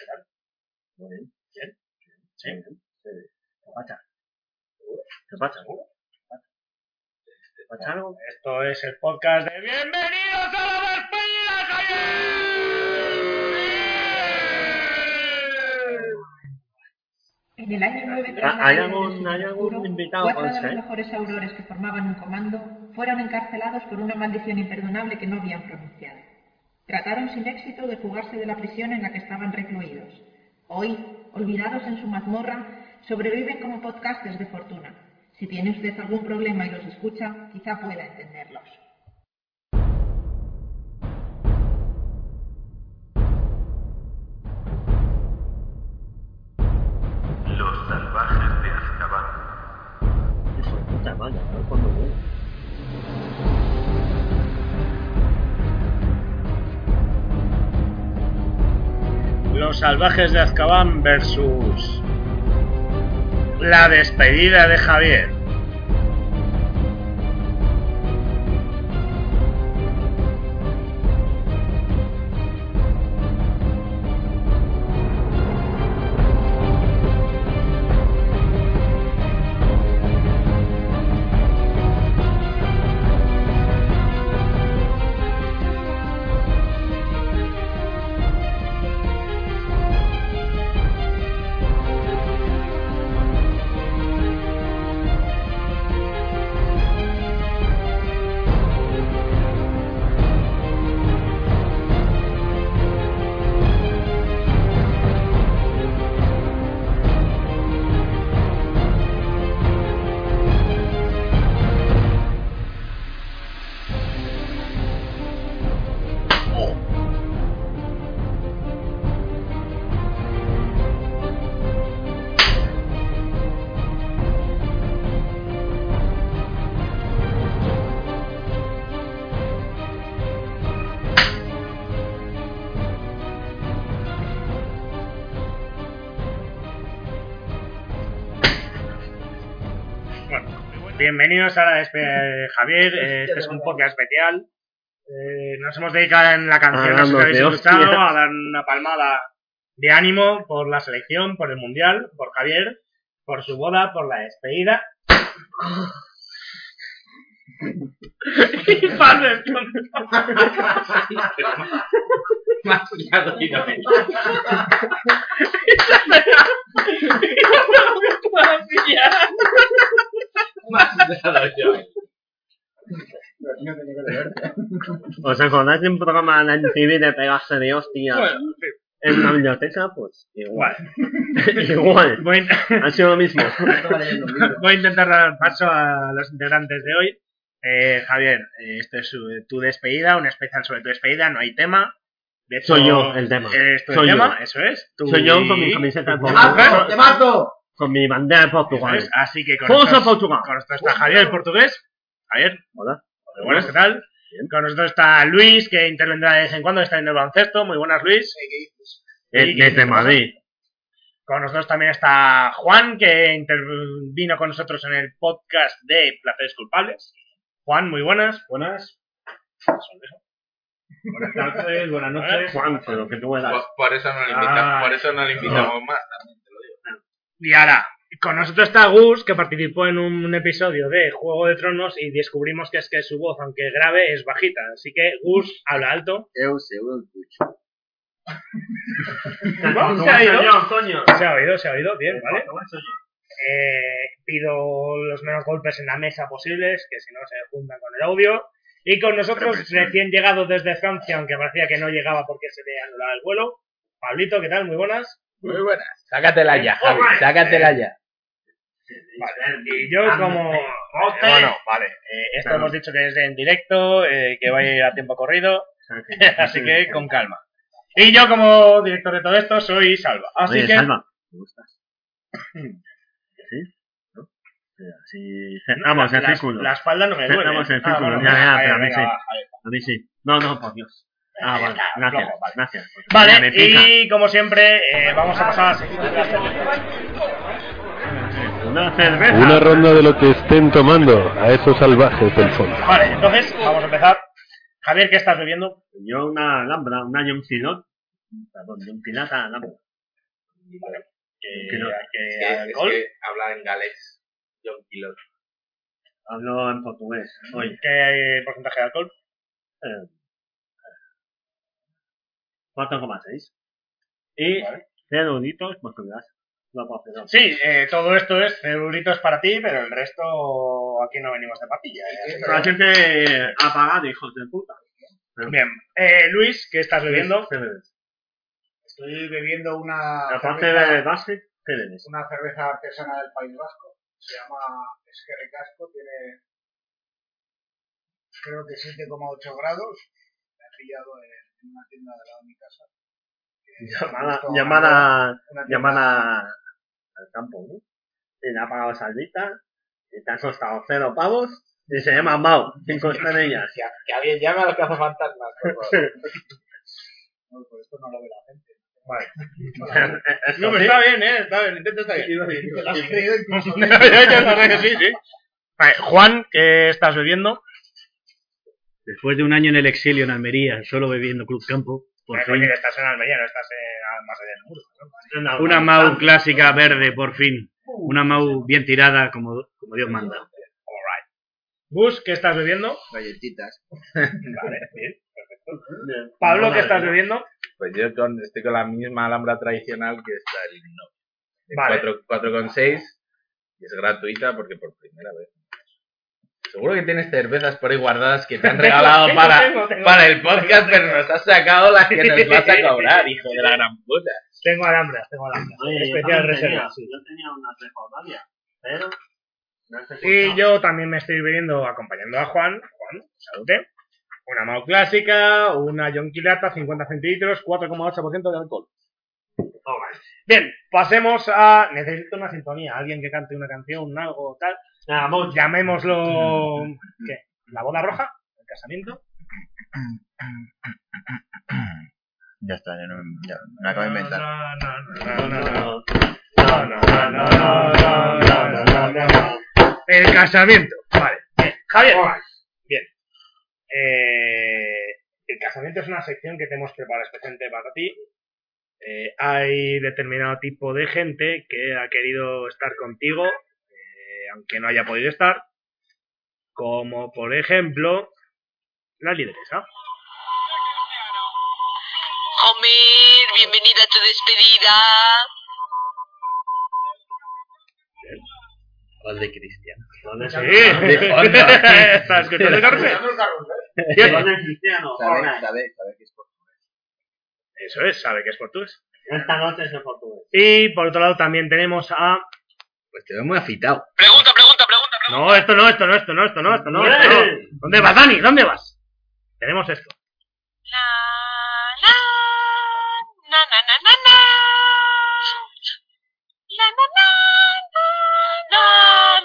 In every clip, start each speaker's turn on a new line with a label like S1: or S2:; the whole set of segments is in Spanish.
S1: real. Muy bien. ¿Quién? Sí. Sí. ¿Te pasa? ¿Te pasa? ¿Te pasa algo?
S2: Esto es el podcast de Bienvenidos a la despedida Javier.
S3: En el año 9 tras
S1: Ah,
S3: la
S1: hay
S3: caída
S1: algún-
S3: del Jesús
S1: hay algún
S3: oscuro,
S1: invitado,
S3: cuatro de
S1: Concha,
S3: los
S1: ¿eh?
S3: mejores aurores que formaban un comando fueron encarcelados por una maldición imperdonable que no habían pronunciado. Trataron sin éxito de fugarse de la prisión en la que estaban recluidos. Hoy, olvidados en su mazmorra, sobreviven como podcasters de fortuna. Si tiene usted algún problema y los escucha, quizá pueda entenderlos.
S4: Los salvajes de Azkaban.
S1: Hijo de puta madre, a ver cuándo voy.
S2: Los salvajes de Azkaban versus la despedida de Javier. Bueno, bienvenidos a la despedida de Javier. Eh, Este es un podcast especial. Eh, nos hemos dedicado en la canción, no sé si
S1: Hablamos
S2: habéis
S1: de
S2: escuchado,
S1: hostias.
S2: a dar una palmada de ánimo por la selección, por el mundial, por Javier, por su boda, por la despedida. Y paro de
S1: ¿Os acordáis de un programa de MTV de pegarse de hostia
S2: Bueno, sí,
S1: en una biblioteca? Pues igual.
S2: igual.
S1: igual.
S2: Voy a-
S1: Ha sido lo mismo.
S2: Voy a intentar dar paso a los integrantes de hoy. Eh, Javier, eh, esto es su- tu despedida, un especial sobre tu despedida, no hay tema. De hecho,
S1: Soy yo el tema.
S2: eres tú el
S1: Soy yo.
S2: tema, eso es. Tú
S1: Soy yo
S2: y-
S1: con mi camiseta de
S2: tu
S1: Portugal.
S2: mujer,
S1: Con mi bandera de
S2: eso
S1: Portugal.
S2: es. Así que con
S1: ¡Vamos a
S2: nosotros,
S1: Portugal!
S2: con nosotros está Javier, el portugués. Javier,
S1: Hola.
S2: muy buenas, ¿qué tal?
S1: Bien.
S2: Con nosotros está Luis, que intervendrá de vez en cuando, está en el baloncesto. Muy buenas, Luis.
S1: Eh,
S2: ¿Y qué
S1: Desde
S2: te pasa?
S1: Madrid.
S2: Con nosotros también está Juan, que intervino con nosotros en el podcast de Placeres Culpables. Juan, muy buenas. Buenas.
S5: Buenas tardes, buenas noches.
S1: Juan, con lo que tú eras.
S4: Por, por eso no le invitamos,
S2: Ah.
S4: por eso no le invitamos más.
S2: Y ahora, con nosotros está Gus, que participó en un episodio de Juego de Tronos y descubrimos que es que su voz, aunque grave, es bajita. Así que Gus habla alto.
S1: ¿Cómo
S2: se ha ido?
S1: soy yo, Antonio?
S2: Se ha oído, se ha oído, bien, ¿vale? Eh, pido los menos golpes en la mesa posibles, que si no se juntan con el audio. Y con nosotros, recién llegado desde Francia, aunque parecía que no llegaba porque se le anulaba el vuelo. Pablito, ¿qué tal? Muy buenas.
S4: Muy buenas.
S6: Sácatela ya, Javi, sácatela ya.
S2: Vale. Y yo como... Bueno, vale. eh, esto
S1: Claro.
S2: hemos dicho que es en directo, eh, que va a ir a tiempo corrido, así que con calma. Y yo como director de todo esto soy Salva. Así
S1: Oye,
S2: que...
S1: Salva, ¿te gustas? ¿Sí? ¿No? Pero Así cerramos el
S2: la,
S1: círculo.
S2: la espalda no me duele.
S1: Cerramos el
S2: Ah,
S1: círculo,
S2: bueno,
S1: ya, ya,
S2: venga,
S1: pero a mí
S2: venga,
S1: sí.
S2: va, vale.
S1: A mí sí. No, no, por Dios. Ah, vale.
S2: está,
S1: Gracias,
S2: flojo, vale.
S1: gracias. porque ya me
S2: Vale,
S1: pica.
S2: y como siempre, eh, vamos a pasar a la sección de
S1: Una cerveza.
S7: Una ronda de lo que estén tomando a esos salvajes del fondo.
S2: Vale, entonces, vamos a empezar. Javier, ¿qué estás bebiendo?
S1: Yo una Alhambra, una John Silot, perdón, de un pilar a la boca. Que,
S6: Que no.
S1: que
S6: que, es
S1: alcohol,
S6: que habla en galés. John Kilo.
S1: hablo en portugués. Oye,
S2: ¿Qué eh, porcentaje de alcohol?
S1: 4,6. Y cero pues euritos por tu gas. No puedo hacer nada.
S2: Sí, eh, todo esto es cerulitos para ti, pero el resto aquí no venimos de papilla. ¿eh?
S1: Pero la gente apagada, hijos de puta.
S2: Bien, eh, Luis, ¿qué estás bebiendo?
S1: CBDs.
S8: Estoy bebiendo una
S1: Aparte de
S8: cerveza,
S1: base, CBDs.
S8: una cerveza artesana del País Vasco. Se llama Esquerri Casco. Tiene creo que 7,8 grados. La he pillado en una tienda de lado de mi casa.
S1: Llamada,
S8: Justo
S1: llamada,
S8: Una tienda-
S1: llamada al campo, ¿no? Y le ha pagado saldita. Y te ha costado cero pavos. Y se llama Mau. Cinco estrellas.
S6: Que, que alguien llame a los cazafantasmas, por favor.
S8: No, por pues esto no lo ve la gente.
S1: Esto
S2: No, pero
S1: sí.
S2: está bien, ¿eh? Está bien, intento estar bien.
S8: Te lo has creído incluso.
S2: La verdad que sí, sí. Vale, Juan, ¿qué estás bebiendo?
S9: Después de un año en el exilio en Almería, solo bebiendo Club Campo, por
S2: Eh,
S9: fin.
S2: coño, estás en Almería, no estás en, más allá del muro. ¿no?
S9: Una Mau clásica verde, por fin.
S1: Uh.
S9: Una Mau bien tirada, como, como Dios manda.
S2: Bus, ¿qué estás bebiendo?
S6: Galletitas.
S2: Vale, bien, perfecto. Pablo, ¿qué estás bebiendo?
S6: Pues yo con- estoy con la misma alhambra tradicional que está el himno. De
S2: Vale.
S6: cuatro- 4,6. Y es gratuita porque por primera vez. Seguro que tienes cervezas por ahí guardadas que te han regalado
S2: Tengo,
S6: para,
S2: tengo, tengo.
S6: para el podcast, pero nos has sacado las que nos vas a cobrar, hijo de la gran puta.
S2: Tengo alhambras, tengo alhambras.
S1: Oye, yo
S2: Especial
S1: también
S2: reserva.
S1: tenía- Yo tenía una de Jordania, pero no se
S2: Y
S1: escuchaba.
S2: yo también me estoy bebiendo acompañando a Juan. Juan, salute. Una Mau clásica, una Yonquilata, 50 centilitros, 4,8% de alcohol.
S1: Toma.
S2: Bien, pasemos a... Necesito una sintonía, alguien que cante una canción, algo, tal.
S1: Nada, Mau, ya.
S2: Llamémoslo... ¿Qué? ¿La boda roja? ¿El casamiento?
S6: Ya está, ya no, ya, me acabo de inventar.
S2: No, no, no, no.
S1: No, no, no, no, no, no, no, no, no.
S2: El casamiento. Vale. Bien. Javier. Bien. Eh, el casamiento es una sección que te hemos preparado especialmente para ti. Eh, hay determinado tipo de gente que ha querido estar contigo, eh, aunque no haya podido estar. Como por ejemplo, la lideresa.
S4: Homer, bienvenida a tu despedida.
S10: de Cristian.
S1: ¿Dónde
S2: Sí.
S1: se-
S2: ¿Estás escuchando, Carmen? Bien.
S1: ¿Dónde es Cristiano?
S6: Sabe,
S1: Joder.
S6: sabe, sabe que es por
S2: Eso es, sabe que es portugués.
S1: Esta noche es en portugués.
S2: Y por otro lado también tenemos a
S10: Pues te veo muy afitado.
S4: Pregunta, pregunta, pregunta, pregunta.
S2: No, esto no, esto no, esto no, esto no, esto no. esto no.
S1: ¡Eh!
S2: ¿Dónde vas, Dani? ¿Dónde vas? Tenemos esto.
S4: Na, na, na, na, na, na, na. La, na, na, na, na,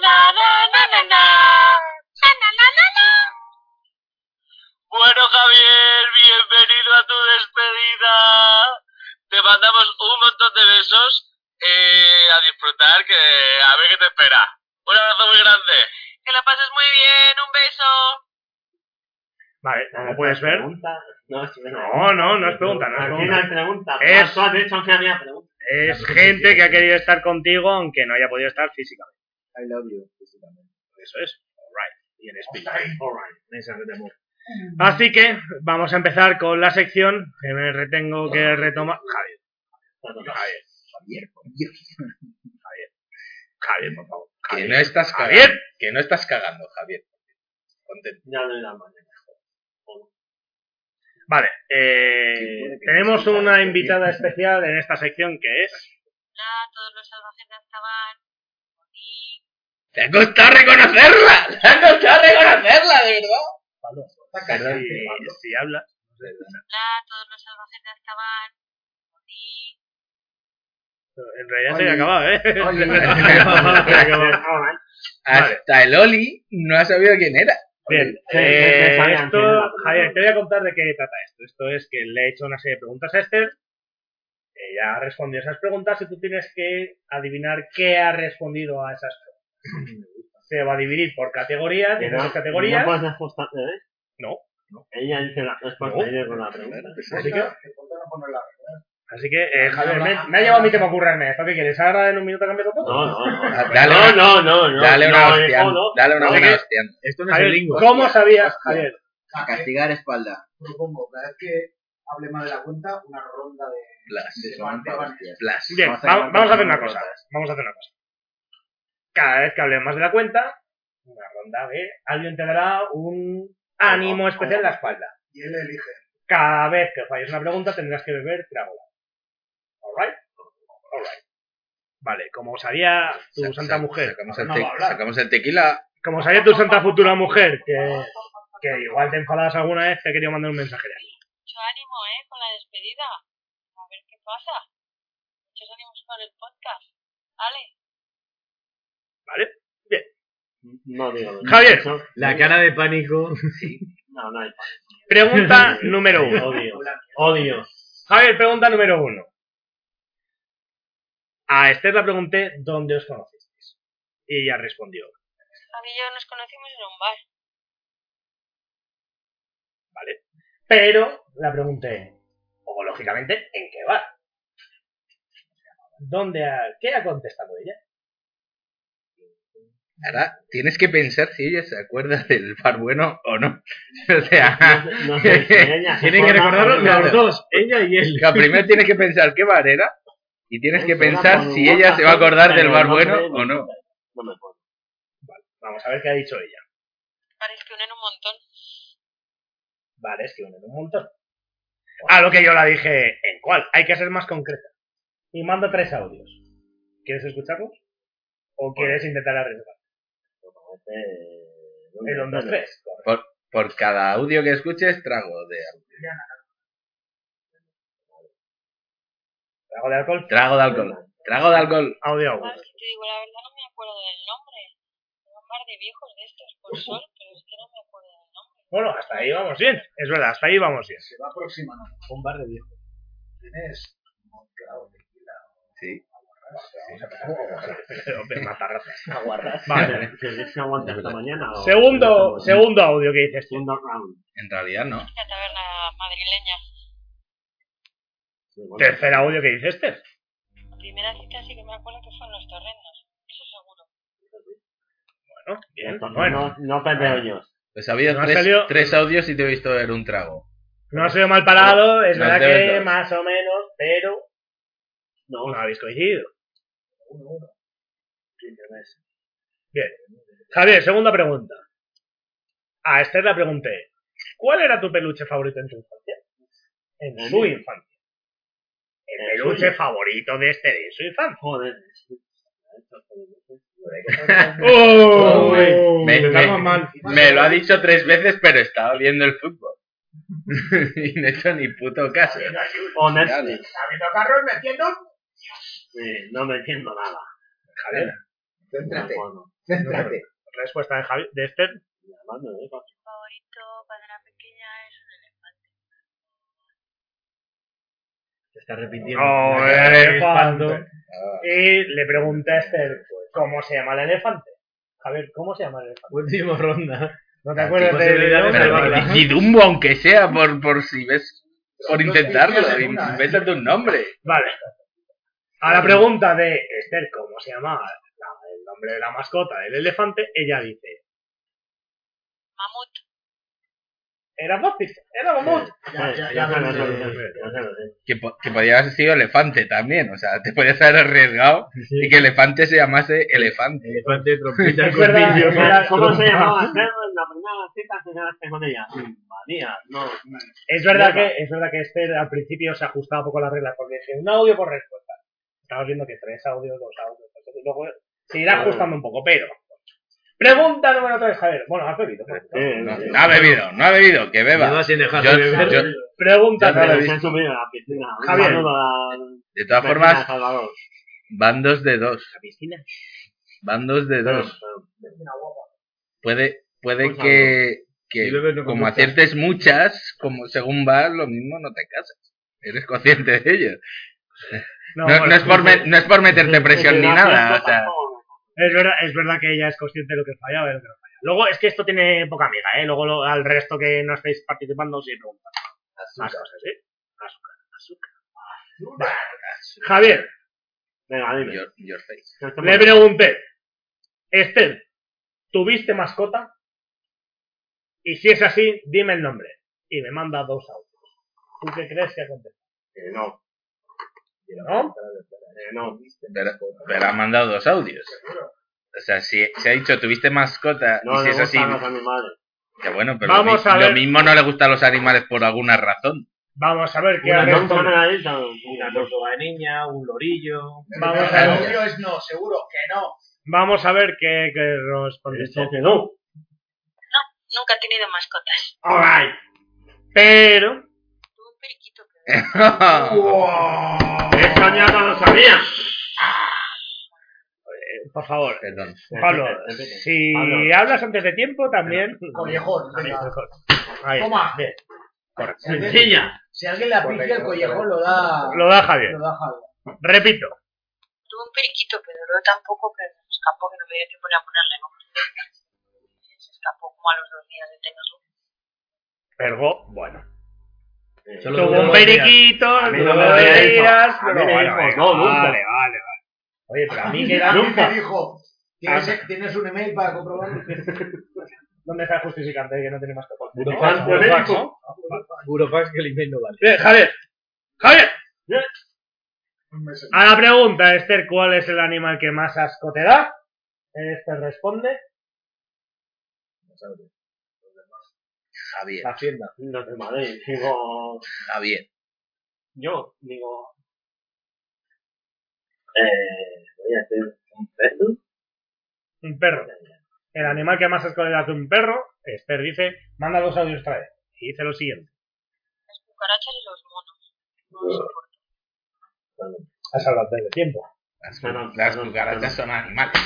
S4: na, na, na, na. Na, na, na, na, na. Bueno, Javier, bienvenido a tu despedida. Te mandamos un montón de besos. eh, a disfrutar, que a ver qué te espera. Un abrazo muy grande. Que la pases muy bien, un beso.
S2: Vale, como puedes ver.
S1: Pregunta- No, es una-
S2: No, no, no es pregunta, no es
S1: Aquí
S2: pregunta.
S1: no hay pregunta.
S2: Es-
S1: Tú has dicho que había pregunta.
S2: Es gente que ha querido estar contigo aunque no haya podido estar físicamente.
S6: I love you, físicamente.
S2: Eso es. Alright. Y en espíritu.
S1: Alright, esa que te mola.
S11: Ah,
S2: Así que vamos a empezar con la sección que me retengo que retomar. Javier, Javier,
S6: Javier, por Dios.
S2: Javier, por favor.
S6: Que no estás cagando.
S2: Javier,
S6: Que no estás cagando, Javier. Ponte.
S1: Ya doy la mano.
S2: vale. eh, tenemos una invitada especial en esta sección que es.
S4: Hola, todos los salvajes de Azkaban. Y
S6: ¡Te ha costado reconocerla! ¡Te ha costado reconocerla, de verdad!
S2: Si, si habla.
S4: hola, Ah, todos los salvajes de Azkaban. Y
S2: En realidad se ha acabado, ¿eh? Se ha acabado.
S6: Hasta el Oli no ha sabido quién era.
S2: Bien,
S1: Sí,
S2: eh,
S1: sí, sí, sabían
S2: esto,
S1: que era la primera.
S2: Javier, te voy a contar de qué trata esto. Esto es que le he hecho una serie de preguntas a Esther. Ella ha respondido esas preguntas y tú tienes que adivinar qué ha respondido a esas preguntas. Se va a dividir por categorías, en esas
S1: ¿No
S2: categorías.
S1: puedes desajustarte, ¿eh?
S2: No.
S12: Ella dice la respuesta y yo con la pregunta.
S2: Así que, así que eh,
S12: Déjalo
S2: Javier, me,
S12: hablar.
S2: me ha llevado a mí tiempo a currarme. ¿Esto qué quieres? ¿Ahora en un minuto cambias
S12: No,
S2: todo?
S12: no, no.
S2: Dale
S12: no,
S2: una-
S12: no, no, no.
S6: Dale una
S12: no,
S6: hostia.
S12: no, no.
S6: Dale una
S12: No,
S6: buena
S12: que-
S6: hostia.
S1: Esto
S2: Javier, ¿Cómo sabías, Javier?
S6: A castigar espalda.
S11: Propongo, cada vez que hable más de la cuenta, una ronda de.
S6: Blas.
S11: De levante, hostias.
S6: Blas.
S2: Bien, va- vamos, a hacer una cosa. Vamos a hacer una cosa. Cada vez que hablemos de la cuenta, una ronda B, alguien te dará un ánimo especial en la espalda.
S11: Y él elige.
S2: Cada vez que falles una pregunta tendrás que beber trago. ¿Alright? Alright. Vale, como sabía tu
S6: Sa-
S2: santa
S6: sa-
S2: mujer.
S6: Sacamos el,
S2: ahora no
S6: te-
S2: va a hablar.
S6: sacamos el tequila.
S2: Como sabía tu santa futura mujer, que, que igual te enfadas alguna vez, te he querido mandar un mensaje.
S13: Mucho ánimo, ¿eh? Con la despedida. A ver qué pasa. Muchos ánimos con el podcast. Ale,
S2: ¿Vale? Bien.
S12: No digo lo que
S2: Javier.
S12: he dicho.
S1: La cara de pánico.
S12: No, no hay pan.
S2: Pregunta número
S1: Oh,
S2: uno.
S12: Odio. Odio.
S2: Javier, pregunta número uno. A Esther la pregunté dónde os conocisteis. Y ella respondió,
S13: aquí yo nos conocimos en un bar.
S2: ¿vale? Pero la pregunté, o lógicamente, ¿en qué bar? ¿Dónde ha- ¿Qué ha contestado ella?
S6: Ahora tienes que pensar si ella se acuerda del bar bueno o no. O
S12: No,
S6: sea,
S12: sé- no sé si ella se
S1: Tienen que
S12: acuerda,
S1: recordarlo
S12: pero-
S1: los dos, ella y él.
S6: la primero tienes que pensar qué bar era y tienes que
S12: Suena
S6: pensar
S12: por
S6: si
S12: una
S6: ella se va a
S12: razón,
S6: acordar del
S12: pero
S6: bar
S12: no
S6: bueno
S12: me-
S6: o no.
S12: No me acuerdo.
S2: Vamos a ver qué ha dicho ella.
S13: Ahora es que unen un montón.
S2: Vale, es que unen un montón. A lo que yo la dije, ¿en cuál? Hay que ser más concreta. Y mando tres audios. ¿Quieres escucharlos? ¿O quieres intentar arriesgar?
S12: Eh,
S2: El 1, 2, 3.
S6: Por cada audio que escuches, trago de alcohol.
S2: Trago de alcohol,
S6: Trago de alcohol. Trago de alcohol.
S2: audio
S13: Ah,
S2: audio.
S13: es que te digo, la verdad no me acuerdo del nombre. Era un bar de viejos de estos, por sol, pero es que no me acuerdo del nombre.
S2: Bueno, hasta ahí vamos bien. Es verdad, hasta ahí vamos bien.
S11: Se va aproximando.
S2: Un bar de viejos.
S11: Tienes. vodka o tequila
S6: Sí.
S2: Vale.
S12: Que se aguanta hasta mañana. o-
S2: Segundo, segundo audio que dices tú.
S12: Segundo round.
S6: En realidad no.
S13: La taberna madrileña.
S12: Sí, bueno.
S2: Tercer audio que dices este.
S13: La primera cita sí que me acuerdo que fue en los torrendos. Eso seguro.
S2: Bueno, bien,
S12: Entonces,
S2: bueno.
S12: No, no perder hoyos.
S6: Pues había
S2: No ha
S6: tres,
S2: salido-
S6: tres audios y te he visto ver un trago.
S2: No ha sido mal parado, es
S6: No,
S2: verdad
S6: debes
S2: que
S6: dos.
S2: más o menos, pero no, no habéis coincidido. Bien. Javier, segunda pregunta. A Esther la pregunté, ¿cuál era tu peluche favorito en tu infancia? En
S12: El
S2: su
S12: mío.
S2: infancia. El
S12: El
S2: peluche
S12: suyo.
S2: favorito de Esther en su infancia.
S12: Joder. sí.
S2: ¡Oh!
S6: Oh, me- me-
S2: Empezamos mal.
S6: Me lo ha dicho tres veces, pero estaba viendo el fútbol. y no he hecho ni puto caso.
S12: O Netflix.
S11: Ha habido carros metiendo.
S12: Sí, no me entiendo nada.
S2: Javier,
S12: No me
S11: Céntrate,
S12: acuerdo.
S11: céntrate.
S2: respuesta de, Javi- de Esther.
S12: Mi mamá me dijo,
S13: Favorito cuando era pequeña es un elefante.
S12: Se está repitiendo.
S2: Oh,
S12: La cara de
S2: el elefante. Ah.
S12: espanto.
S2: Y le pregunté a Esther, pues, ¿cómo se llama el elefante? Javier, ¿cómo se llama el elefante?
S1: Última ronda.
S2: ¿No te acuerdas de
S1: posibilidades
S2: de-
S1: de
S6: Pero
S1: salvarla.
S6: y Dumbo, aunque sea, por, por si ves. Por
S11: Dos
S6: intentarlo.
S11: pistas en una, ¿eh?
S6: Invéntate un nombre.
S2: Vale. A la pregunta de Esther, ¿cómo se llama la- el nombre de la mascota del elefante? Ella dice,
S13: Mamut.
S2: era fácil, era mamut.
S11: Ya,
S12: Sí, ya
S11: ya, ya.
S12: se lo
S11: veremos.
S12: sé, ya se lo sé.
S6: Que, po- que podía haber sido elefante también. O sea, te podías haber arriesgado y que elefante se llamase elefante.
S1: Elefante, trompeta,
S2: Es verdad,
S1: colmillo.
S2: es verdad.
S12: ¿Cómo se llamaba Esther en la primera cita que quedaste con ella? María, no.
S2: Es verdad,
S12: Mierda.
S2: que, es verdad que Esther al principio se ajustaba un poco a las reglas porque dije, un audio por respuesta. Estamos viendo que tres audios, dos audios, tres audios, luego se irá ajustando un poco, pero... Pregunta número tres, Javier. Bueno, has bebido. pues, ¿no?
S12: Eh,
S6: No,
S12: eh,
S6: no ha bebido, no ha bebido, que beba.
S1: Lleva sin dejar
S6: Yo-
S1: de beber.
S6: yo-
S2: Pregunta
S6: Ya te lo
S2: número
S6: he
S12: Se
S6: visto.
S12: han subido a la piscina. Un
S2: Javier.
S12: saludo a la
S6: De todas
S1: Pues
S12: vecina de
S6: formas,
S12: Salvador.
S6: van dos de dos.
S12: piscina.
S6: Van dos de
S12: Perdón,
S6: dos.
S12: perdón.
S6: Puede,
S12: Un
S6: puede
S12: saludo.
S6: que, que
S1: Y bebes no
S6: como
S1: conduzcas.
S6: aciertes muchas, como según vas, lo mismo no te casas. Eres consciente de ello. No, no
S2: bueno,
S6: es, por me- no es por meterte presión ni nada. O sea,
S2: Es verdad, es verdad que ella es consciente de lo que fallaba y de lo que no fallaba. Luego, es que esto tiene poca amiga, ¿eh? Luego lo- al resto que no estáis participando, sí preguntan. Más cosas, ¿eh? Azúcar, azúcar. Vale. Javier. Venga, dime.
S6: Your, your face.
S2: Le pregunté, Esther, ¿tuviste mascota? Y si es así, dime el nombre. Y me manda dos autos. ¿Tú qué crees que ha contestado?
S4: no.
S2: ¿No?
S4: no.
S6: Pero, pero ha mandado dos audios. O sea, si se ha dicho, tuviste mascota y si es así. Ya bueno, pero
S2: Vamos
S6: lo, mi-
S2: a ver.
S6: lo mismo no le gustan los animales por alguna razón.
S2: Vamos a ver qué ha respondido.
S4: Una tortuga niña, un lorillo.
S2: Vamos a
S11: El
S2: ver.
S11: obvio es no, seguro que no.
S2: Vamos a ver qué, qué responde. Que no.
S13: Nunca he tenido mascotas.
S2: Alright. Pero. Eso ya no lo sabía. Eh, Por favor.
S6: Perdón.
S2: Pablo, si
S12: Pablo.
S2: hablas antes de tiempo también.
S11: Collejón, venga.
S2: Ahí,
S11: Toma.
S2: bien. Correcto.
S11: Si alguien-
S2: Sencilla.
S11: Si alguien la
S2: Correcto,
S11: pilla el collejón,
S2: correcto.
S11: lo da.
S2: Lo da Javier.
S11: Lo da Javier.
S2: Repito.
S13: Tuve un periquito, pero duró tampoco que se escapó, que no me dio tiempo ni a ponerle nombre. Se escapó como a los dos días de tenerlo.
S2: Pergo, bueno.
S12: Solo
S2: Tuvo
S12: duró
S2: un
S12: dos días.
S2: periquito,
S12: A mí no
S2: duró
S12: me
S2: dos
S12: digas.
S2: días,
S12: A
S2: pero
S12: mí me
S2: bueno,
S12: digas,
S2: venga,
S12: no, nunca.
S2: vale, vale, vale. Oye, pero a mí que
S11: Alguien me dijo: ¿tienes, tienes un email para comprobarlo.
S2: ¿Dónde está el justificante de que no tiene más que poner?
S12: Burofax,
S2: ¿No?
S12: Burofax,
S2: ¿no?
S12: Burofax que el email no vale.
S2: Bien, Javier. Javier.
S11: Me se-
S2: A la pregunta, Esther, ¿cuál es el animal que más asco te da? Esther responde.
S6: Javier.
S12: La hacienda. No te madre, digo.
S6: Javier.
S12: Yo, digo. Eh, voy a hacer un pedo.
S2: Un perro. El animal que más asco le da es un perro. Esther dice, manda dos audios otra vez. Y dice lo siguiente.
S13: Las cucarachas y los monos. No los soporto.
S2: Ha salvado el tiempo.
S6: Las,
S12: No, no,
S6: las
S12: no, no,
S6: cucarachas son animales.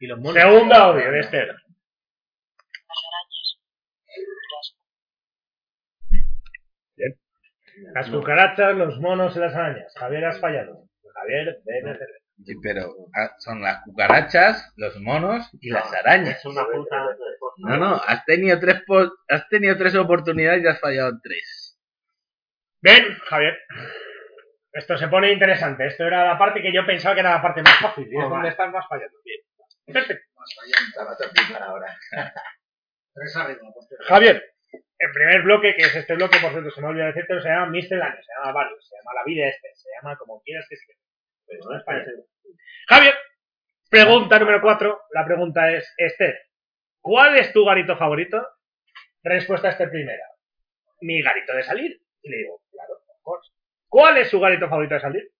S12: Y los monos.
S2: Segundo audio de este Esther.
S13: Las arañas. Las-
S2: Las
S12: No.
S2: cucarachas, los monos y las arañas. Javier, has fallado. Javier, debe hacer.
S6: Sí, pero ah, son las cucarachas, los monos y las arañas.
S12: Es una puta.
S6: No, no, has tenido tres po- has tenido tres oportunidades y has fallado en tres.
S2: Ven, Javier. Esto se pone interesante. Esto era la parte que yo pensaba que era la parte más fácil. Y es
S12: Oh,
S2: donde
S12: vale.
S2: estás más fallando. Bien. Perfecto.
S11: Tres arriba, pues, tres.
S2: Javier, el primer bloque, que es este bloque, por cierto, se me olvidó decirte, se llama Misceláneo, se llama Varios, se llama La Vida Este, se llama como quieras que sea. Pero no es para eso. Javier, pregunta número cuatro. La pregunta es, Esther, ¿cuál es tu garito favorito? Respuesta Esther primera. Mi garito de salir. Y le digo, claro, of course. ¿Cuál es su garito favorito de salir?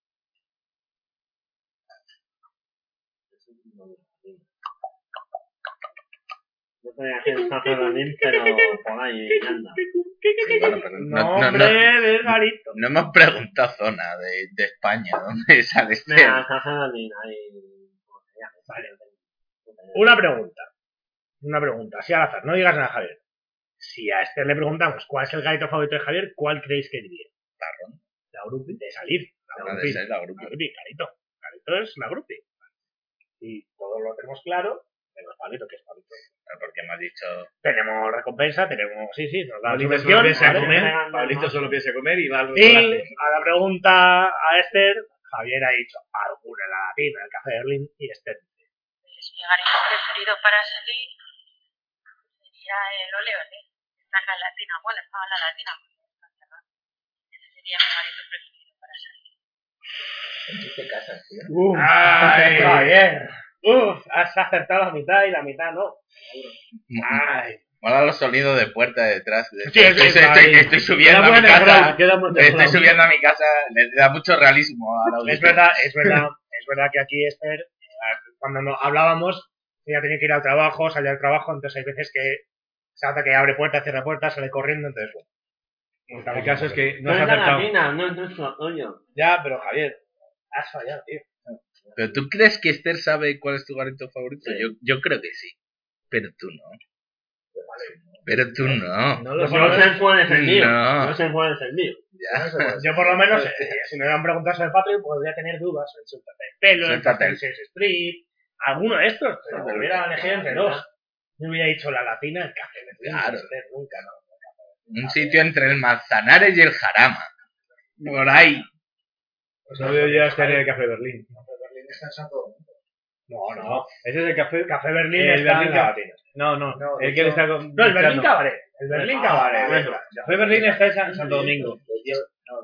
S12: No te voy a hacer esta también, pero por ahí anda.
S6: Sí, bueno, pero no, no, no,
S2: Nombre del garito.
S6: no hemos preguntado zona de, de España, ¿dónde sale este?
S12: Mira, esta Fernandina ahí. Vale.
S2: Una pregunta. Una pregunta, así al azar. No digas nada, Javier. Si a Esther le preguntamos cuál es el garito favorito de Javier, ¿cuál creéis que diría?
S6: Tarrón.
S2: La grupi de salir. La
S6: No,
S2: grupi.
S6: de ser la
S2: La
S6: grupo.
S2: grupi, garito. Garito es la grupi. Y todo lo tenemos claro, menos palito, que es palito.
S6: Porque me has dicho,
S2: Tenemos recompensa, tenemos... Sí, sí, nos da la
S12: Pablito solo
S2: subvención.
S12: piensa
S2: ¿vale?
S12: en comer. Pablito solo piensa en comer y va al
S2: Y
S12: restaurante.
S2: a la pregunta a Esther, Javier ha dicho alguna latina en el café de Berlín y Esther.
S13: Pues mi garito preferido para salir sería el ole ole. Está en la latina. Bueno, estaba en la latina. porque está cerrada. Ese sería mi garito preferido para salir.
S6: Ah.
S2: ¡Ay! Javier. Uf, has acertado la mitad y la mitad no. Ay.
S6: mola los sonidos de puerta detrás. de-
S2: Sí,
S6: estoy,
S2: sí,
S6: estoy-
S2: ahí.
S6: estoy- estoy subiendo a
S12: Queda
S6: mi
S12: muy
S6: casa.
S12: desgrado, queda muy
S6: Estoy
S12: desgrado.
S6: subiendo a mi casa, le da mucho realismo a la
S2: Es
S6: audiencia.
S2: verdad, es verdad, es verdad que aquí Esther, eh, cuando no- hablábamos, ella tenía que ir al trabajo, salía al trabajo, entonces hay veces que se hace que abre puerta, cierra puerta, sale corriendo, entonces bueno.
S12: El caso es que no
S2: No
S12: has
S2: es la
S12: acertado.
S2: latina, no es nuestro apoyo. Ya, pero Javier, has fallado, tío.
S6: Pero tú crees que Esther sabe cuál es tu garito favorito? Yo, yo creo que sí. Pero tú no. Pero tú no.
S12: Pues No sé cuál es el mío.
S6: No.
S12: No sé cuál es el mío.
S2: Yo por lo menos, eh, si me hubieran preguntado sobre el Patreon, podría tener dudas sobre Suéltate el pelo, el
S6: Suéltate el-
S2: Street, alguno de estos, pero
S6: Suéltate el-
S2: hubiera elegido entre dos. Yo hubiera dicho la latina, el café vecino.
S6: Claro.
S2: Esther, nunca, no.
S6: Un sitio entre el Manzanares y el Jarama. Por ahí.
S4: Pues no veo yo hasta en el Café Berlín.
S3: Berlín está en Santo Domingo.
S4: No, no. Ese es el Café...
S2: Café Berlín
S4: el
S2: está
S4: Berlín
S2: en la
S4: Cab-
S2: latina.
S4: No, no.
S2: No,
S4: el que
S2: eso-
S4: le está...
S2: No, el Berlín Cabaret. El Berlín Cabaret.
S4: Eso. El Café Berlín está en San- Santo Domingo.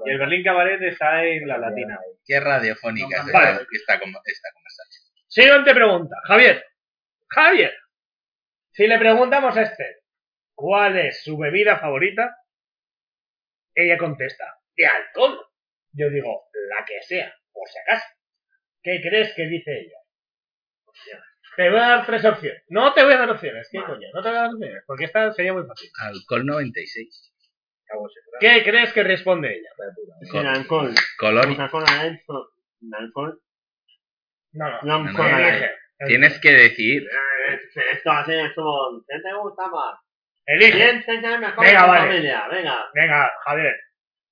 S4: Y el Berlín Cabaret está en la Latina.
S6: Qué radiofónica es
S2: Vale.
S6: esta, esta con- esta conversación.
S2: Siguiente pregunta, Javier. Javier. Si le preguntamos a Esther, ¿cuál es su bebida favorita? Ella contesta, de alcohol. Yo digo, la que sea, por si acaso. ¿Qué crees que dice ella? Hostia. Te voy a dar tres opciones. No te voy a dar opciones, ¿qué coño? No te voy a dar opciones, porque esta sería muy fácil.
S6: Alcohol 96.
S2: ¿Qué crees que responde ella?
S1: Sin alcohol.
S6: Colón.
S1: Coca-Cola Light, sin alcohol.
S2: No, no.
S1: No,
S6: No, no,
S1: Cola
S6: no.
S1: Light.
S6: Tienes que decidir.
S1: Eh, Esto así es como, ¿qué te gusta más?
S2: Elige.
S1: ¿Quién te cae mejor
S2: Venga,
S1: en tu
S2: vale.
S1: familia? Venga.
S2: Venga, Javier,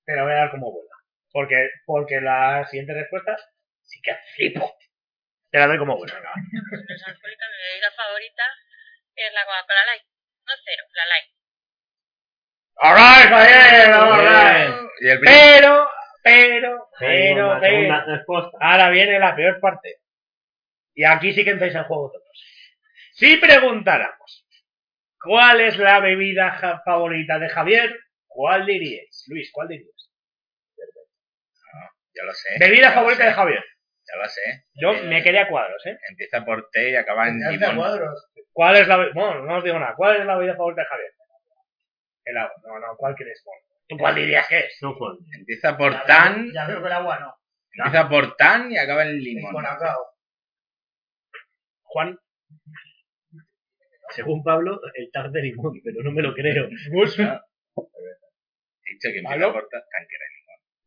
S2: te la voy a dar como buena. Porque, porque la siguiente respuesta sí que flipo. Te la doy como buena. venga.
S13: Pues alcohólica, mi bebida favorita es la Coca-Cola Light. No cero, la
S2: Alright, Javier,
S13: Light.
S2: alright.
S6: Y el primer-
S2: Pero, pero, pero,
S1: la segunda
S2: pero.
S1: respuesta.
S2: Ahora viene la peor parte. Y aquí sí que entráis en juego todos. Si preguntáramos, ¿cuál es la bebida ja- favorita de Javier? ¿Cuál diríais? Luis, ¿cuál dirías?
S6: Ya lo sé.
S2: Bebida
S6: ya lo
S2: favorita
S6: Eh, sé,
S2: de Javier.
S6: Ya lo sé.
S2: Yo
S6: Eh,
S2: me quedé a cuadros, ¿eh?
S6: Empieza por T y acaba en limón.
S3: cuadros.
S2: ¿Cuál es la be- Bueno, no os digo nada. ¿Cuál es la bebida favorita de Javier? El agua. No, no, ¿cuál crees? Bueno, ¿Tú cuál dirías que es?
S1: No fue.
S6: Empieza por tan,
S3: Ya veo que el agua no.
S6: empieza por tan y acaba en
S3: Es
S6: limón.
S3: con acao.
S2: Juan.
S1: Según Pablo, el tar de limón, pero no me lo creo.
S2: Gus.
S6: He dicho que empieza
S2: ¿Pablo?
S6: por tan, tanquera.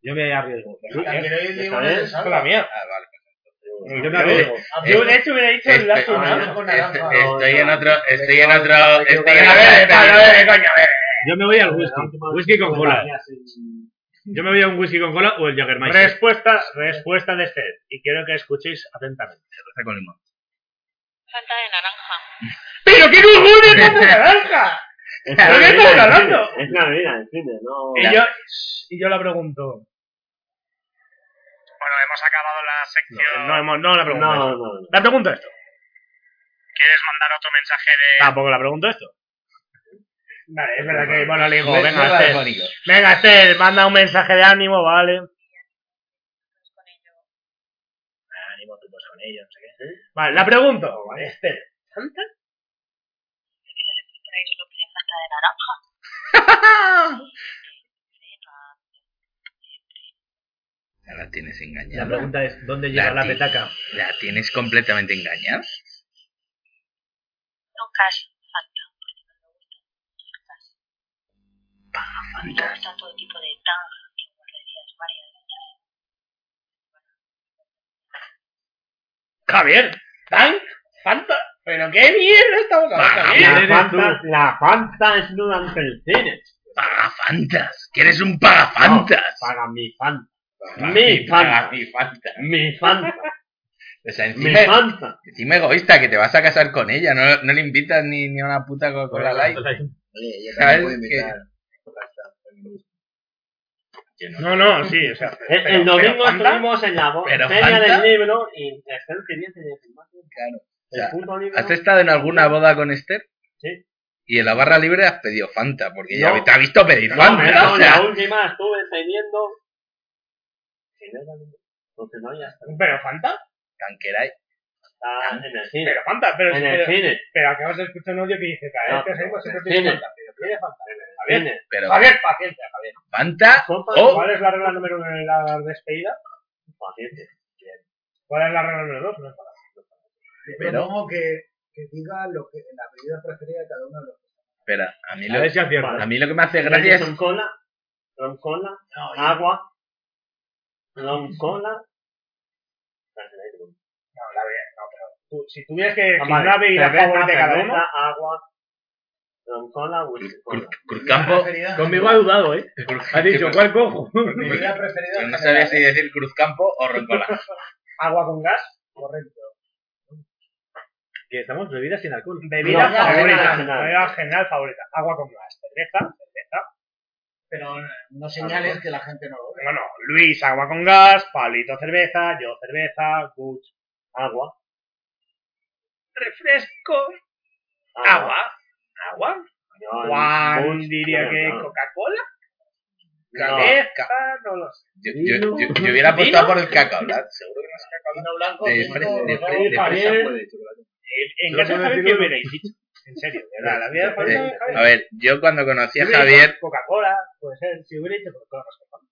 S2: Yo me arriesgo.
S3: La que
S2: Esta
S3: no hay limón
S1: ¿sabes?
S3: es de
S2: es
S3: salva.
S2: la mía.
S6: Ah, vale.
S2: Yo me arriesgo.
S3: Ah,
S2: Yo de hecho hubiera dicho el
S6: Este-
S2: lazo.
S6: ah,
S2: ¿no?
S3: yo con
S6: Este-
S3: naranja.
S6: Estoy
S1: no,
S6: en
S1: no,
S6: otro, estoy en
S1: no,
S6: otro, este,
S1: no,
S6: estoy
S1: no,
S2: A
S1: no,
S6: en otro.
S2: ver, vale, a ver, coño, a ver.
S4: Yo me voy
S2: Este,
S4: al whisky. Whisky con cola. Yo me voy a un whisky con cola o el Jagermeister.
S2: Respuesta, respuesta de Esther. Y quiero que escuchéis atentamente.
S6: Cerveza con limón.
S13: Fanta de naranja.
S2: ¡Pero qué cojones es de naranja!
S1: Es
S2: ¿Pero qué estás hablando?
S1: Es la bebida, en fin, no.
S2: Y yo, y yo la pregunto.
S14: Bueno, hemos acabado la
S6: este,
S14: sección.
S2: No, hemos- no la pregunto.
S1: No,
S2: esto.
S1: no, no.
S2: La pregunto esto.
S14: ¿Quieres mandar otro mensaje de
S2: Tampoco pues la pregunto esto. Vale, es verdad que bueno, le digo,
S6: Joder,
S2: venga,
S6: qué
S2: Esther.
S6: radiofónico.
S2: Venga, Esther, manda un mensaje de ánimo, vale.
S13: Pues Con ello.
S2: Ánimo, tú pues, con ello, no sé qué. Vale, la pregunto, Oh, vale, Esther. ¿Santa?
S13: que le ponéis lo que es fanta de naranja.
S2: Ah.
S6: Ya la tienes
S1: La
S6: engañada.
S1: pregunta es, ¿dónde llega la
S6: La ti-
S1: petaca?
S6: La tienes completamente engañada.
S13: No casi fanta, porque no me gusta. Casi. Me gusta todo tipo de tan y guarderías varias.
S2: Javier, ¿Tank? ¿Fanta? ¿Pero qué mierda estamos hablando? Javier?
S1: La
S4: eres
S1: Fanta, la Fanta es nuda ante el cine.
S6: Pagafantas. Que eres un pagafantas.
S1: Para mi Fanta.
S6: Paga-
S1: mi
S6: paga
S1: Fanta.
S6: Mi fanta.
S1: Mi Fanta.
S6: O sea,
S1: mi
S6: encima,
S1: Fanta.
S6: encima egoísta, que te vas a casar con ella. No, no le invitas ni, ni a una puta Coca-Cola Light.
S1: pues,
S6: ¿Sabes qué? Que
S2: No, Eh,
S6: no-
S2: no, sí, o sea.
S1: El,
S2: pero-
S1: el domingo
S2: pero Fanta-
S1: estuvimos en la bo-
S6: pero
S1: feria
S6: Fanta-
S1: del libro y Esther quería que le firmase
S6: Claro. O sea,
S1: el puto libro.
S2: este
S6: ¿Has estado en alguna boda con Esther?
S1: Sí.
S6: Y en la barra libre has pedido Fanta, porque
S1: No.
S6: ya te ha visto pedir
S1: No,
S6: Fanta.
S1: pero la
S6: o sea,
S1: última estuve teniendo. Que no era libro. Porque no, ya está.
S2: ¿Pero Fanta?
S6: Tanqueray.
S1: Está en el
S2: Ah,
S1: cine.
S2: Pero Fanta, pero.
S1: en
S2: Pero,
S1: el cine.
S2: pero acabas de escuchar un audio que dice: Cada vez
S1: No,
S2: que os
S1: pero
S2: oigo,
S1: en
S2: pues, siempre
S1: el
S2: pides
S1: cine.
S2: Fanta. Pero pide Fanta.
S1: En el
S2: Javier,
S1: cine.
S6: Pero
S2: Javier, paciencia, Javier.
S6: Fanta
S1: Fanta,
S6: o
S2: ¿Cuál es la regla número uno en la despedida?
S1: Paciente.
S2: ¿Cuál es la regla número dos? No es para
S3: Pero
S6: Pero-
S3: propongo que, que diga lo que, la bebida preferida de cada uno de los
S6: Espera, a mí,
S4: A
S6: lo,
S4: ver si aciertas.
S1: Vale.
S6: a mí lo que me hace gracia es...
S1: Ron cola, ron cola,
S3: No, yo-
S1: agua, ron cola.
S2: No, la verdad, no, pero. Tú, si tuvieras que decir
S1: Vale,
S2: una bebida
S1: cerveza,
S2: favorita de cada
S1: cerveza,
S2: uno.
S1: agua, ron cola, whisky cola.
S6: Cur- Cruzcampo...
S4: Conmigo ha dudado, ¿eh? Ha dicho, ¿cuál cojo?
S3: Bebida preferida
S6: Pero
S3: de
S6: no
S3: cada
S6: sabía si decir Cruzcampo o Roncola.
S2: Agua con gas.
S3: Correcto.
S15: que estamos bebidas sin alcohol.
S2: Bebida favorita. Bebida general favorita. Agua con gas. Cerveza. Cerveza.
S16: Pero no señales que la gente no lo ve.
S2: Bueno, Luis, agua con gas. Pablito, cerveza. Yo, cerveza. Guch, agua. Refresco.
S1: Ah.
S2: Agua. Agua. Juan diría que Coca-Cola. Cabeza, no lo sé.
S6: Yo, yo- yo- yo hubiera apostado
S2: ¿Vino?
S6: por el cacao, ¿verdad? Seguro que no es cacao.
S16: blanco,
S6: De
S16: vino
S6: fre- de fre-
S2: Javier,
S6: de fresa
S2: Javier,
S6: puede.
S2: En en
S6: Yo
S2: casa de
S6: puedo
S2: Javier, ¿qué
S6: decirlo.
S2: hubierais dicho? En serio, de ¿verdad? La vida de Javier,
S6: Eh,
S2: Javier.
S6: A ver, yo cuando conocí a
S2: Yo hubiera dicho
S6: Javier,
S2: Coca-Cola, puede ser. Si hubiera dicho Coca-Cola, más
S12: pues,
S2: Coca-Cola.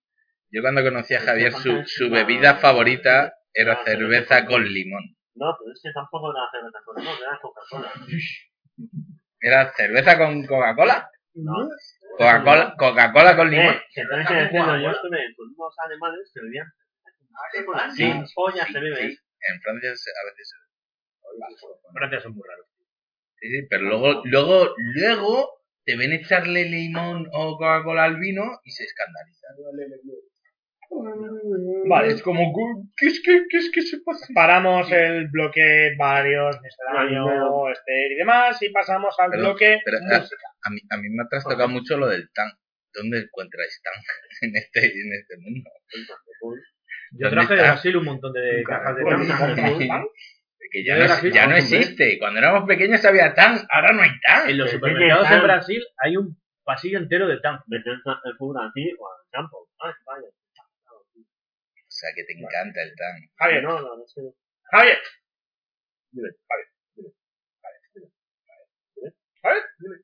S6: yo cuando conocí a Javier, su, su bebida favorita era cerveza con limón.
S12: No, pero es que tampoco era cerveza con limón, era Coca-Cola.
S6: ¿Era cerveza con Coca-Cola?
S12: No.
S6: Coca-Cola Coca-Cola con limón.
S12: Eh, que tenés que decirlo, yo estuve con unos alemanes que bebían cerveza.
S6: Sí,
S12: Las pollas
S6: sí,
S12: se beben.
S15: eh.
S6: sí. En Francia se- a veces se
S15: Francia son muy raros.
S6: Sí, sí, pero luego, luego, luego te ven echarle limón o Coca-Cola al vino y se escandalizan.
S2: Vale.
S6: Mm. Es como, ¿qué es que, qué es que se pasa?
S2: Paramos el bloque varios, misceláneo, Esther este y demás, y pasamos al
S6: Perdón,
S2: bloque
S6: pero, ah,
S2: música.
S6: a, mí, a mí me ha trastocado mucho lo del tan. ¿Dónde encuentráis tan en este, en este mundo?
S15: Yo
S6: ¿Dónde
S15: traje de
S6: está?
S15: Brasil un montón de cajas de tan.
S6: Que ya, no, es- ya no existe. Cuando éramos pequeños había tan, ahora no hay tan.
S15: En los
S6: Pero
S15: supermercados
S6: tiene
S15: en
S6: tan.
S15: Brasil hay un pasillo entero de tan.
S12: El fútbol así o al campo. Ah, vaya.
S6: O sea, que te encanta el tan.
S2: Javier.
S12: No, no, no es que no.
S2: Javier.
S12: Dime,
S2: Javier, dime, Javier, dime, Javier, Javier, dime.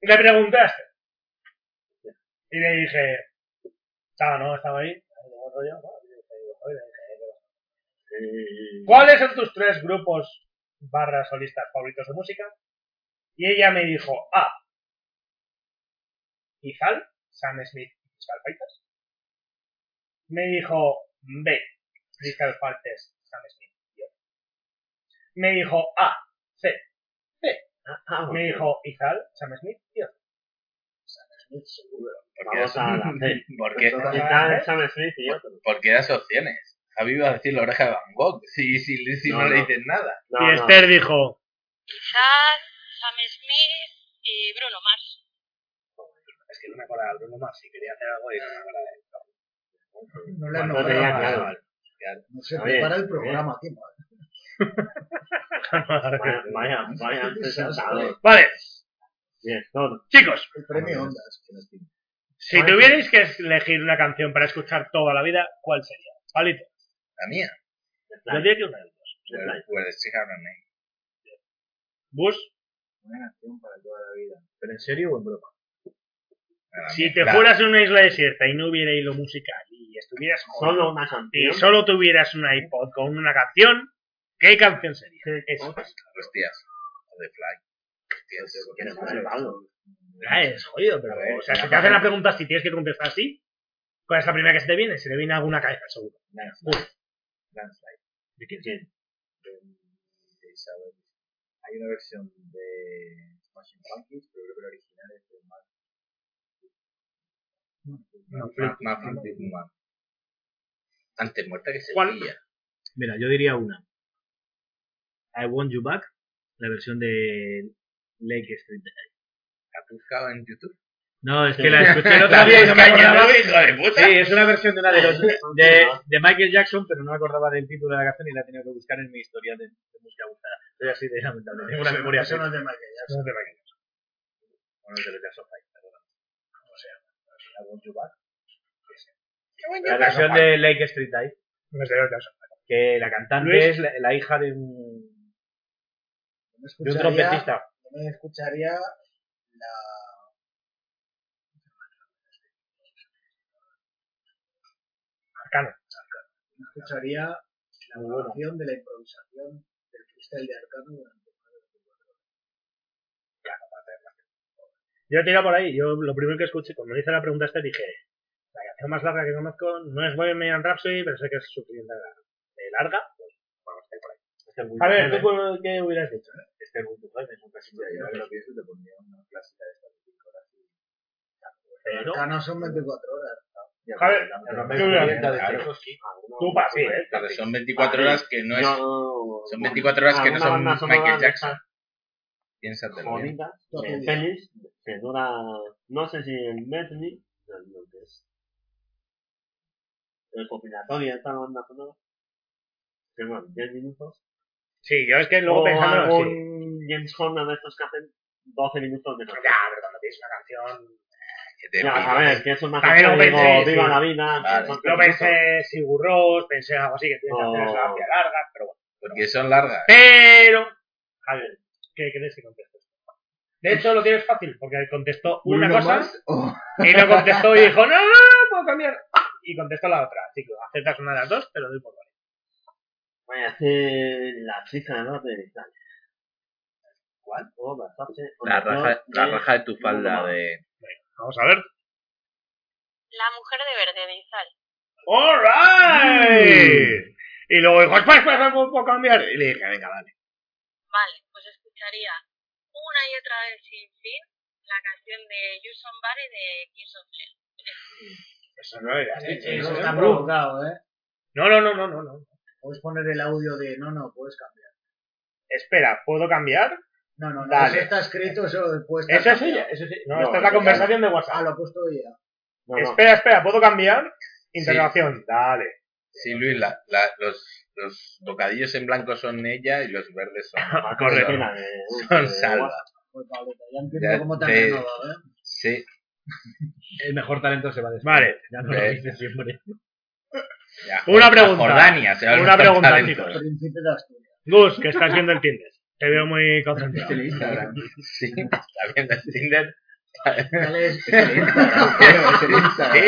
S2: Le pregunté a Esther. Y le dije, estaba, ¿no? Estaba ahí. ahí, de buen rollo, ¿no? Y le dije, "Joder", le dije, "eh, qué
S12: Eh,
S2: bueno". ¿Cuáles son tus tres grupos barra solistas favoritos de música? Y ella me dijo, A. Izal, Sam Smith y Crystal Fighters. Me dijo, B. Crystal Fighters, Sam Smith. y yo. Me dijo, A. C. C.
S12: ah,
S2: Me dijo, Izal, Sam Smith. y yo.
S12: Vamos a la C.
S6: Porque, ¿eh?
S12: Está el Sam Smith y yo.
S6: porque das opciones. Javi iba a decir la oreja de Van Gogh. Si, si, si no,
S12: No,
S6: le
S12: no.
S6: dices nada.
S12: No, Y no.
S2: este
S12: Esther
S2: dijo.
S13: Quizás Sam Smith y Bruno Mars.
S2: Es que no me acordaba de Bruno Mars y quería hacer algo y no me acordaba de él.
S16: No le han
S2: Cuando
S16: nombrado
S2: tenía
S16: más.
S2: claro.
S16: No se
S2: Está
S16: prepara
S2: bien,
S16: el programa, tío.
S12: Vaya, vaya, vaya presentador.
S2: Vale,
S12: Bien, todo.
S2: chicos.
S16: El premio Ondas. que nos tiene.
S2: Si tuvierais que elegir una canción para escuchar toda la vida, ¿cuál sería? Palito.
S6: La mía.
S2: Yo diría que una de dos.
S6: Pues- Pues sí, ahora no.
S2: Bus,
S16: Una canción para toda la vida.
S15: ¿Pero en serio o en broma?
S2: si te
S15: Claro.
S2: fueras a una isla desierta y no hubiera hilo musical y estuvieras jodido,
S12: Solo una canción.
S2: y solo tuvieras un iPod con una canción, ¿qué canción sería? Eso.
S6: Hostias. O de Fly. Hostias.
S2: Ah, es jodido, pero.
S6: A ver,
S2: o sea, si
S6: una
S2: te hacen la
S6: canción.
S2: pregunta si tienes que contestar así, ¿cuál es la primera que se te viene? Se le viene alguna cabeza, seguro. Bus.
S6: Landslide.
S2: ¿De quién?
S6: de Isabel. Hay una versión de Smashing Pumpkins, pero creo que la original es de Mad
S2: No,
S6: Mad- Mad Fleetwood Mac. Antes muerta que se
S15: ¿Cuál?
S6: pilla.
S15: Mira, yo diría una. I Want You Back, la versión de Lake Street.
S6: ¿La has buscado en YouTube?
S15: No, es
S6: Sí.
S15: que la escuché el otro
S6: La
S15: día y
S6: vi,
S15: no me
S6: coño,
S15: acordaba.
S6: la vi, hijo de puta.
S15: Sí, es una versión de una de los de, de Michael Jackson, pero no me acordaba del título de la canción y la he tenido que buscar en mi historial de, de música gustada. Soy así de lamentable. Tengo una memoria así.
S16: Eso no es de Michael Jackson.
S2: No te vayas.
S15: Bueno, de los Jackson Five, perdón. I Want You Back.
S2: You
S15: La
S2: Back.
S15: versión de Lake Street Dive,
S2: No es de los Jackson.
S15: que la cantante
S2: Luis.
S15: es la, la hija de un, de
S16: Yo me
S15: un
S16: escucharía-
S15: trompetista.
S16: yo me escucharía la...
S2: Arcano.
S16: yo me escucharía la evolución de la improvisación del freestyle de Arcano durante
S2: Yo tiro por ahí. Yo lo primero que escuché, cuando hice la pregunta esta, dije, la canción más larga que conozco no es Bohemian Rhapsody, pero sé que es suficiente larga. ¿De larga? Pues vamos a ir por ahí. A ver, ¿tú cu- qué hubieras dicho?
S15: Este es un es un clásico.
S16: Yo
S15: Yo
S16: creo
S15: creo
S16: que eso te pondría una clásica de estas cinco horas.
S2: Pero,
S16: Arcano son 24 horas. ¿no?
S2: Javier,
S16: Ya,
S2: ¿tú
S16: pero-
S2: hubieras
S16: Claro.
S2: dicho? Tú para ti, ¿eh?
S6: Pero son 24
S2: Ah,
S6: horas que no es.
S2: yo-
S6: Son 24 horas que no
S1: alguna
S6: son
S1: banda sonora
S6: Michael
S1: de
S6: Jackson. Piénsatelo bien.
S1: Jodidas, en pelis, eh, que dura, no sé si el medley, no, no, que es recopilatoria de esta banda sonora, que bueno, 10 minutos.
S2: Sí, yo es que luego
S1: o
S2: pensándolo, sí.
S1: algún James Horner de estos que hacen 12 minutos de canción.
S2: Ya, pero cuando tienes una canción.
S1: Ya, a ver, que es una
S2: También
S1: canción
S2: lo pensé,
S1: digo,
S2: sí.
S1: viva la vida. no
S2: Lo pensé Sigur Rós, pensé algo así, que tiene canciones
S1: Oh.
S2: hacia largas, pero bueno.
S6: Porque son largas.
S2: Pero, Javier, ¿qué crees que contestó? De hecho, lo tienes fácil, porque contestó una
S17: ¿Uno
S2: cosa
S17: más? Oh.
S2: y no contestó y dijo, no, no, no, puedo cambiar. Y contestó la otra. Así que aceptas una de las dos, te lo doy por vale.
S1: Voy a hacer la chica de norte de Italia. ¿Cuál? Oh, bastante.
S6: La raja, la raja de tu falda de.
S2: Vamos a ver.
S13: La mujer de verde de Izal.
S2: ¡Alright! Y luego "Pues, dijo, espera, espera, espera, puedo puedo cambiar. Y le dije, venga, vale.
S13: Vale, pues escucharía una y otra vez sin fin la canción de You Somebody de Kings of Leon.
S2: Eso no era. así,
S3: Eso
S2: ¿no?
S3: está provocado, ¿eh?
S2: No, no, no, no, no, no.
S3: Puedes poner el audio de no, no, puedes cambiar.
S2: Espera, ¿puedo cambiar?
S3: No, no, no.
S2: Dale.
S3: Eso está escrito, eso puedes
S2: Eso es ella, eso es ella. No, esta es la conversación de WhatsApp.
S3: Ah, lo ha puesto ella.
S1: No, no.
S2: Espera, espera, ¿puedo cambiar? Interrogación, dale.
S6: Sí, Luis, la, la- los, los bocadillos en blanco son ella y los verdes son.
S2: Ah, Correcto.
S6: son- Son salva.
S3: Pues vale, ya
S6: Ya
S3: entiendo cómo te has
S6: te-
S3: renovado, ¿eh?
S6: Sí,
S17: El mejor talento se va después.
S2: Vale.
S17: Ya no lo
S6: Eh.
S17: dices siempre.
S6: ya.
S2: Una
S6: A
S2: pregunta.
S6: Jordania, se va
S2: Una
S6: a ver
S2: pregunta,
S6: talento.
S2: chicos.
S3: Príncipe de Asturias.
S2: Gus, que estás viendo el Tinder. Te veo muy concentrado.
S6: Sí, está viendo el Tinder.
S3: Dale, es-
S6: Sí,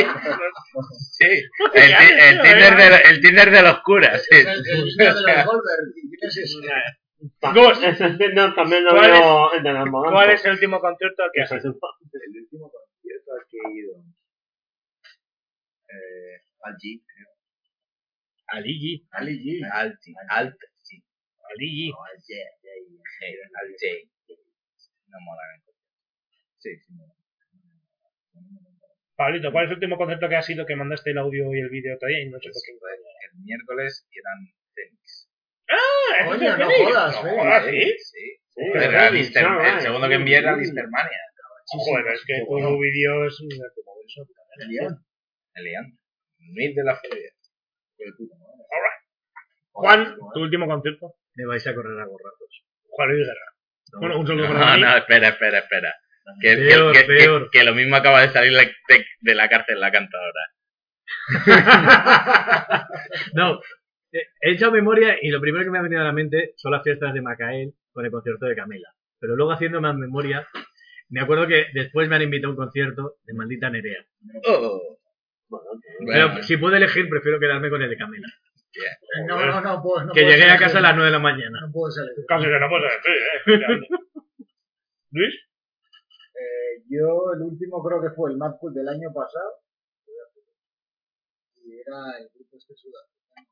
S6: sí. El, ti- el Tinder de, el Tinder de los curas. sí.
S3: es el- el niño de
S6: O sea,
S3: los Goldberg. ¿Quién es ese?
S2: Gus,
S1: eh, No, también lo
S2: ¿Cuál
S1: veo en el amor.
S2: ¿cuál es el último concierto que has hecho?
S1: El último concierto al que he ido.
S6: eh, allí, creo.
S2: Aligi.
S6: Ali G. Alti. Alt. Sí.
S2: Aligi.
S6: No, al J. Sí, al J. No mola. ¿no? Sí, sí mola.
S2: Pablito, ¿cuál es el último concierto que has sido que mandaste el audio y el vídeo todavía y no sé por qué?
S6: El miércoles y eran tenis.
S2: Ah,
S3: Coño,
S2: ¿es
S3: no
S2: tenis?
S3: jodas,
S2: no
S3: eh.
S2: jodas, ¿sí?
S6: Sí.
S1: Sí,
S6: Joder,
S1: tenis,
S6: era Lister-
S1: chaval.
S6: el segundo que envié era Listermania.
S2: Joder, es que tu vídeo es una puta bolsa, puta madre.
S6: El Leandro. Luis de la Furia. Qué puta madre.
S2: Juan, tu último concierto.
S17: Me vais a correr a borrazos.
S2: Juan Luis Guerra. Bueno, un saludo
S6: No,
S2: para mí.
S6: no, espera, espera, espera. Que, que-
S17: Peor,
S6: que- que-
S17: peor.
S6: que lo mismo acaba de salir la- de, de la cárcel la cantadora.
S17: No, eh, he hecho memoria y lo primero que me ha venido a la mente son las fiestas de Macael con el concierto de Camela. Pero luego haciendo más memoria, me acuerdo que después me han invitado a un concierto de maldita Nerea.
S6: Oh.
S17: Pero
S6: Bueno,
S17: si puedo elegir, prefiero quedarme con el de Camela.
S3: No, no, no, pues, no
S17: que
S3: puedes
S17: llegué a
S3: elegir.
S17: casa a las 9 de la mañana.
S3: No puedes elegir.
S2: Casi que no puedo decir, ¿eh? Luis,
S3: Eh, yo el último creo que fue el Mad Cool del año pasado. Y era el grupo este sudafricano.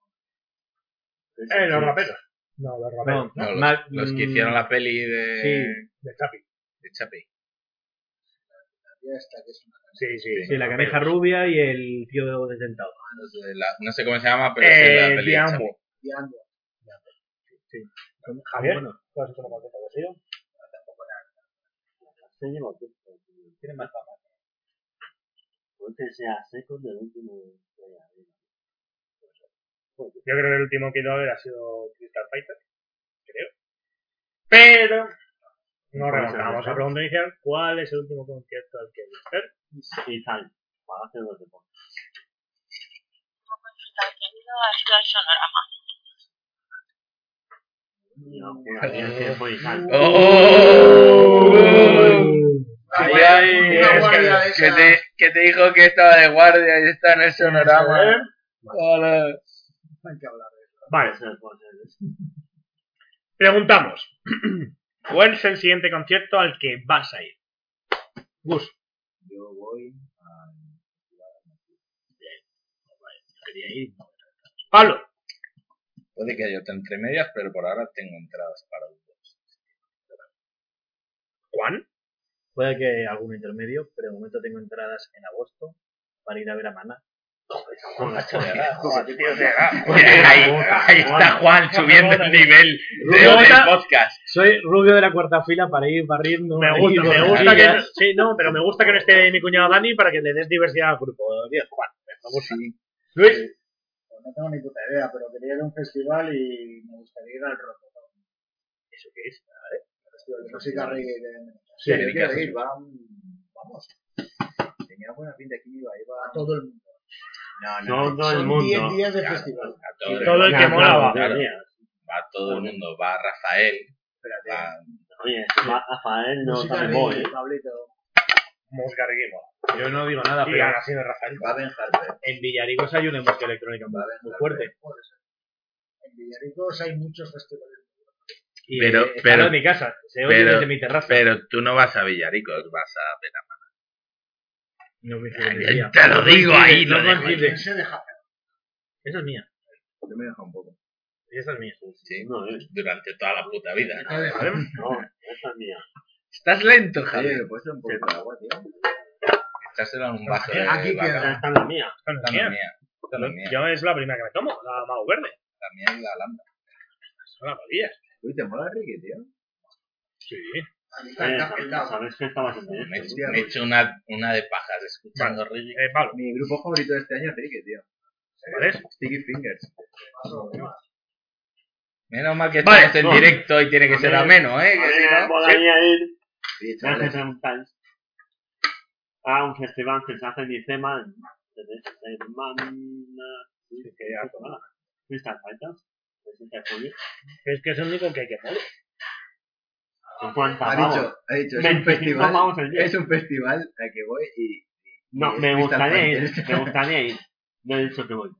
S2: eh, los raperos. No, los raperos.
S17: No,
S6: no,
S17: mal-
S6: los, los
S17: mm,
S6: que hicieron la peli de,
S17: sí.
S2: De Chapi.
S6: de Chapi.
S3: Ya está, que es una
S2: Sí, sí.
S17: Sí, la caneja rubia y el tío desdentado.
S6: Los de la- Ah, no sé cómo se llama, pero sí, la
S2: Eh,
S6: peli de
S2: Diambo.
S6: Chapi.
S3: cambiando.
S2: Javier,
S17: Bueno,
S2: ¿cuál es tu concierto que has ido?
S1: Se llevó tiempo. Tiene más fama. Puede que sea seco del último.
S2: Yo creo que el último que lo ha sido Crystal Fighter, creo. Pero no
S1: ¿Cuál es el
S2: remontamos
S1: mejor?
S2: a pregunta inicial. ¿Cuál es el último concierto al que viste?
S1: Y tal. Para hacer los deportes.
S13: Como consulta que he ido a Ciudad Sonorama.
S1: No, que había tiempo y tal.
S6: Oh, oh, oh, oh.
S3: Ay,
S6: Ay, ay,
S3: una
S6: es que-
S3: guardia
S6: que,
S3: esa.
S6: te, que te dijo que estaba de guardia y está en Ah, el sonorama. Hola.
S3: Hay que hablar de eso.
S2: Vale, preguntamos. ¿Cuál es el siguiente concierto al que vas a ir? Gus.
S1: Yo voy a.
S2: Pablo.
S6: Puede que haya otra entre medias, pero por ahora tengo entradas para los dos.
S2: Juan.
S17: Puede que algún intermedio, pero de momento tengo entradas en agosto para ir a ver a Mana
S6: Ahí, ahí está Juan subiendo el nivel de, del podcast.
S18: Soy rubio de la cuarta fila para ir barriendo.
S2: Me
S18: ahí
S2: gusta,
S18: los
S2: me gusta que.
S18: días.
S2: Sí, no, pero me gusta que no esté mi cuñado Dani para que le des diversidad al grupo. Dios, Juan, me gusta. Luis,
S19: Pues no tengo ni puta idea, pero quería ir a un festival y me gustaría ir al Rototom.
S2: ¿eso qué es?
S19: Festival de música reggae de
S6: Sí,
S19: Sí,
S6: ¿qué haces?
S19: ir, va un- vamos. Tenía buena pinta que iba, iba a todo el mundo.
S6: no,
S19: Son
S6: todo el mundo.
S19: 10 días de
S6: Claro,
S19: festival.
S6: a
S19: Y
S6: todo,
S19: todo el que
S6: claro,
S19: mola
S6: claro,
S19: va.
S6: claro. Va todo el mundo, va Rafael. Va...
S1: Oye, Rafael no
S19: Música
S1: sabe
S19: reggae,
S1: muy, ¿eh?
S19: Pablito.
S2: Música reggae.
S18: Yo no digo nada,
S2: Y
S18: pero
S2: ahora sí, de Rafael.
S19: Baden Harper.
S18: en Villaricos hay una música electrónica muy, muy fuerte.
S19: Puede ser. En Villaricos hay muchos festivales.
S18: Y
S6: Pero,
S18: eh, está al
S6: pero,
S18: lado de mi casa, se oye
S6: pero,
S18: desde mi terraza.
S6: pero tú no vas a Villaricos, vas a Benamar.
S18: No me
S6: Ahí te lo digo, ahí lo dejo ahí.
S18: coincide.
S19: Se deja hacer.
S18: Esa es mía.
S3: Yo me dejo un poco.
S18: Y esa es mía.
S6: Sí, durante toda la puta vida.
S1: eh,
S6: Mm.
S1: No, esa es mía.
S6: Estás lento,
S3: Oye,
S6: Javier.
S3: ¿me puedes traer un poco de agua, tío?
S6: Echársela en un vaso de
S19: Aquí
S6: vaca.
S19: queda.
S1: Esta es la mía.
S2: Esta no es
S6: Esta no
S2: mía.
S6: es mía. Esta no es mía.
S2: Yo es la primera que me tomo, la Mago Verde.
S6: La mía es la lambda.
S2: Son las rodillas.
S3: Uy, ¿te mola el reggae, tío?
S2: Sí.
S19: Ahí está,
S1: Eh,
S19: está apretado.
S1: ¿Sabes que estabas en
S6: Me,
S1: esto?
S6: me
S18: pues.
S6: he hecho una, una de pajas escuchando reggae.
S2: Eh, Pablo,
S3: Mi grupo favorito de este año es reggae, tío.
S2: ¿cuál es?
S3: Sticky Fingers.
S6: Menos mal que
S20: Vale,
S6: estamos en
S20: no.
S6: directo y tiene que ser ameno,
S1: A
S6: ¿eh? Que
S1: mí
S6: si
S1: me
S6: no-
S1: molaría ir,
S3: Sí,
S1: gracias
S3: chavales.
S1: a un tal, a un festival que se hace en Icema en tres semanas. Sí, que ya semana. Crystal Fighters, 30 de julio.
S2: Es que es el único que hay que mover.
S1: 50
S3: Ha
S1: pavos.
S3: dicho, ha dicho, es un
S1: 25
S3: festival.
S1: pavos el día.
S3: Es un festival al que voy y.
S1: No,
S3: es
S1: me
S3: Crystal
S1: gustaría ir,
S3: Fighters.
S1: me gustaría ir. No he dicho que voy.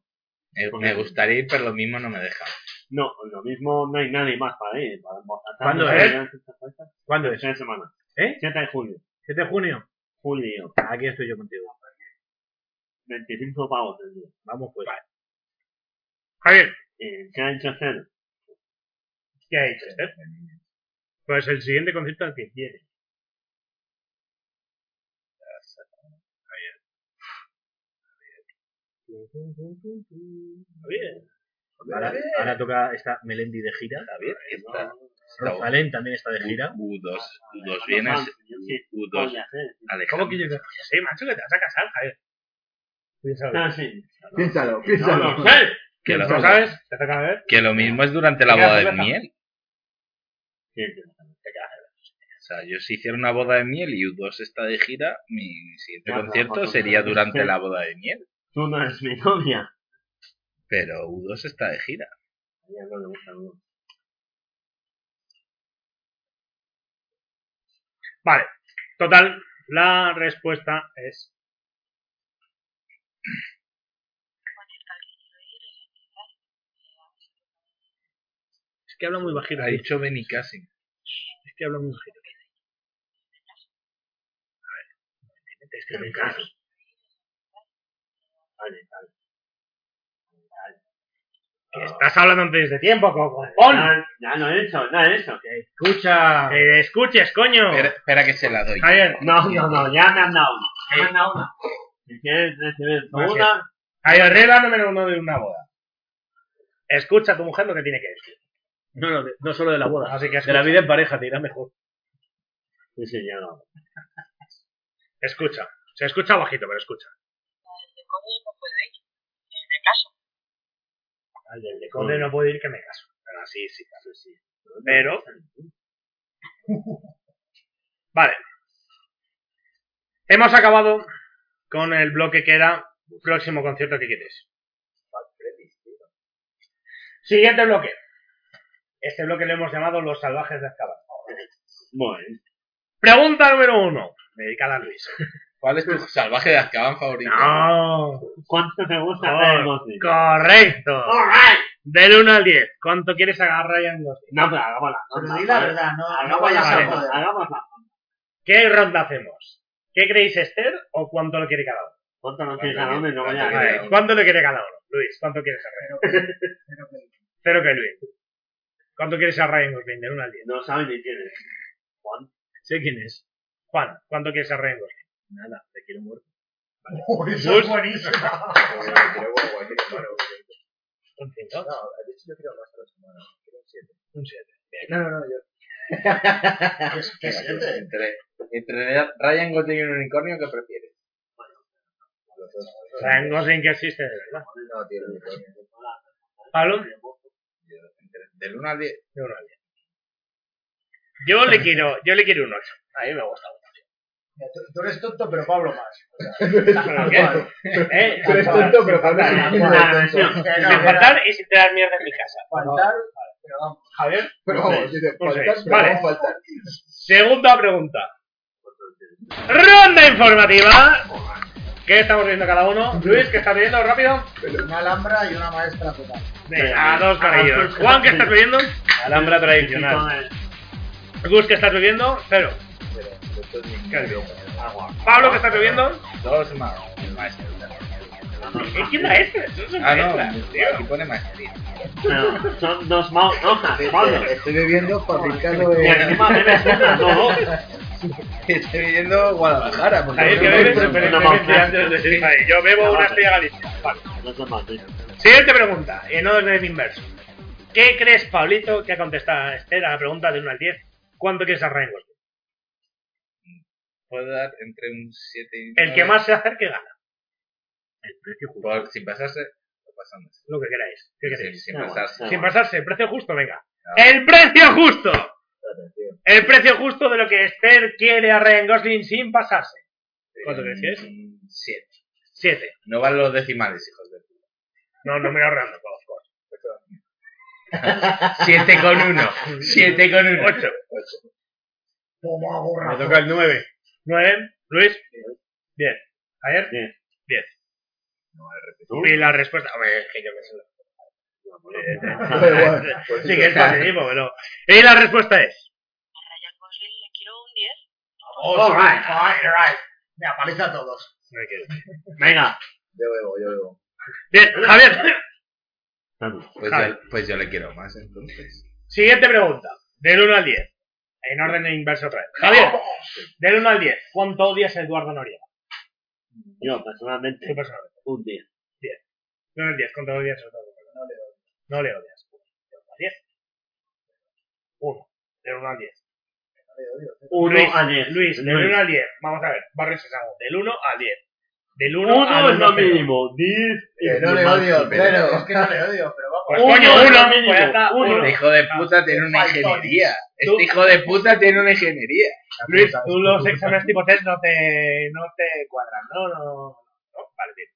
S6: Eh, me gustaría ir, pero lo mismo no me deja.
S1: No, lo mismo no hay nadie más para ir. Para
S18: ¿Cuándo
S1: para-
S18: es?
S1: para- para-
S18: ¿Cuándo
S1: para-
S18: es?
S1: Tres semanas.
S18: ¿Eh?
S1: 7 de julio.
S18: 7 de Este junio.
S1: Julio.
S18: Aquí estoy yo contigo.
S1: 25 pavos el día.
S18: Vamos pues.
S2: Javier,
S1: Eh, ¿Qué ha dicho Esther?
S2: ¿qué ha dicho Esther? Pues el siguiente concepto al que viene. Javier.
S18: Ahora, ahora toca esta Melendi de gira.
S6: Javier, esta, esta-
S18: Rosalén también está de gira. Ah,
S6: U- U2, U2
S1: Ah,
S6: vienes, U2
S1: Coñas, eh.
S6: Alejandro.
S2: ¿Cómo que yo digo? Sí, macho, que te vas a casar, Javier. Piénsalo.
S1: Ah, sí.
S3: Piénsalo,
S2: No
S3: piénsalo.
S2: lo sé.
S6: Que
S2: ¿No
S6: lo,
S2: lo sabes? ¿Te toca ver?
S6: que lo mismo es durante la
S2: Te queda
S6: boda de
S2: cerveza.
S6: miel.
S1: Sí, sí.
S6: O sea, yo si hiciera una boda de miel y U2 está de gira, mi siguiente
S1: Ya,
S6: concierto
S1: Rafa,
S6: sería
S1: tú-
S6: durante
S1: tú-
S6: la boda de miel.
S1: Tú no eres mi novia.
S6: Pero U2 está de gira.
S1: A ella no le gusta el mundo.
S2: Vale. Total, la respuesta es Es que habla muy bajito.
S6: Ha
S2: tío.
S6: dicho Benny Cassin.
S2: Es que habla muy bajito. A ver. Es que me caso.
S1: Vale, vale.
S2: Que estás hablando antes de tiempo, cojón.
S1: Ya, ya no he hecho, no he hecho.
S18: Escucha.
S2: Que Eh, escuches, coño.
S6: Espera, espera que se la doy.
S2: Javier,
S1: No, no, no, ya me han dado una. Ya me han dado una. Si quieres recibir tú
S2: Gracias.
S1: una,
S2: Javier, regla número uno de una boda. Escucha a tu mujer lo que tiene que decir. No, no, no solo de la boda. Así que de la vida en pareja te irá mejor.
S1: sí, sí, ya no.
S2: Escucha. Se escucha bajito, pero escucha.
S13: de coño no puedo ir. Eh, Me caso.
S2: Al del de Conde no puedo ir que me caso. Pero sí, sí, sí, sí. Pero. Vale. Hemos acabado con el bloque que era próximo concierto que quieres. Siguiente bloque. Este bloque lo hemos llamado Los Salvajes de Azkaban.
S1: Bueno,
S2: Pregunta número uno. Dedicada a Luis.
S6: ¿Cuál es tu salvaje de Azkaban favorito?
S2: No.
S1: ¿cuánto te gusta
S2: Oh,
S1: Ryan Gosling?
S2: Correcto. Del 1 al 10. ¿Cuánto quieres agarrar Ryan Gosling?
S1: No, pero hagámosla.
S19: Pero di la verdad, no, no
S1: Hagamos
S19: vayas
S2: vale.
S19: a
S1: la
S19: joder.
S1: Hagámosla.
S2: ¿Qué ronda hacemos? ¿Qué creéis, Esther, o cuánto le quiere cada uno?
S1: ¿Cuánto no quieres
S6: Vale,
S1: a dónde y no
S6: vale,
S1: vaya
S6: vale.
S1: a
S2: Vale, ¿Cuánto le quiere cada uno? Luis, ¿cuánto quieres a Ryan?
S19: Pero que- pero que-
S2: Cero que Luis. ¿Cuánto quieres a Ryan Gosling? Del 1 al 10.
S1: No sabes ni quién es.
S2: Sé quién es. Juan, ¿cuánto quieres a Ryan Gosling? Nada, te quiero muerto.
S11: Oh, eso es buenísimo.
S2: Un 5.
S3: No, de hecho yo quiero más a la semana. Quiero un 7.
S2: Un 7.
S6: No, no, no, yo.
S3: ¿Qué siete?
S6: Entre, entre Ryan Gosling y un unicornio, ¿qué prefieres?
S2: Ryan Gosling que existe, de verdad.
S6: No, tío, el unicornio.
S2: Pablo,
S6: Del 1 al 10.
S2: de uno al diez. Yo le quiero, yo le quiero un 8. A mí me gusta mucho.
S16: Mira, Tú, tú eres tonto, pero Pablo más.
S2: ¿Pero qué? ¿Eh?
S16: Tú eres tonto, pero Pablo es un
S2: Fatal.
S16: tipo de tonto.
S2: Que no, Sin faltar y sin tirar mierda en mi casa.
S16: Faltar, pero vamos.
S2: Javier,
S3: Pero vamos, dice,
S2: Un
S3: faltar,
S2: seis.
S3: pero
S2: Vale.
S3: vamos a faltar.
S2: Segunda pregunta. Ronda informativa. ¿Qué estamos viendo cada uno? Luis, ¿qué estás viendo rápido?
S16: Una alhambra y una maestra total.
S2: Venga, a dos para ellos. Juan, ¿qué estás viendo? Alhambra tradicional. Gus, ¿qué estás bebiendo? Cero.
S12: Agua.
S2: Pablo, ¿qué estás bebiendo?
S6: Dos más. Maestro.
S2: ¿Eh, ¿Qué maestra? Eso es
S6: Ah, no,
S2: maestra, tío.
S6: aquí pone maestría.
S12: Pero son dos manos rojas, Pablo.
S16: Estoy bebiendo fabricado
S12: Y
S16: de.
S12: encima bebes una, no
S2: Oh,
S12: dos.
S6: Estoy viviendo Guadalajara. porque
S2: Javier,
S6: no
S2: ¿qué
S6: me
S2: bebes?
S6: gusta.
S12: no, no, no.
S2: antes de- Vale, Yo bebo una estrella Galicia. Vale.
S12: Los dos más, ¿eh?
S2: Siguiente pregunta, en orden inverso. ¿Qué crees, Pablito, que ha contestado Esther a la pregunta de 1 al 10? ¿Cuánto quieres a Ryan Gosling?
S6: Puedo dar entre un 7 y un
S2: El que
S6: nueve.
S2: más se acerque gana,
S6: Por- sin pasarse, o pasándose.
S2: lo que queráis. ¿Qué
S6: Sí, Ah.
S2: queréis?
S6: sin
S12: Da igual,
S6: pasarse.
S12: da
S2: Sin
S12: igual.
S2: pasarse, precio justo, venga. ¡El precio justo! El precio justo de lo que Esther quiere a Ryan Gosling sin pasarse. ¿Cuánto crees que es?
S6: Un 7.
S2: 7.
S6: Mm, No van los decimales, hijos de puta.
S2: No, no me voy ahorrando, por favor.
S6: 7 con 1. 7 con 1.
S2: 8.
S16: Toma, gorra.
S15: Me toca el 9.
S2: 9. Luis. Bien. Javier.
S12: Diez.
S2: Bien.
S12: ¿Tú?
S2: Y la respuesta. Hombre, es que yo me sé la-
S16: Da igual.
S2: Sí, que es facilísimo, pero. Y la respuesta es.
S13: A Ryan Gosling le quiero un 10.
S16: All right, all right, all right. Mira, paliza a todos.
S12: Venga.
S3: Yo bebo, yo bebo.
S2: Bien, Javier.
S6: Pues
S2: Javi.
S6: yo, pues yo le quiero más, entonces.
S2: Siguiente pregunta. Del 1 al 10. En orden inverso otra vez. Javier. Del 1 al 10. ¿Cuánto odias a Eduardo Noriega?
S12: Yo,
S2: Tú
S12: personalmente,
S2: personalmente.
S12: un día.
S2: Del 1 al 10. ¿Cuánto odias a Eduardo Noriega? No le odias. No le odias. Del 1 al 10. 1. Del 1 al 10.
S12: Uno
S2: Luis,
S12: a diez.
S2: Luis, del
S12: Luis.
S2: 1 al 10. Vamos a ver. Barrio Sésamo. Del 1 al 10. Del 1
S12: Uno
S2: al
S12: es lo
S2: 1.
S12: mínimo. Diez
S16: Que
S12: es
S16: no
S12: lo
S16: le odio,
S12: máximo.
S16: pero. Es que no le odio, pero vamos.
S2: Pues
S12: Uno
S2: coño,
S12: es lo
S2: 1.
S12: mínimo,
S2: Pues ya está.
S12: uno.
S2: 1.
S6: Este hijo de puta tiene una ingeniería.
S2: Tú-
S6: Este hijo de puta tiene una ingeniería.
S2: Luis, tú los exámenes tipo test no te, no te cuadran, ¿no? No, no, vale, bien.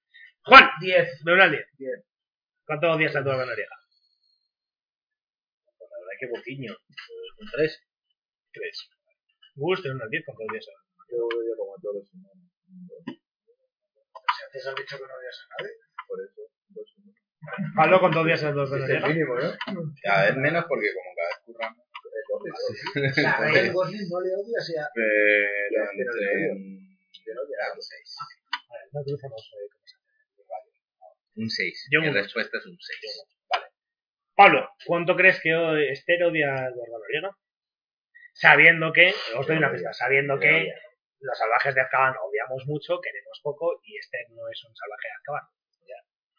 S2: Juan, 10, de 1 al 10.
S16: Diez.
S2: ¿Cuántos días al tu hermano llega? Pues la verdad que boquiño.
S16: Eh,
S2: Un 3. 3. Gus, de 1 al 10, ¿cuántos días al
S3: Yo odio como a todos los humanos.
S16: Si antes has dicho que no ¿eh? odias a nadie.
S3: Por eso, dos humanos.
S2: Pablo, ¿cuántos días al tu hermano
S3: Es el
S2: llega?
S3: mínimo, ¿no?
S6: Cada vez menos porque como cada vez curramos.
S16: O sea, a Ryan Gosling no le odias y a.
S6: Pero
S3: Ya, pero
S6: entre
S3: yo
S6: un-
S3: Yo no quiero.
S6: ah, un 6.
S2: Vale, No cruzamos. eh, conversación.
S6: Un 6.
S2: Yo
S6: Mi
S2: un-
S6: respuesta es un 6.
S2: Pablo, ¿cuánto crees que este hoy Esther odia a Eduardo Noriega? Sabiendo que, os doy una pista, sabiendo que los salvajes de Azkaban odiamos mucho, queremos poco y Esther no es un salvaje de Azkaban.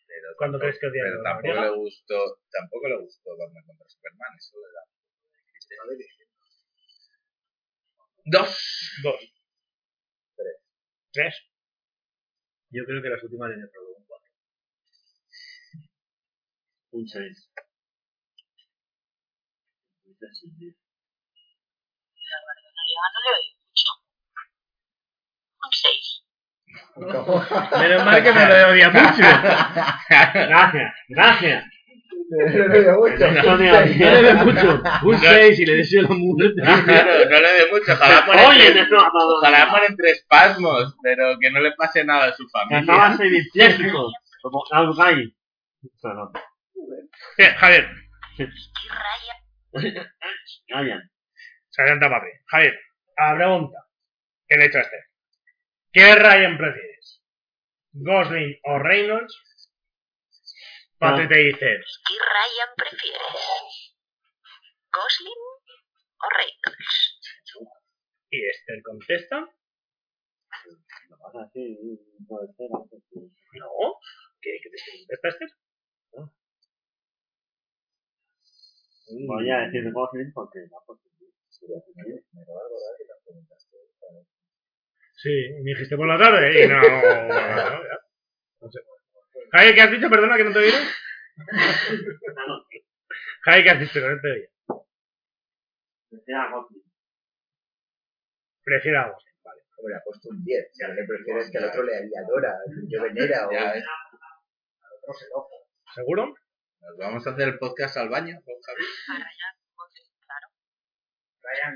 S6: Pero
S2: ¿Cuándo crees
S6: tampoco-
S2: que odia
S6: Pero
S2: a
S6: tampoco le
S2: Noriega?
S6: gustó, tampoco le gustó Batman contra Superman. Eso le da. Dos.
S2: Dos. Tres.
S15: Yo creo que las últimas en el programa.
S12: Un seis. Es un diez.
S13: A Eduardo Noriega no le odio mucho. Un 6.
S15: Menos mal que me lo odia mucho.
S12: Gracias, gracias.
S3: No le odio mucho.
S12: Eso de ahí.
S15: No le doy mucho. Un 6 y le deseo la muerte.
S6: Claro, no le dé mucho. Ojalá muera
S12: Oye,
S6: en tres-
S12: no, no, no, no.
S6: ojalá muera entre espasmos, pero que no le pase nada a su
S12: Que acabas
S6: familia.
S12: semipléjico. Como Alguay. Perdón.
S2: Bien, Javier,
S13: Y Ryan.
S12: Ryan.
S2: se adelanta papi. Javier, a la pregunta que le he hecho a Esther. ¿Qué Ryan prefieres? ¿Gosling o Reynolds? Pato
S12: Ah.
S2: te dice,
S13: ¿Qué Ryan prefieres? ¿Gosling o Reynolds?
S2: y Esther contesta.
S12: Ahora sí, no espera.
S2: No, ¿qué, qué te este pregunta Esther?
S12: Voy a decir Gosling porque no, pues,
S3: Sí, al final me lo va a rodar que las comentaste. para-
S2: Sí, y me dijiste por la tarde y no. no, no, ya. No sé. Javi, ¿qué has dicho? Perdona que no te oí. Javi, ¿qué has dicho? Que No te oí.
S12: Prefiero a Gosling.
S2: Prefiero a vos.
S16: Hombre, ha puesto un 10. pues Si a le prefieres que al otro le adora, yo venera o.
S6: Ya ves.
S16: No se enoja.
S2: ¿Seguro?
S6: Nos vamos a hacer el podcast al baño con Javi.
S13: Ah,
S16: Ryan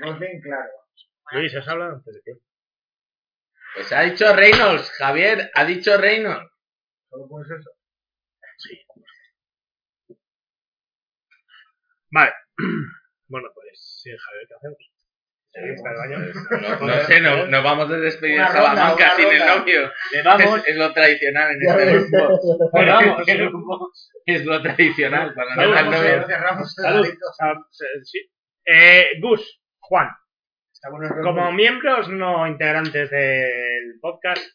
S16: Gosling, claro.
S2: Luis, ¿has hablado antes de tiempo?
S6: Pues ha dicho Reynolds, Javier, ha dicho Reynolds.
S16: Solo puedes eso.
S2: Vale. Bueno, pues sí, Javier, ¿qué hacemos? ¿Seguimos para el baño?
S6: Pues No, no sé, no- nos vamos a despedir de
S2: Una ronda,
S6: Salamanca
S2: una
S6: sin el
S2: ronda.
S6: novio.
S2: Le vamos.
S6: Es, es lo tradicional en
S2: Ya
S6: este
S2: ves.
S6: grupo.
S2: Bueno, vamos.
S6: En este grupo es lo tradicional para no
S2: Salud.
S6: dar novios.
S16: Cerramos el
S2: Salud.
S16: alito.
S2: Sal- se- sí. Eh, Gus, Juan,
S16: Está bueno el
S2: como
S16: ronco.
S2: miembros no integrantes del podcast,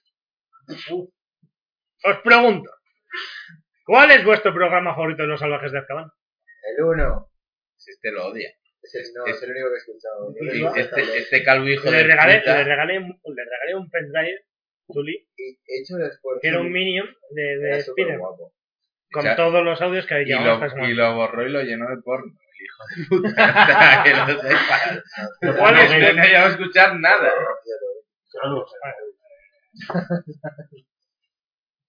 S2: uh, os pregunto, ¿cuál es vuestro programa favorito de los salvajes de Azkaban?
S16: El 1.
S6: Si este lo odia.
S16: No, es el único que he escuchado.
S2: Pues
S16: Yo
S6: Sí,
S16: creo que hasta
S6: este,
S16: los-
S6: este calvo hijo
S2: Le
S6: de
S2: regalé,
S6: puta.
S2: le regalé, un- le regalé un pendrive, Zuli,
S16: he he hecho el esfuerzo.
S2: que era un minion de, de
S16: Era súper
S2: Spider,
S16: guapo.
S2: con
S6: Ya.
S2: todos los audios que
S6: Y
S2: había pues,
S6: lo, y lo borró y lo llenó de porno, el hijo de puta. Para que lo sepas.
S2: ¿Cuál
S6: no,
S2: es?
S6: no, no llegó a escuchar nada.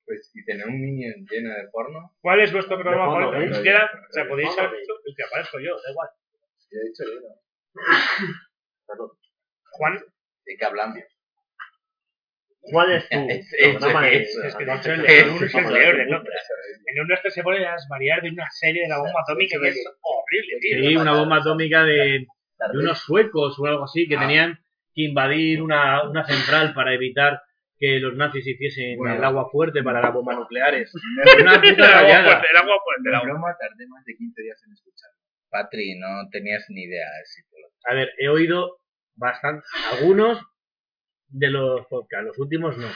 S6: Pues, y tener un minion lleno de porno.
S2: ¿Cuál es vuestro programa
S6: fondo,
S2: favorito?
S6: ¿eh?
S2: Ni siquiera, o sea,
S6: De
S2: podéis
S6: fondo,
S2: haber dicho el que aparezco yo, da igual.
S16: Yo he hecho el uno.
S2: Juan,
S6: ¿De qué hablamos?
S12: ¿Cuál es tu
S6: Es- es-
S12: programa de
S6: es-
S2: es que de
S12: salvajes
S2: hecho el
S12: de
S2: de
S12: Azkaban
S2: uno es el de
S12: favorito?
S2: orden, ¿no? El uno es que se pone a variar de una serie de la bomba atómica que es horrible, tío.
S15: Sí, una bomba atómica de, de unos suecos o algo así
S2: Ah.
S15: que tenían que invadir una, una central para evitar que los nazis hiciesen
S6: Bueno.
S15: el agua fuerte para las bombas nucleares.
S6: El
S15: Una puta
S6: agua
S15: rayada.
S6: fuerte, el
S2: agua fuerte, el agua.
S6: broma tardé más de 15 días en escuchar. Patri, no tenías ni idea. a ver si te lo-
S15: A ver, he oído bastante algunos de los podcasts, los últimos no.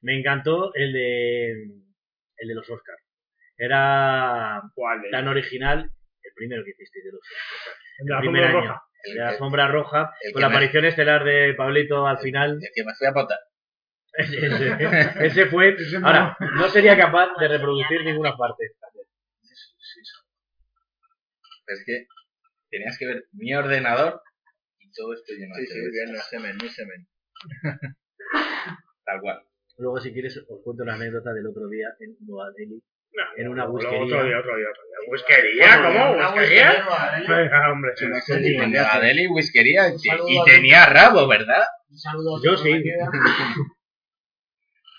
S15: Me encantó el de el de los Oscars. Era
S2: ¿Cuál es?
S15: tan original el primero que hicisteis de los Oscars.
S2: El de la
S15: primer
S2: sombra
S15: año.
S2: roja.
S15: El de la sombra roja,
S6: El
S15: con
S6: que
S15: la
S6: me-
S15: aparición estelar de Pablito al final.
S6: El que me fui a potar.
S15: ese, ese fue. Ahora, no sería capaz de reproducir ninguna parte.
S6: Es que tenías que ver mi ordenador y todo esto lleno
S16: Sí,
S6: de
S16: sí,
S6: cerveza.
S16: bien, no semen, no semen.
S6: Tal cual.
S15: Luego, si quieres, os cuento la anécdota del otro día en Noadeli,
S2: No,
S15: en una
S2: Otro
S15: whiskería.
S2: día, otro día, otro día. ¿Whiskería? ¿Cómo? ¿Whiskería?
S16: ¿eh?
S2: Venga, hombre, sí, sí, sí.
S6: En Adeli, whiskería y,
S16: saludo
S6: y
S16: a-
S6: tenía rabo, ¿verdad?
S16: Un saludo.
S15: Yo sí.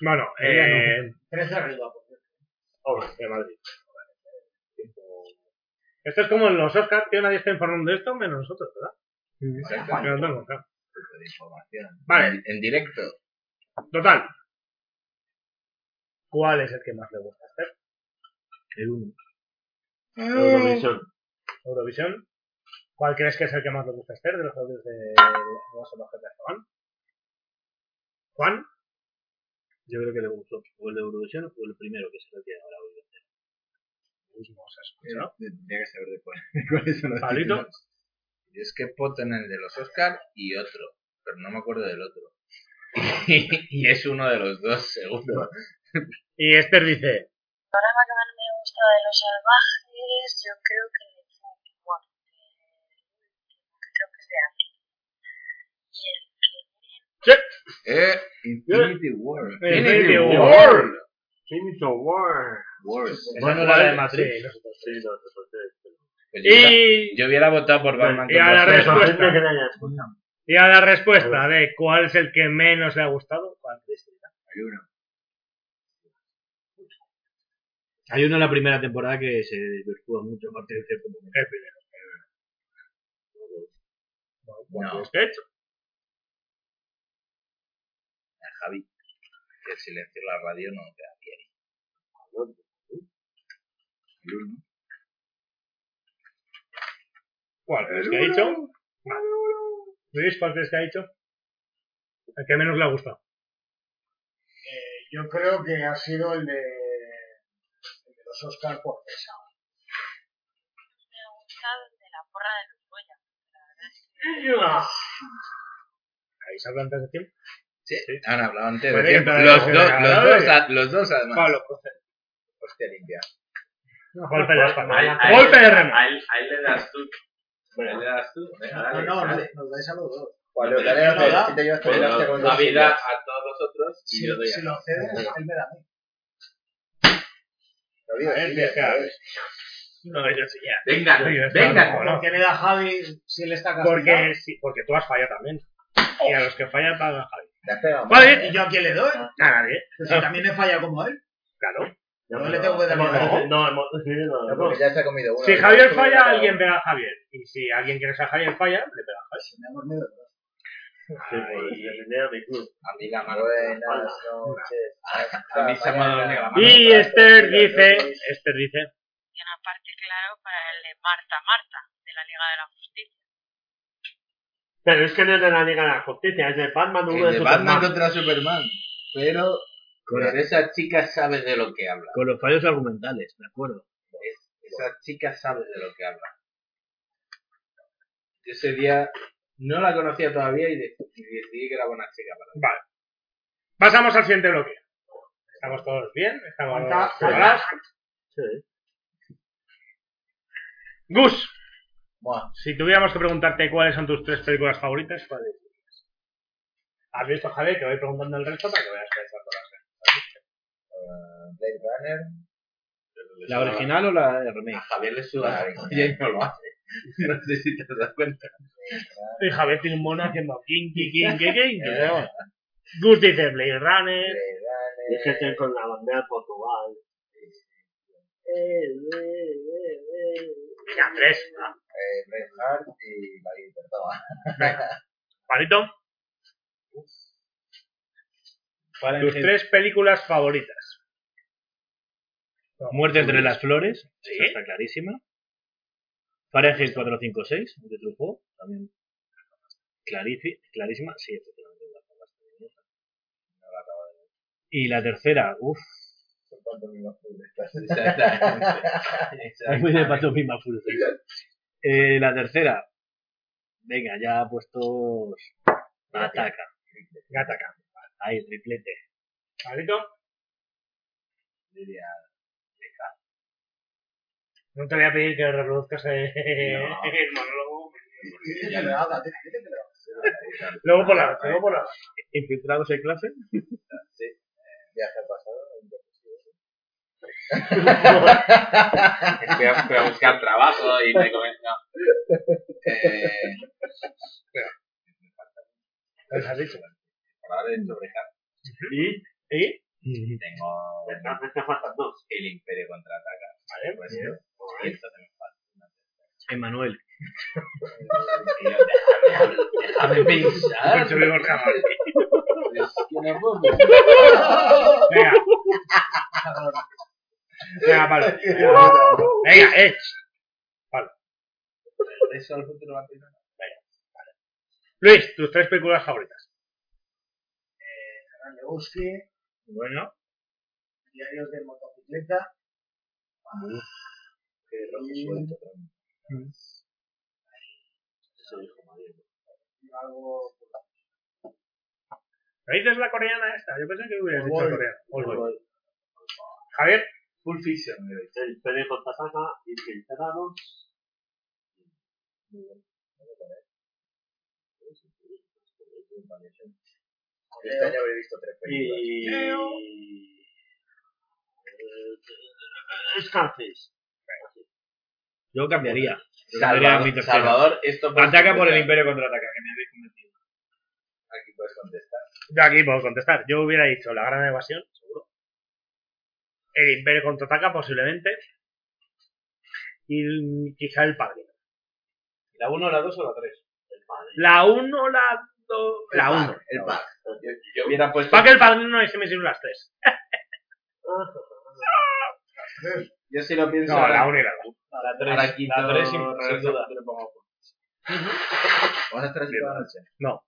S2: Bueno,
S15: Ella
S2: eh.
S16: 13 arriba, por cierto.
S2: Hombre, de Madrid. Esto es como en los Oscars, tío, nadie está informando de esto menos nosotros, ¿verdad? Que no tengo, claro.
S6: de información.
S2: Vale.
S6: En, en directo.
S2: Total. ¿Cuál es el que más le gusta a Esther?
S15: El uno.
S12: Eurovisión.
S2: Eurovisión. ¿Cuál crees que es el que más le gusta a Esther de los audios de de los salvajes de Azkaban? Juan,
S15: Yo creo que le gustó o el de Eurovisión o el primero que se lo tiene ahora hoy.
S2: mismo se escucha, Pues ¿no?
S6: Tendría que saber de cuál- de cuáles son los
S2: Pablito.
S6: títulos. Yo es que poto en el de los Oscar y otro, pero no me acuerdo del otro. y es uno de los dos, seguro.
S2: Y Esther dice,
S13: programa que más me gusta de los salvajes, yo creo que el último, que creo que es de abril. Y el que
S6: Eh, Infinity War.
S2: Eh, Infinity War.
S12: Infinity War.
S6: War.
S2: Esa no era la de Matrix.
S12: Sí, nosotros, sí, nosotros, sí.
S6: Pues yo, hubiera,
S2: y,
S6: yo hubiera votado por Batman
S2: y a la
S6: contra
S12: Me sorprende
S6: Superman.
S2: respuesta.
S12: que no haya escuchado.
S2: y a la respuesta de cuál es el que menos le ha gustado, ¿cuál crees que era?
S6: Hay uno.
S15: Hay uno en la primera temporada que se desvirtúa mucho a partir de cierto momento.
S2: El primero.
S6: No,
S2: ¿Qué he hecho?
S6: a Javi. Que el silencio en la radio no queda bien. El uno.
S2: ¿Cuál crees que ha dicho? Vale. Luis, ¿cuál crees que ha dicho? El que menos le ha gustado.
S11: Yo creo que ha sido el de, el de los Oscars por pesado.
S13: Me ha gustado el de la porra de los Goya. La verdad es que...
S2: ¿Habéis hablado antes de tiempo?
S6: Sí, Pues han hablado antes de
S2: Bueno,
S6: tiempo.
S2: entonces,
S6: Los,
S2: eh,
S6: dos,
S2: a ver.
S6: los, dos, a- los dos, además.
S2: Pablo,
S6: Hostia limpia.
S2: Golpe de
S6: A él-
S2: remo.
S6: a él-
S2: Golpe de remo.
S6: a él- a él le das tú.
S4: Bueno, le das tú. venga, dale,
S16: No, no,
S4: dale.
S16: nos- nos dais a los dos.
S4: Vale,
S16: No,
S4: dale,
S16: no,
S4: dale,
S16: da.
S4: si te llevas
S6: pues,
S16: Pero
S4: la hostia con
S16: da
S4: dos
S16: vida
S4: sillas. a todos vosotros y
S16: Si,
S4: yo doy a
S16: si lo
S4: todos.
S16: cedes,
S4: Venga.
S16: él me da a mí.
S4: Lo digo,
S16: A ver,
S4: sí,
S16: deja,
S4: ya
S16: a
S4: sabes.
S2: No, yo sí ya.
S4: Venga,
S2: Yo ya
S4: venga.
S2: estaba,
S4: ¿Por
S2: ¿no?
S16: qué le da a Javi si él está castigado?
S2: Porque, sí, porque tú has fallado también. Y a los que fallan pagan Javi.
S16: ¿Y yo a quién le doy?
S2: A nadie.
S16: Pues
S6: Ah.
S16: si también he fallado como él.
S2: Claro.
S16: No, le
S6: este
S16: tengo que dar
S2: No,
S16: a
S2: no,
S12: este?
S16: él.
S2: no, hemos decidido no, no.
S16: porque ya se ha comido uno.
S2: Si Javier
S16: Tú le
S2: falla,
S16: das a
S2: alguien
S16: uno.
S2: pega a Javier. Y si alguien quiere ser Javier falla, le pega a Javier.
S16: Me ha dormido.
S6: este? Amiga,
S16: Buenas noches.
S6: A mí se me ha
S12: Ah,
S6: dormido la mano.
S2: Y Esther dice, Esther dice,
S13: Y una parte, claro, para el de Marta Marta, de la Liga de la Justicia.
S12: Pero es que no es de la Liga de la Justicia, es de Batman uno
S6: El
S12: de,
S6: de
S12: Superman.
S6: Batman contra Superman. Pero con
S15: Con-
S6: esa chica sabe de lo que habla.
S15: Con los fallos argumentales, me acuerdo.
S6: Esa chica sabe de lo que habla. Yo ese día no la conocía todavía y dec- y decidí que era buena chica para mí.
S2: vale. Pasamos al siguiente bloque. ¿Estamos todos bien? ¿Estamos
S6: Falta-
S2: preparados? Gus,
S6: Buah.
S2: si tuviéramos que preguntarte cuáles son tus tres películas favoritas, ¿cuáles dirías? ¿Has visto, Javier, que voy preguntando el resto para que veas que estás todas bien?
S6: Eh, Blade Runner.
S15: ¿La original o la de remake?
S6: A Javier le suda la orilla y no lo hace. No sé si te has dado cuenta.
S2: Y Javier Tilmón haciendo kinky, kinky, kinky. ¿no? Gus dice Blade Runner.
S12: Es que estoy con la bandera de Portugal. eh,
S2: Venga, tres. ¿no?
S6: Eh, Braveheart y la libertad.
S2: Venga. Palito,
S15: Para
S2: tus tres películas favoritas.
S15: Muerte entre las flores,
S2: Sí.
S15: esa está clarísima. Fahrenheit 456, de Truffaut, también clarifi- clarísima. Sí, efectivamente. la tengo hasta el minuto. Y la tercera, uff, es muy de pantomima full. Eh, la tercera, venga, ya puestos. Ataca.
S2: Gataca.
S15: Ahí, triplete.
S2: Palito,
S6: Diría,
S2: no te voy a pedir que reproduzcas el,
S6: No.
S2: el monólogo.
S16: Dice que le da, da, dice que le da.
S2: Luego por la noche, luego por la noche.
S15: Infiltrados en clase.
S6: sí. eh, Viaje al pasado. un viaje al futuro. Fui a, fui a buscar trabajo y me comenzó. Eh,
S2: Pues has dicho.
S6: por ahora he hecho Braveheart.
S12: ¿Y?
S2: ¿Y?
S6: Tengo
S12: Entonces te faltan dos.
S6: el Imperio contraataca.
S2: Vale,
S6: Pues, y entonces me falta.
S15: Emanuel.
S6: Y yo, déjame, déjame pensar.
S2: Pues subimos cámara.
S6: Es que no puedo pensar.
S2: Venga. Venga, Pablo. Venga, eh.
S6: Eso al futuro va a tener.
S2: Luis, tus tres películas favoritas.
S6: Eh,
S16: Canal de bosque,
S2: Bueno.
S16: diarios de motocicleta. y-
S6: Mm.
S16: y algo-
S2: ¿Me dices la coreana esta? Yo pensé que hubieras dicho
S16: Old Boy.
S2: coreana. Old Boy. Javier,
S6: Full Fiction, me veis.
S12: El PD contra Saga, Infiltrados.
S6: Este año habré visto tres películas.
S12: Y. Scarface.
S15: Yo cambiaría. Yo cambiaría mi
S6: Salvador,
S15: tercera.
S6: Salvador, esto puedes
S15: Ataca por el
S6: contestar.
S15: Imperio contraataca, que me habéis convencido.
S6: Aquí puedes contestar.
S2: yo aquí puedo contestar. Yo hubiera dicho La Gran Evasión, seguro. El Imperio contraataca, posiblemente. Y mm, quizá El Padrino.
S15: ¿La 1, la 2 o la 3?
S2: La 1, la 2. La 1.
S6: El pack. Yo, yo hubiera puesto.
S2: Para que El Padrino y se me sirven las tres.
S6: Yo sí lo pienso.
S2: No,
S6: ahora.
S2: la 1 y la 2.
S15: La
S6: Ahora quito-
S15: La 3 sin, sin
S6: regreso
S15: duda.
S6: al futuro, pongo- Vamos a estar aquí
S2: Bien.
S6: toda la noche.
S2: No.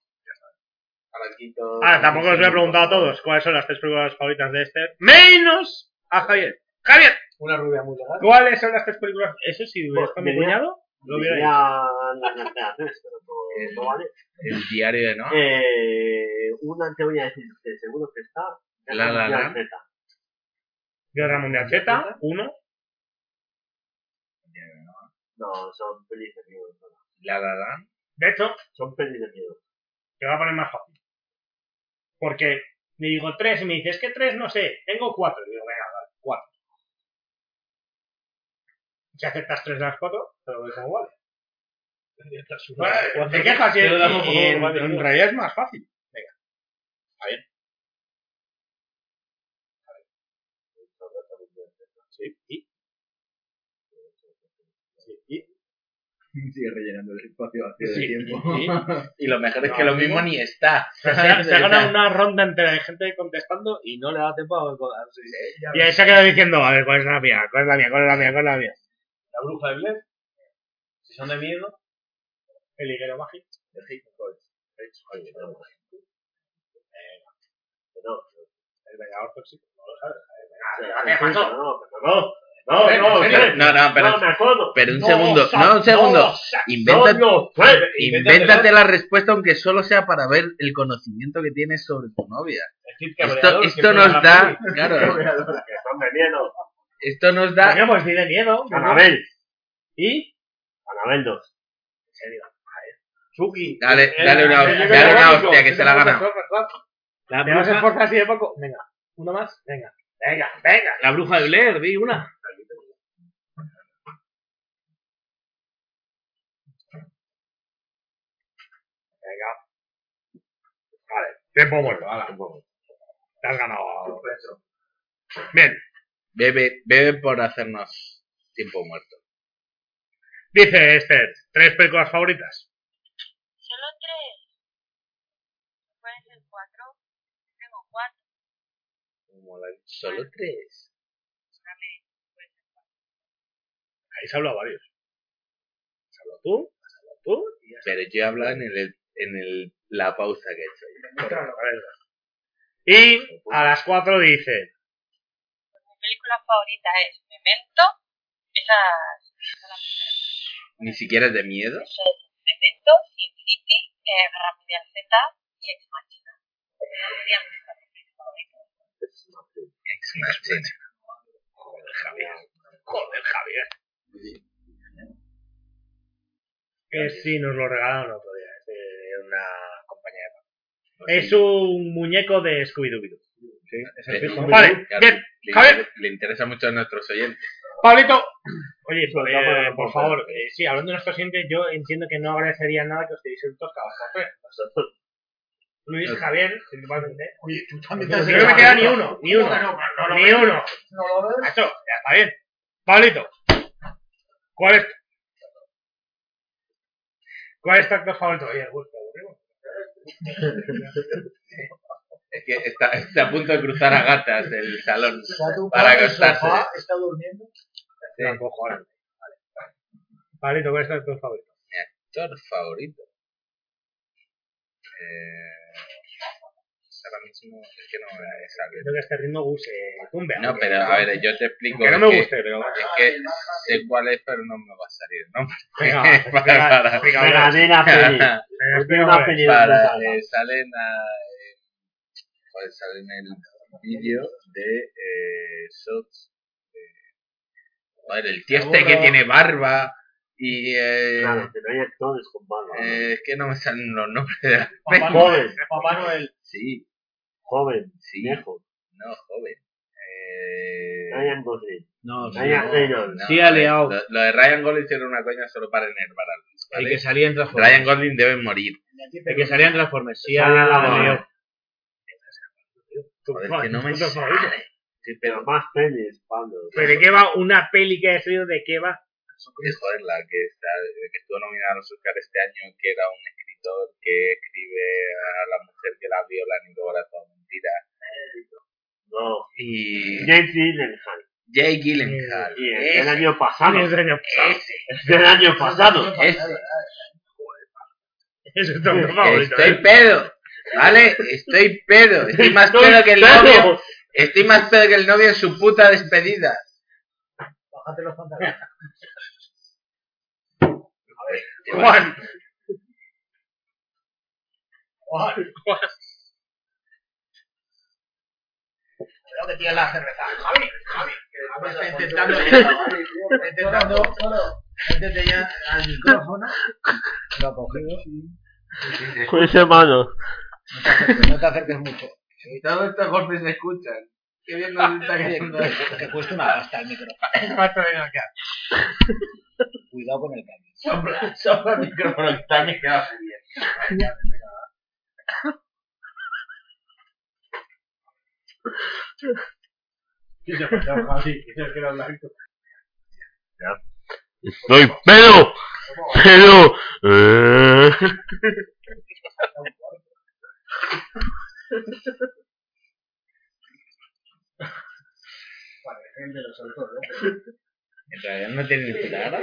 S3: Aranquito.
S4: Ah,
S2: Ahora, Ah, tampoco os voy a preguntar a todos cuáles son las tres películas favoritas de Esther. Menos a Javier. Javier,
S16: Una rubia muy legal.
S2: ¿cuáles son las tres películas? Eso sí,
S12: Pues,
S2: está mi
S12: diría-
S2: cuñado. Lo hubiera
S12: Diría
S2: dicho.
S12: las naciones, pero no, no vale.
S6: El diario de no.
S12: Eh, una que voy a decir que seguro que está.
S6: La La
S12: Mundial
S6: Land.
S12: Z.
S2: Guerra Mundial Z, uno.
S12: No, son pelis de miedo. no, no.
S6: La la la.
S2: De hecho,
S12: Son pelis de miedo.
S2: te va a poner más fácil. Porque me digo tres y me dices, es que tres no sé, tengo cuatro. Y digo, venga, vale, cuatro. Si aceptas tres de las cuatro, te lo dejo igual. Bueno, Te quejas y, y- y en,
S16: pues.
S2: en realidad es más fácil. Venga.
S6: A ver.
S2: Sí, y-
S3: Sigue rellenando el espacio vacío
S2: Sí,
S3: de tiempo.
S2: sí.
S6: Y lo mejor es
S2: No,
S6: que lo
S2: sí.
S6: mismo ni está.
S2: Se, ha- se ha ganado una ronda entre gente contestando y no le da tiempo a... a- Y ahí se ha quedado diciendo, a ver, ¿cuál es la mía? ¿Cuál es la mía? ¿Cuál es la mía? ¿Cuál es la mía?
S16: La bruja de Blair. Si son de miedo.
S2: El higuero mágico.
S3: El Hitchcock. Hitchcock, no.
S12: Pero,
S2: Eh, El vengador tóxico. No lo sabes.
S12: ¿Qué pasó? No, no,
S2: No,
S12: no, no,
S6: pero- no, no, pero-
S12: me acuerdo.
S6: Pero un
S12: No,
S6: segundo,
S12: sa-
S6: no, un segundo.
S12: no, sa-
S6: Inventa-
S12: son los tres.
S6: Invéntate la respuesta aunque solo sea para ver el conocimiento que tienes sobre tu novia. Esto, esto nos da, claro,
S12: Que son de miedo.
S6: esto nos
S2: Coño,
S6: da,
S2: pues di de miedo.
S12: Anabel.
S2: ¿Y?
S12: Anabel 2.
S2: En serio.
S16: Chucky.
S6: dale,
S2: Eh,
S16: El-
S6: dale una,
S16: el- el-
S6: dale una
S16: el-
S6: hostia que se la ha ganado.
S1: La
S2: ¿Te vas a
S1: bruja,
S2: esforzar así de poco? Venga, uno más. Venga, venga, venga.
S1: la bruja de Blair, di una.
S2: Venga. Vale, tiempo muerto. Ala. Te has ganado. Bien,
S6: Bebe, bebe por hacernos tiempo muerto.
S2: dice Esther, tres películas favoritas.
S13: Solo tres. Pueden ser cuatro. Tengo cuatro.
S6: Solo tres.
S13: Dame.
S2: Ahí se ha hablado varios. Has hablado tú, has hablado tú. y ya está.
S6: Pero yo he hablado en el, en el, la pausa que he hecho.
S2: Correcto, correcto. Y a las cuatro dice,
S13: Mi película favorita es Memento. Esa esa es la primera.
S6: Ni siquiera es de miedo.
S13: Esa es Memento, Sin City, eh, Guerra Mundial Z y Ex Machina. Esas serían mis cuatro películas favoritas.
S6: Ex Machina.
S2: joder Javier, joder Javier. Que sí, nos lo regalaron otro día. Es de una compañía de Es un muñeco de Scooby-Doo.
S6: Le-
S2: fijo. Vale,
S6: le-
S2: bien,
S6: le-
S2: Javier.
S6: Le interesa mucho a nuestros oyentes.
S2: Pablito. Oye, eh,
S12: para-
S2: por favor, eh, sí, hablando de nuestro siguiente, yo entiendo que no agradecería nada que os tiréis un tosca Luis, Javier, principalmente.
S16: Oye, tú
S2: No
S16: también has
S2: me queda ni uno, ni uno, ni uno.
S16: No lo ves.
S2: Macho, ya está bien. Pablito, ¿cuál es? ¿Cuál es tu actor favorito? Oye, el gusto, aburrido.
S6: Es que está, está a punto de cruzar a gatas el salón
S16: Se ha tumbado
S6: para
S16: en el
S6: acostarse.
S16: sofá, está durmiendo.
S2: No, cojo ahora. Vale. Pablito, ¿cuál es tu actor favorito?
S6: actor favorito? Eh, pues ahora mismo es que no me sale.
S2: Creo que este ritmo Gus se tumbe.
S6: No, pero a ver, yo te explico.
S2: Que no
S6: es
S2: me
S6: que-
S2: guste, pero.
S6: Es que sé cuál es, pero no me va a salir el nombre.
S2: Venga, venga,
S6: Para- para-
S2: venga,
S12: Venga,
S2: venga.
S12: di la peli. Di una peli de
S6: Para,
S12: Gonzaga.
S6: eh, salen a, eh, joder, salen el vídeo de eh, Shots. eh, joder, el tieste que tiene barba. Y eh,
S12: Claro, que no hay actores con barba.
S6: eh, es que no me salen los nombres de la
S16: Papá Noel.
S12: Joven,
S3: eh,
S16: Papá Noel.
S6: Sí,
S12: joven,
S6: sí.
S12: viejo.
S6: No, joven. Eh,
S12: ¿Eh? Ryan Gosling.
S15: No, sí,
S12: Ryan Reynolds.
S6: no,
S15: Sí, ha liado.
S6: Lo, lo de Ryan Gosling era una coña solo para enervar al
S15: el que salía en Transformers.
S6: Ryan Gosling debe morir.
S15: El que salía en Transformers. Sí, ha
S12: Sale a la
S15: ha liado.
S12: mano.
S6: Joder, que no me
S2: ¿Tu actor
S6: sale.
S2: favorito?
S6: Sí, pero
S12: Pero más pelis, Pablo.
S2: ¿Pero de qué va una peli que ha salido? ¿De qué va?
S6: eh, joder, la que, está, que estuvo nominada a los Oscar este año, que era un escritor que escribe a la mujer que la violan y luego era todo mentira.
S12: No.
S6: Y
S12: James Gyllenhaal.
S6: Jay Gyllenhaal.
S12: Y el del
S6: Ese,
S12: año pasado.
S2: Es de año pasado.
S6: ese,
S12: Del año pasado.
S6: ese.
S2: Ese es tu actor favorito.
S6: Estoy
S2: ¿eh?
S6: pedo. ¿Vale? Estoy pedo. Estoy más
S2: Estoy
S6: pedo que el
S2: pedo.
S6: novio. Estoy más pedo que el novio en su puta despedida.
S16: Bájate los pantalones.
S6: Te vas.
S16: Juan. Cuidado que tienes la cerveza. Javi, Javi. Está intentando, está intentando métete ya al micrófono. Lo ha cogido.
S7: Cuídese, hermano.
S16: No te acerques mucho.
S6: Todos estos golpes se escuchan. Qué bien nos está cayendo.
S16: Que, que cuesta una pasta el micrófono. Cuidado con el cable.
S6: Sopla, sopla el micrófono que también queda bien.
S7: Estoy pedo. Pedo. Eh.
S16: Parece el de los autores.
S6: En realidad no tiene ni cara.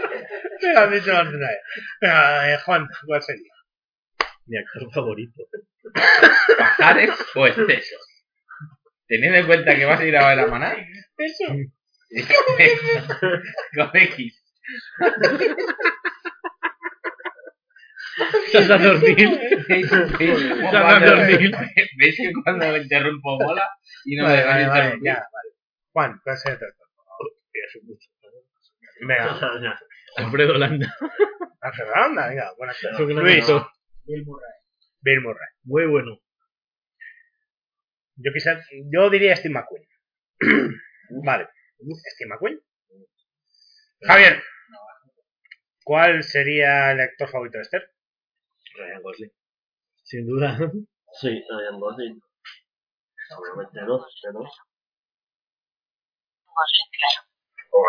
S2: Me lo has dicho más de una vez. Venga, eh, Juan, ¿cuál sería?
S15: Mi actor favorito.
S6: ¿Pajares o excesos? Teniendo en cuenta que vas a ir a ver a Maná.
S2: Eso.
S6: Con X.
S15: Estás a dormir.
S6: ¿Veis
S15: Se anda a dormir.
S6: ¿Veis que cuando me interrumpo mola y no me
S2: Vale, vale,
S6: dejáis
S2: vale,
S6: interrumpir?
S2: ya, vale. Juan, ¿cuál sería tu actor? Venga,
S15: Alfredo Landa.
S2: Ángel Aranda, venga, buenas
S15: Es un
S2: tardes.
S15: gran
S2: Luis,
S15: actor.
S16: Bill Murray.
S2: Bill Murray.
S15: Muy bueno.
S2: Yo quizá, yo diría Steve McQueen. vale. Steve McQueen. Javier. ¿Cuál sería el actor favorito de Esther?
S1: Ryan Gosling.
S15: Sin duda.
S1: Sí, Ryan Gosling. Obviamente no, pero... Oh,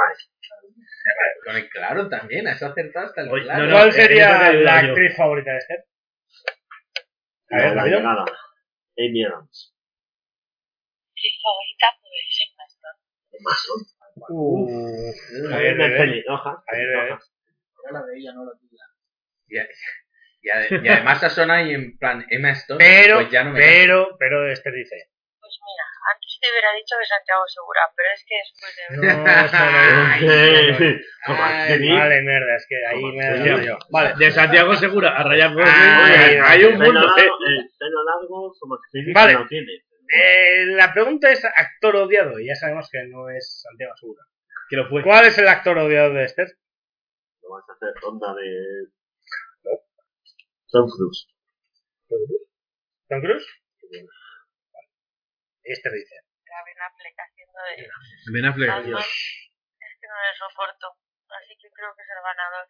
S6: Con el claro también, has acertado hasta el
S15: Oye,
S6: claro.
S15: no,
S2: ¿Cuál
S15: eh, eso te
S2: sería
S15: ayudo
S2: la
S15: yo.
S2: actriz favorita de Esther? A ver,
S1: la
S2: rápido.
S1: llegada. Amy Adams.
S13: Mi favorita, pues, es más
S2: Uh, a
S1: Hay
S2: ver,
S1: una
S2: a ver,
S1: peli, hoja.
S2: a ver, eh, a ver.
S16: Era la de ella, no la tuya.
S6: Y, a- y a- y además ha sonado ahí en plan Emma Stone.
S2: Pero,
S6: pues ya no me
S2: pero, pero Esther dice.
S13: Pues mira, antes te hubiera dicho que Santiago Segura, pero es que después de
S2: No,
S13: ver...
S2: Esther, no, no, no.
S1: Eh, como
S2: eh, Ay,
S1: actriz.
S2: Vale, mierda, es que ahí me he dado yo. Vale.
S15: De Santiago Segura a Ryan Gosling.
S2: Ay,
S15: Oye, hay un
S1: Pelo
S15: mundo.
S1: largo,
S15: eh.
S1: El pelo largo, como actriz,
S2: Vale.
S1: no tiene.
S2: Eh, la pregunta es actor odiado, y ya sabemos que no es Santiago Segura.
S15: Que lo fue.
S2: ¿Cuál es el actor odiado de Esther?
S1: Lo vas a hacer onda de... Tom Cruise.
S2: ¿Tom Cruise? Vale. Esther dice.
S13: La ven haciendo de...
S15: Ben Affleck.
S13: Batman, Es que no le soporto, así que creo que es el ganador.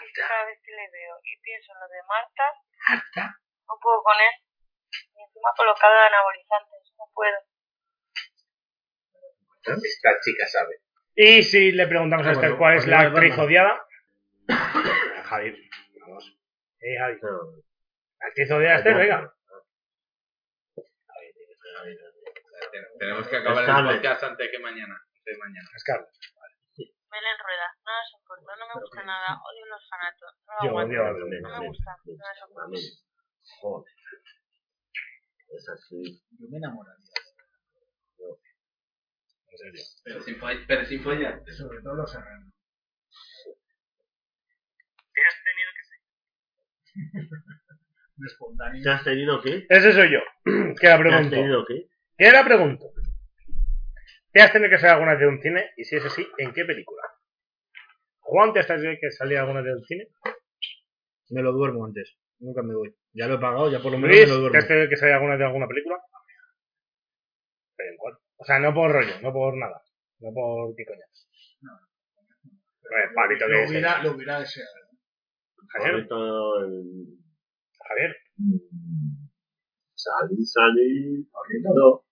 S13: Porque Cada vez que le veo y pienso en lo de Marta, no puedo con él. Y encima colocado de anabolizantes, no puedo.
S6: Esta chica sabe.
S2: Y si le preguntamos a
S15: Ah,
S2: Esther
S15: bueno,
S2: cuál es la
S15: Oliver
S2: actriz
S15: Batman.
S2: odiada. Javier, vamos. Eh, Javi. La actriz odiada de Esther, venga.
S6: Tenemos que acabar el
S1: Scarlett.
S6: podcast antes que mañana. Antes de mañana.
S2: Escarla.
S13: Belén Rueda, no me soporto, no me gusta nada, odio los fanatos, no lo
S2: Yo
S13: aguanto,
S2: odio a
S13: no
S2: Belén,
S13: me
S1: Belén,
S13: gusta, no me soporto.
S1: Amén. Joder. Es así.
S16: Yo me enamoraría.
S2: En serio.
S6: Pero sin, fo- pero sin follar.
S16: Sobre todo los serranos. Te has tenido que
S1: ¿Te has tenido qué?
S2: Ese soy yo, que la
S1: ¿Te has
S2: pregunto.
S1: tenido qué?
S2: ¿Qué la pregunto? ¿Te has tenido que salir alguna vez de un cine? Y si es así, ¿en qué película? Juan, ¿te has tenido que salir alguna vez de un cine?
S15: Me lo duermo antes. Nunca me voy. Ya lo he pagado, ya por lo menos
S2: Luis,
S15: me lo
S2: ¿te
S15: duermo.
S2: has tenido que salir alguna vez de alguna película? Pero en cuál. O sea, no por rollo, no por nada. No por qué coña. No, el palito que
S16: Lo
S2: es.
S16: hubiera, lo hubiera deseado.
S2: Javier,
S1: Todo el...
S2: Javier,
S1: Salí, salí, palito.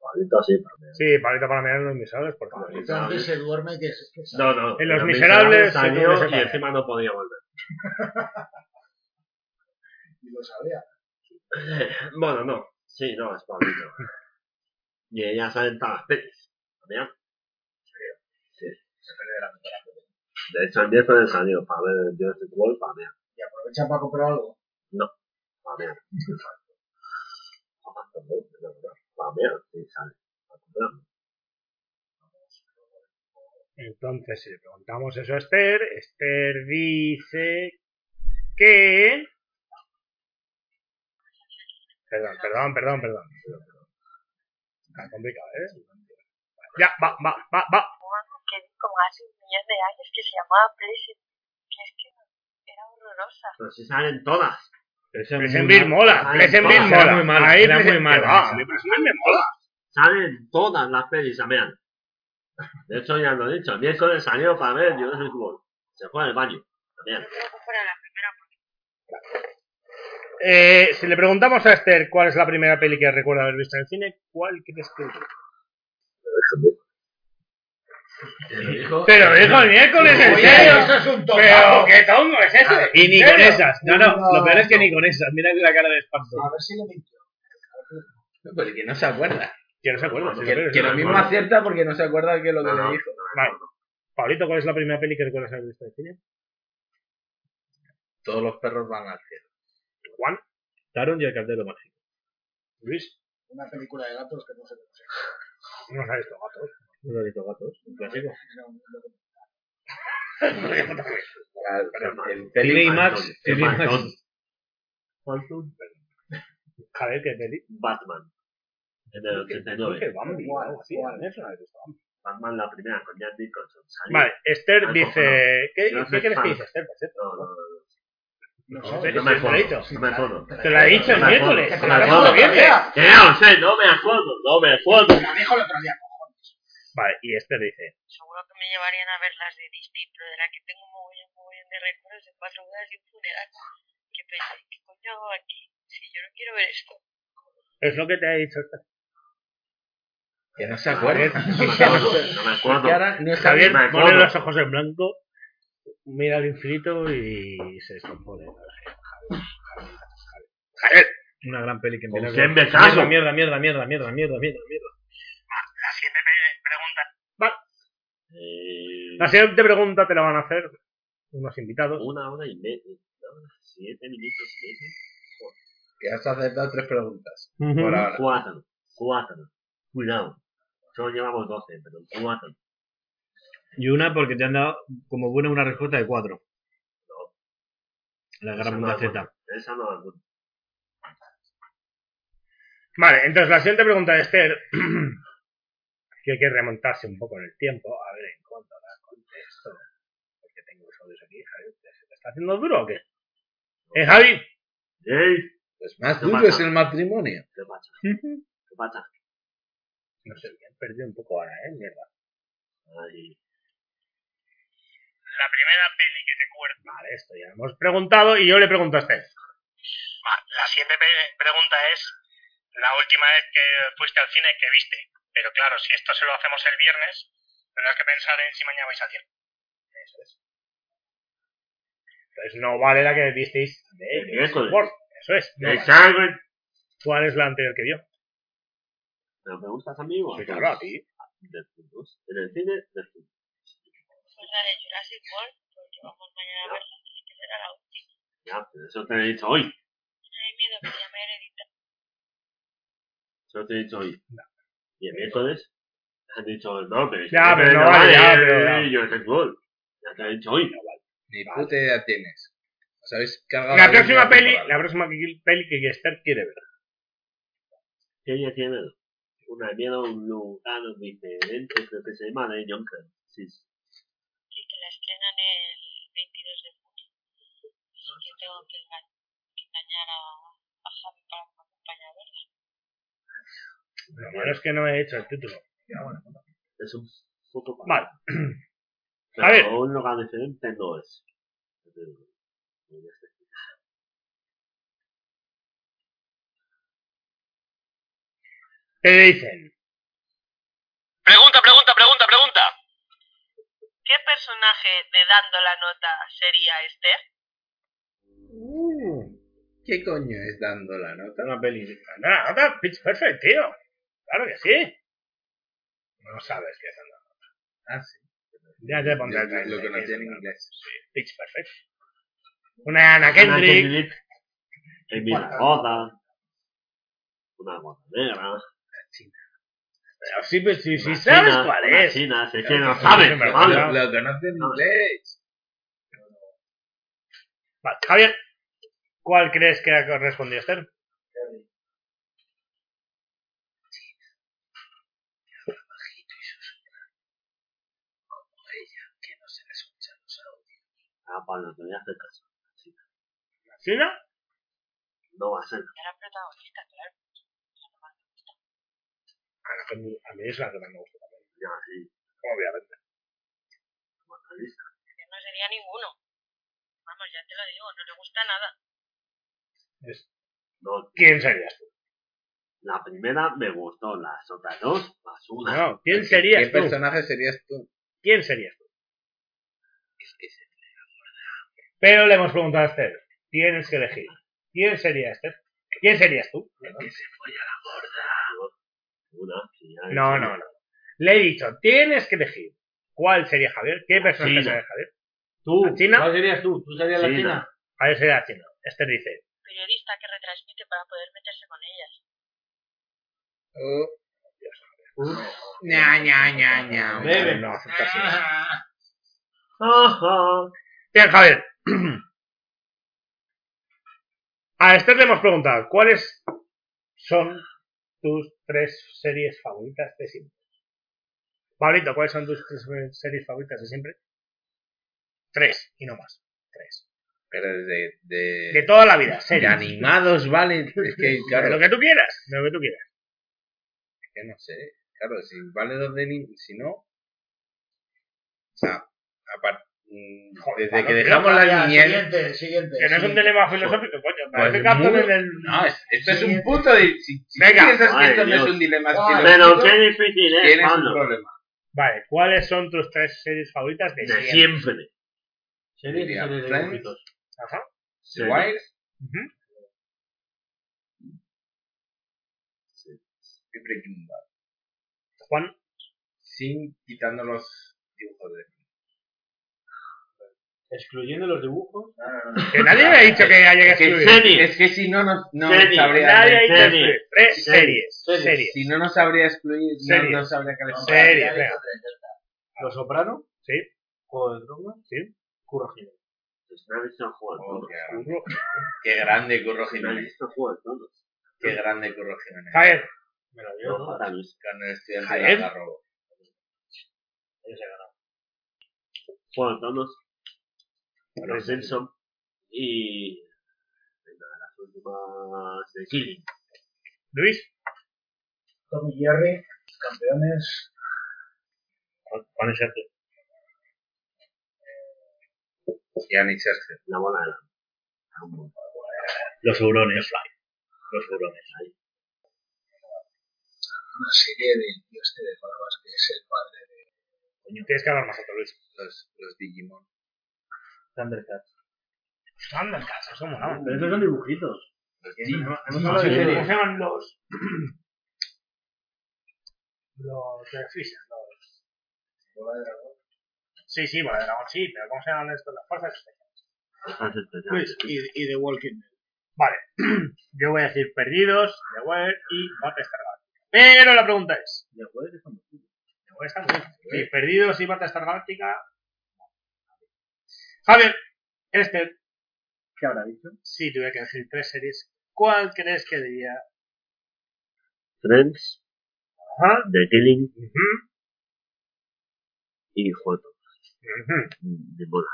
S1: Palito sí, también.
S2: Sí, palito para mirar en los miserables, por favor.
S1: Palito.
S16: Entonces se duerme que es que se-
S1: No, no.
S2: En Los Miserables se tuvo que
S1: salió y
S2: separar.
S1: encima no podía volver.
S16: y lo sabía.
S1: Bueno, no. Sí, no, es palito. y ella sale en todas las pelis. También. Sí. De hecho, el 10 de salió para ver el Jurassic World, para mear,
S16: Y aprovecha para comprar algo.
S1: para mear. también, es la verdad. Pamea, sí, sale. A comprarme.
S2: Entonces, si le preguntamos eso a Esther, Esther dice que... Perdón, perdón, perdón, perdón. perdón, perdón. Está complicado, ¿eh? Ya, va, va, va, va.
S13: que como hace un millón de años que se llamaba Pleasant, que es que era horrorosa.
S1: Pero si salen todas.
S2: Pleasantville mola, Pleasantville mola. Ahí Ah, Pleasantville va, a mí Pleasantville me mola.
S1: Salen todas las pelis, vean. De hecho, ya lo he dicho, el miércoles salió para ver yo soy fútbol. Se fue al baño, también.
S2: Eh, si le preguntamos a Esther cuál es la primera peli que recuerda haber visto en el cine, ¿cuál crees que es? Te lo dijo el miércoles, en
S16: Oye,
S2: serio.
S16: eso es un tongo.
S2: Pero qué tongo es eso.
S15: Y ni
S2: ¿En
S15: con
S2: serio?
S15: esas. No, no, lo peor es que ni con esas. Mira la cara de espanto.
S16: A ver si le mintió.
S4: Porque que no se acuerda.
S2: Que no se acuerda. sí,
S4: Que,
S2: pero
S4: que
S2: sí,
S4: lo
S2: no
S4: mismo
S2: recuerdo.
S4: acierta porque no se acuerda que lo que
S2: No, no.
S4: le dijo.
S2: Vale. Pablito, ¿cuál es la primera peli que recuerdas haber visto en el cine?
S4: Todos los perros van al cielo.
S2: Juan,
S15: Taron y el caldero mágico.
S2: Luis,
S16: Una película de gatos que no se conoce.
S2: no sabes visto gatos.
S15: Uno de los gatos. Un clásico.
S4: El
S15: Cine
S4: peli
S15: IMAX. Cine IMAX.
S1: ¿Cuánto?
S2: A ver, ¿qué peli?
S1: Batman. En
S2: Creo
S1: el
S2: que- creo que
S1: 89.
S2: Bambi o algo así. ¿no? Eso no lo he visto.
S1: Batman la primera, con Jack Nicholson. salió.
S2: Vale, Esther
S1: Ah,
S2: dice...
S1: no.
S2: ¿Qué,
S1: Yo no
S2: ¿qué
S1: soy
S2: crees que
S1: fan.
S2: dice Esther? Pues por cierto?
S1: No, no, no, no.
S2: No,
S1: No,
S2: sé,
S1: no
S2: si
S1: me
S2: te lo he
S1: acuerdo,
S2: dicho.
S1: no me acuerdo.
S2: Te lo he dicho el
S1: No me acuerdo,
S2: miércoles,
S1: no
S2: te
S1: me
S2: lo he
S1: acuerdo.
S2: dicho el viernes.
S1: Que no sé, no me acuerdo, no me acuerdo.
S16: La dijo el otro día.
S2: Vale, y Esther dice...
S13: Seguro que me llevarían a ver las de Disney, pero de la que tengo un mogollón, mogollón de recuerdos de cuatro bodas y un funeral. Que pensé, ¿qué coño hago aquí? Si yo no quiero ver esto.
S2: Es lo que te ha dicho Esther.
S4: Que no se acuerda.
S2: Javier,
S1: No me acuerdo, no me acuerdo.
S4: Que ahora no está
S2: Javier
S4: bien.
S2: pone los ojos en blanco, mira al infinito y se descompone. Javier,
S15: Una gran peli que
S1: ¿Con
S15: empieza
S1: quién
S15: con-
S1: me caso?
S15: Mierda, mierda, mierda, mierda, mierda, mierda, mierda.
S2: La siguiente pregunta. Vale.
S1: Eh,
S2: La siguiente pregunta te la van a hacer unos invitados.
S1: Una hora y media. una hora, Siete minutos y medio.
S4: Que has acertado tres preguntas.
S2: Ujú.
S4: Por ahora.
S1: Cuatro. Cuatro. Cuidado. Solo llevamos doce, pero cuatro.
S15: Y una porque te han dado como buena una respuesta de cuatro. La gran
S1: no
S15: punta
S1: es buena.
S15: Z.
S1: Esa no es buena.
S2: Vale, entonces la siguiente pregunta de Esther, que hay que remontarse un poco en el tiempo, a ver en cuánto la contesto, porque tengo los audios aquí, Javi, ¿se te está haciendo duro o qué? ¿Eh, Javi?
S1: ¡Ey!
S4: Pues más
S1: ¿Qué
S4: duro
S1: pasa?
S4: es el matrimonio.
S1: ¿Qué pasa? ¿Qué pasa?
S2: No sé, me he perdido un poco ahora, ¿eh? Mierda.
S1: Ay,
S2: La primera peli que recuerdo. Vale, esto ya lo hemos preguntado y yo le pregunto a este. Esther.
S21: La siguiente pe- pregunta es la última vez que fuiste al cine que viste. Pero claro, si esto se lo hacemos el viernes, tendrás que pensar en si mañana vais al cine.
S2: Eso es. Entonces no vale la que visteis de
S1: El miércoles.
S2: Word. Eso es. no vale.
S1: Exacto.
S2: ¿Cuál es la anterior que vio?
S1: ¿Me lo preguntas a mí o a
S2: Sí,
S1: todos?
S2: claro, a ti.
S1: Desnudos. En el cine, desnudos.
S13: Pues la de Jurassic World, porque vamos mañana a verla, así que será la última.
S1: Ya, pero eso te he dicho hoy.
S13: Hay miedo que ya me heredita.
S1: Eso te he dicho hoy. Y el miércoles, te han dicho, no, pero... es
S2: Ya,
S1: que
S2: pero no vale, ya, pero
S1: eh,
S2: ya.
S1: Yo soy fútbol. Ya te he dicho hoy.
S4: Ni puta idea tienes. Os habéis cargado
S2: La
S4: la
S2: próxima
S4: última
S2: peli,
S4: temporada.
S2: la próxima que- peli que Esther quiere ver.
S1: ¿Qué ella tiene miedo? Una de miedo, un lugar diferente, creo que se llama de John Crane. Sí, sí.
S13: Sí, que la estrenan el 22 de junio. Así que tengo que enga- que engañar a, a Javi para que me acompañe a verla.
S2: Lo malo es que no he hecho el título.
S1: Es un poco
S2: Vale.
S1: Pero
S2: A ver.
S1: un lugar diferente no es.
S2: Te dicen.
S22: Pregunta, pregunta, pregunta, pregunta.
S13: ¿Qué personaje de Dando la Nota sería Esther?
S4: ¿Qué coño es dando la nota?
S15: Una peli.
S2: Nada, nota, pitch perfect, tío. Claro que sí. No sabes qué es andar.
S4: Ah, sí.
S2: Ya te pondré el
S4: Lo que no
S2: trailer. ¿eh?
S4: tiene en inglés.
S2: Pitch perfect. Una Ana Kendrick.
S1: En mi boda. una gota negra.
S2: Pero sí, pues sí, sí
S1: Una
S2: sabes
S1: china,
S2: cuál
S1: una
S2: es.
S1: china, si es que no sabes, vale.
S6: Lo conocen en inglés.
S2: Vale, Javier, ¿cuál crees que ha correspondido, Esther?
S6: Ella, que no se le escucha los audios.
S1: Ah, Pablo, te voy a hacer caso.
S2: ¿China?
S1: No va a ser.
S13: Era protagonista, claro.
S2: A mí Ah, a mí es la que más me gusta también.
S1: Ya, sí.
S2: Obviamente.
S13: Que no sería ninguno. Vamos, ya te lo digo, no le gusta nada.
S2: Es-
S1: No,
S2: ¿Quién serías tú?
S1: La primera me gustó, las otras dos, más una.
S2: No, ¿quién serías tú?
S1: serías tú?
S2: ¿Quién serías tú? Pero le hemos preguntado a Esther. Tienes que elegir. ¿Quién sería Esther? ¿Quién serías tú?
S1: Una, sí, ya
S2: No,
S1: he
S2: no,
S1: dicho.
S2: no. Le he dicho, tienes que elegir. ¿Cuál sería Javier? ¿Qué personaje
S1: China.
S2: sería Javier?
S15: Tú.
S2: ¿La China?
S15: ¿Cuál serías tú? ¿Tú serías la China?
S2: A ver, sería la China. Esther Este dice,
S13: Periodista que retransmite para poder meterse con ellas.
S16: Ña, ña, ña, ña.
S2: Debe. No,
S6: este
S16: Ah.
S2: Bien, Javier. A Esther le hemos preguntado, ¿cuáles son tus tres series favoritas de siempre? Pablito, ¿cuáles son tus tres series favoritas de siempre? Tres, y no más. Tres.
S6: Pero de. De,
S2: De toda la vida, series.
S6: de animados, vale. Es que,
S2: De
S6: claro.
S2: lo que tú quieras, de lo que tú quieras.
S6: es que no sé. Claro, si vale dos de ni- Si no. O sea, aparte. Desde que dejamos la
S16: Ya,
S6: niñez.
S16: Siguiente, siguiente.
S2: Que no es un dilema filosófico, coño. Parece que captan
S6: muy- Ah.
S2: en el...
S6: No, es- esto es un
S16: Siguiente.
S6: punto de. Si, si
S2: Venga.
S6: piensas que
S1: Ay,
S6: esto no es
S1: Dios.
S6: un dilema
S16: Ah,
S1: Pero
S6: filosófico,
S1: qué difícil es,
S6: tienes un
S1: Pablo.
S6: problema.
S2: Vale, ¿cuáles son tus tres series favoritas de,
S1: De
S2: siempre?
S1: siempre.
S15: Series y
S6: Diría,
S15: series de
S6: Friends.
S15: dibujitos.
S2: Ajá.
S1: Sí.
S6: Wire,
S2: Ujú.
S6: y Breaking Bad.
S2: Juan,
S6: Sin quitando los dibujos de.
S15: Excluyendo los dibujos.
S2: que nadie me ha dicho que haya que
S6: Es que,
S2: escribir.
S1: Series.
S6: es que si no, no, no
S1: Series.
S6: sabría.
S2: Nadie ha
S6: ver-
S2: dicho
S1: Series.
S2: excluir. Tres series.
S15: Series.
S2: Series.
S6: Si no, no sabría excluir.
S2: Series.
S6: No, no sabría calificar.
S2: Series, venga.
S15: Los Soprano.
S2: Sí.
S15: Juego de Tronos.
S2: Sí.
S15: Curro Gil.
S1: Pues no he visto el juego de
S6: Oh,
S1: todos.
S6: qué, qué grande
S1: No
S6: Curro
S1: he
S6: Jiménez.
S1: visto el juego de todos.
S6: Qué grande Curro Jiménez.
S2: Javier,
S15: Me lo dio.
S1: No,
S15: ¿no?
S1: fatal, Luis.
S6: Con el estudiante de
S2: Javier.
S6: Algarrobo.
S15: Ellos se ganaron.
S1: Juego de todos.
S2: Bueno,
S1: Los Simpson. Y. Venga, las últimas de Killing.
S2: Luis,
S16: Tom y Jerry, campeones.
S2: Juan es cierto.
S6: Y Annie Sergio.
S1: La bola de la.
S2: Los hurones. Los hurones.
S16: Una serie de tío este de Palabras que es el padre de.
S2: Coño, tienes que hablar más alto, Luis.
S6: Los, los Digimon.
S15: Thundercats.
S2: Thundercats, eso molaba.
S15: Pero esos son dibujitos.
S6: Los
S15: Hemos hablado de
S2: ¿Cómo se
S15: series.
S2: llaman los...? Los de Fisher, los... Sí, sí, bueno, de dragón sí, pero ¿cómo se llaman estos? Las fuerzas este. especiales.
S1: Estás especial.
S2: Pues,
S15: Luis. Y, The Walking Dead.
S2: Vale, yo voy a decir Perdidos, The Wire y Battlestar Galactica. Pero la pregunta es...
S15: Ya puedes que son
S2: The Wire está muy bien. Sí, Perdidos y Battlestar Galactica... Javier, este
S15: ¿Qué habrá dicho?
S2: sí tuve que elegir tres series. ¿Cuál crees que diría?
S1: Friends.
S2: Ajá.
S1: The Killing.
S2: Ujú.
S1: Y Juego de todos.
S2: Ujú.
S1: De bola.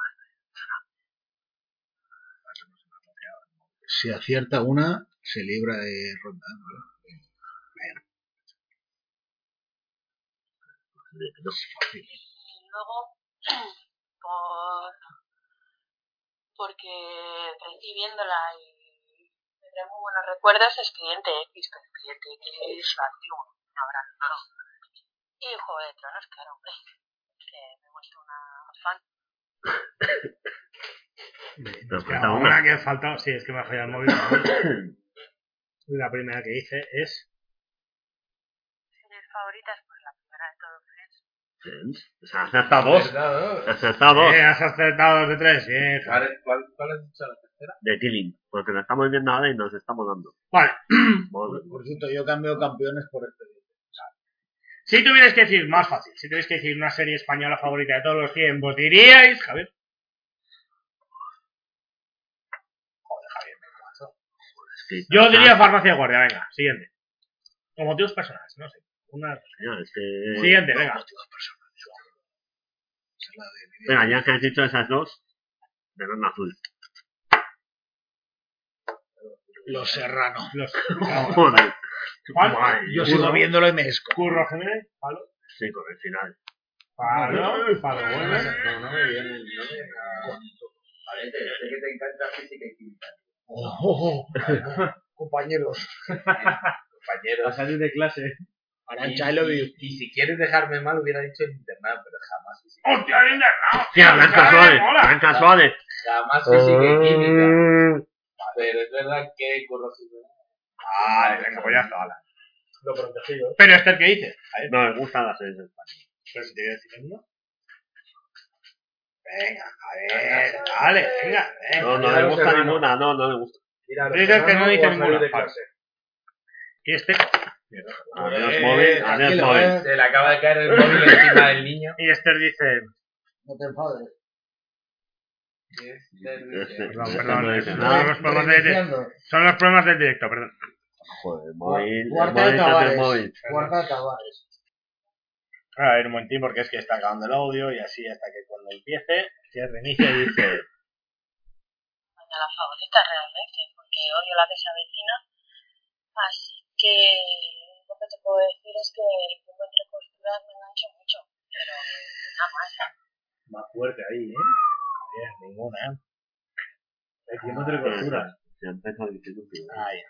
S16: Si acierta una, se libra de ronda.
S1: De- no.
S13: Y luego, por, porque crecí viéndola y me trae muy buenos recuerdos, Expediente X, pero Expediente X es antiguo, no habrá no. Y Juego de Tronos, claro, hombre, que me he vuelto una fan.
S1: Pero
S2: Es que
S1: falta
S2: ahora
S1: una.
S2: que falta, sí, es que me ha fallado el móvil. La primera que hice es
S13: Series favoritas, pues la primera de todo, Friends.
S1: O sea, has acertado dos. Has acertado dos.
S2: Eh, has acertado dos de tres, bien.
S6: ¿Cuál, cuál, cuál has dicho la tercera?
S1: De Killing. Porque la estamos viendo ahora y nos estamos dando.
S2: Vale.
S3: Por cierto, yo cambio campeones por este expediente.
S2: Si tuvierais que decir, más fácil, si tuvierais que decir una serie española favorita de todos los tiempos, diríais, Javier. Joder, Javier, me mato.
S1: Sí,
S2: Yo
S1: está-
S2: diría farmacia de guardia, venga, siguiente. Con motivos personales, no sé. Una...
S1: Señor, es que-
S2: Siguiente, venga.
S1: Venga, ya que has dicho esas dos, verano azul.
S3: Los Serrano.
S2: Los...
S1: Joder.
S2: Juan,
S3: Yo sigo
S1: Curro.
S3: viéndolo y me esco.
S2: Curro Jiménez, palo.
S1: Sí, con el final.
S2: Palo, palo, bueno.
S23: No, no me viene, no me viene nada. Vale, te- sé que te encanta física y química.
S3: Oh, compañeros.
S6: Compañeros.
S24: A salir de clase.
S3: Arancha, I love you.
S6: Y, si quieres dejarme mal, hubiera dicho el internado, pero jamás física.
S2: ¡Hostia, el internado!
S1: Hostia, Blanca Suárez. Blanca Suárez.
S6: Jamás física y química. Pero es verdad que con los
S2: Ah, venga, pues ya está, ala.
S3: Lo protegido.
S2: Pero este el que dices.
S1: No, me gustan las series de España.
S2: Pero si te voy a decir uno. Venga, a ver, dale, venga, venga.
S1: No, no me gusta ninguna, no, no me gusta.
S2: Dices que no dice ninguna.
S1: de
S2: Vale. Y este.
S1: Adiós,
S24: eh,
S1: móvil, adiós, móvil.
S6: Se le acaba de caer el móvil encima del niño.
S2: Y Esther dice.
S3: No te enfades.
S1: Este-
S2: Perdón,
S1: este
S2: perdón.
S1: no
S2: eh,
S1: dice
S2: Son
S1: nada.
S2: los problemas de- de- son los problemas del directo, perdón.
S1: Joder, móvil.
S3: Cuarta de
S1: móvil, tanto el
S3: Tavares.
S1: móvil.
S3: Cuarta de Tavares.
S2: A ver, un momentín, porque es que está acabando el audio y así hasta que cuando empiece, se reinicia y dice.
S13: Bueno, la favorita realmente, porque odio la que se avecina. Así que lo que te puedo decir es que el tiempo entre costuras me engancho mucho, pero nada más.
S2: Más fuerte ahí, ¿eh? Bien, ninguna, ¿eh?
S24: El tiempo entre costuras.
S1: Ya empezó diciendo que-
S2: Ah, ya.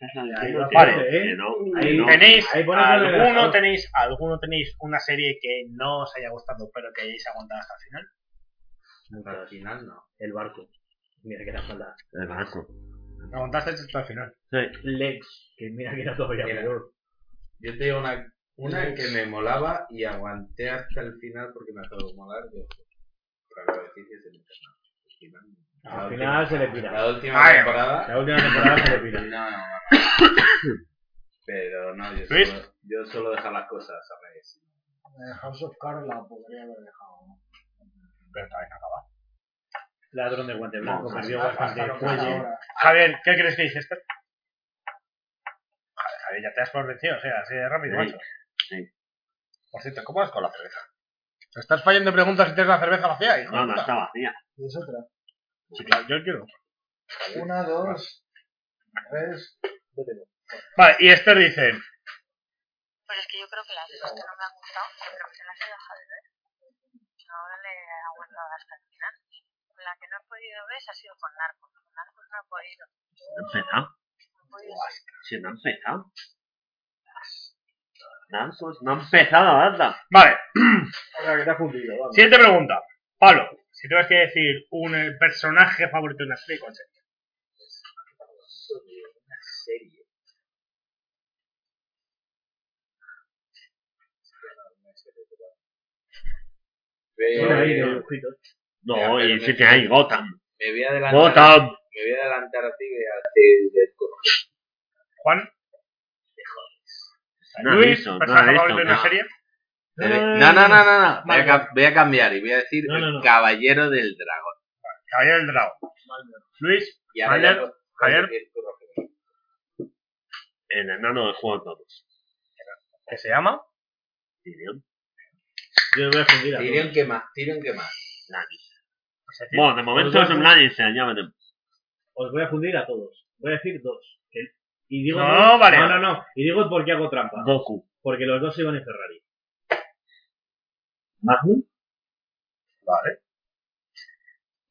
S1: Empezó
S2: Ahí
S1: diciendo
S2: va,
S1: que
S2: vale.
S1: no, que no, que
S2: Ahí
S1: no.
S2: tenéis,
S24: ¿eh? ahí pones el
S2: alguno
S24: ordenador.
S2: tenéis, alguno tenéis una serie que no os haya gustado, pero que hayáis aguantado hasta el final.
S24: Al final no. El barco. Mira que era falta.
S1: El barco.
S2: Aguantaste hasta el final.
S1: Sí.
S24: Lex. Que mira que era todavía
S6: Mira.
S24: peor.
S6: Yo te digo una, una que me molaba y aguanté hasta el final porque me acabo de molar. Yo, pero la noticia es el internado. El final-
S24: Al
S6: la
S24: final
S6: última-
S24: se le pira.
S6: La última temporada.
S24: La última temporada se le pira.
S6: No, no, pero no, yo
S2: ¿Luis?
S6: solo, yo solo dejar las cosas a medias.
S3: Eh, House of Cards la podría haber dejado. ¿no?
S2: Pero está bien acabado.
S24: Ladrón de guante blanco.
S1: No,
S24: Perdió
S3: hasta-
S24: bastante
S3: hasta lo que
S24: cuello.
S3: ahora.
S2: Javier, ¿qué crees que dice esto? Joder, Javier, ya te has convencido, o sea, así de rápido,
S1: Sí,
S2: macho.
S1: sí.
S2: Por cierto, ¿cómo vas con la cerveza? Estás fallando preguntas si tienes la cerveza vacía, hijo.
S1: No,
S2: de
S1: no
S2: puta.
S1: está vacía.
S3: Y es otra.
S2: Sí, claro, yo quiero.
S3: Una, dos, tres.
S2: Vale, y Esther dice,
S13: Pero es que yo creo que las dos que no me han gustado, creo que se las he dejado de ver. No le he aguantado hasta el final. Con la que no he podido ver ha sido con Narcos. Con Narcos no he podido.
S1: No ha empezado.
S13: No he podido ver.
S1: Si no ha empezado. Narcos, no ha empezado la banda.
S2: vale,
S3: O sea, que te has fundido, vamos.
S2: siguiente pregunta. Pablo, si tuvieras que decir un eh, personaje favorito de una serie, ¿cuál sería?
S24: Mira ahí
S6: Pero-
S24: de dibujitos.
S1: No,
S6: Ya,
S1: y
S6: pero
S1: sí
S6: me-
S1: que hay Gotham.
S6: Me voy a adelantar,
S1: Gotham. Eh.
S6: me voy a, adelantar a ti y a ti de
S2: Juan,
S1: No he
S2: Luis,
S1: visto, no
S2: personaje
S1: he visto,
S2: favorito de una
S1: no.
S2: serie.
S6: No, no, no, no, no. Voy, a,
S24: Vale.
S6: ca- voy a cambiar y voy a decir
S24: No, no, no.
S6: el caballero del dragón.
S2: Javier del Dragón. Luis,
S6: Y ahora
S2: Javier,
S6: ya no-
S2: Javier.
S6: el Curro Jiménez.
S1: El enano de juego todos.
S2: que se llama.
S1: Tyrion.
S24: Yo me voy a fundir a todos.
S6: Tyrion que más, Tyrion que más.
S1: Lannister.
S2: o sea,
S1: Bueno, de momento
S24: Os
S1: es un
S24: voy
S1: Lannister, ya veremos.
S24: Os voy a fundir a todos. Voy a decir dos. El- Y digo
S2: No, vale.
S24: No, no, no. Y digo por qué hago trampa.
S1: Goku.
S24: Porque los dos iban en Ferrari. Magnum. Vale.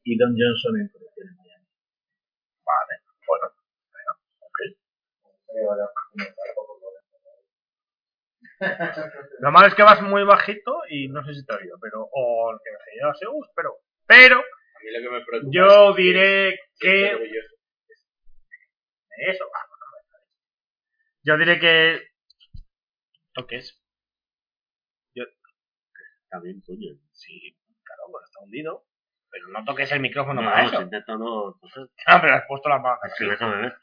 S24: Y Don Johnson en producción en Miami.
S2: Lo malo es que vas muy bajito y no sé si te oigo, pero. O el que me lleva Segus, pero. Pero
S6: A mí lo que me preocupa
S2: yo
S6: es que-
S2: diré
S6: que
S2: que.
S6: estoy orgulloso.
S2: Eso, ah, bueno, vale. Yo diré que. ¿Esto qué es? Yo...
S1: También, coño.
S2: Sí, claro, bueno, está hundido. Pero no toques el micrófono
S1: no,
S2: para eso.
S1: se intenta no. entonces,
S2: Ah, pero has puesto la mano.
S1: Sí, déjame ver.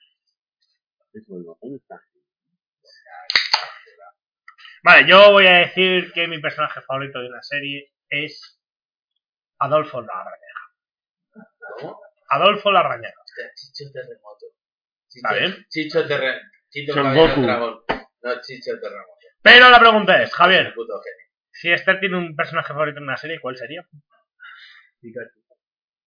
S1: Es el botón está.
S2: Vale, yo voy a decir que mi personaje favorito de la serie es Adolfo Larrañaga.
S16: ¿Cómo?
S2: Adolfo Larrañaga.
S16: Chicho Terremoto. Chicho,
S2: ¿Está bien?
S16: Chicho Terremoto. Chicho
S2: Son
S16: Cabezón
S2: Goku.
S16: Dragón. No, Chicho Terremoto.
S2: Pero la pregunta es, Javier,
S16: Puto genio.
S2: si Esther tiene un personaje favorito en una serie, ¿cuál sería?
S15: Pikachu.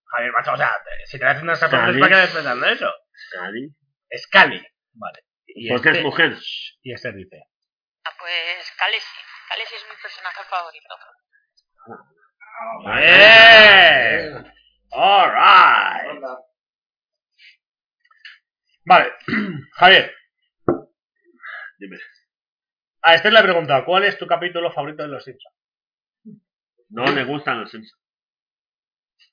S2: Javier, macho, o sea, te- si te haces una pregunta es
S1: Cali.
S2: para qué estás pensando eso.
S1: Cali.
S2: Es Cali. Vale. Y
S1: Porque
S2: este-
S1: es mujer.
S2: Y Esther dice.
S13: Ah, pues Khaleesi. Khaleesi es mi personaje favorito.
S2: ¡Bien! Alright. Vale, Javier.
S1: Dime.
S2: A Esther le he preguntado, ¿cuál Ah, es tu capítulo favorito de Los Simpsons?
S1: No le gustan los Simpsons.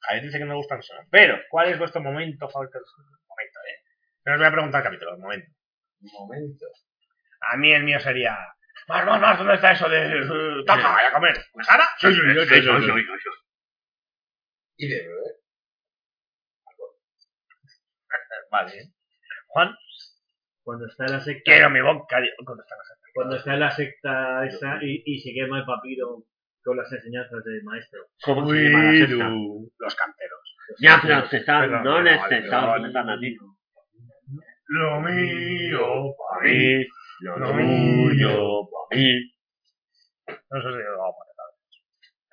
S2: Javier dice que no le gustan los Simpsons. Pero, ¿cuál es vuestro momento favorito de Los Simpsons? Momento, ¿eh? No os voy a preguntar el capítulo, el momento.
S16: Momento.
S2: A mí el mío sería... Más, más, más, ¿dónde está eso de... eh, Taca, vaya a comer? ¿Pues ahora?
S1: Soy yo, yo, yo, yo, yo, yo.
S16: Y de bebé.
S2: Vale. Juan,
S15: Cuando está en la secta.
S2: quiero mi boca. Dios, ¿Dónde está la gente?
S15: Cuando está en la secta esa y, y se quema el papiro con las enseñanzas del maestro.
S1: ¿Cómo se llama la secta?
S2: Los canteros.
S1: Ya, pero se está,
S2: Perdón,
S1: no
S2: vale,
S1: les se está
S2: perdón.
S1: ofendiendo a ti.
S2: Lo mío,
S1: A
S2: para mí.
S1: mí, lo tuyo, a mí.
S2: No sé si lo vamos a matar.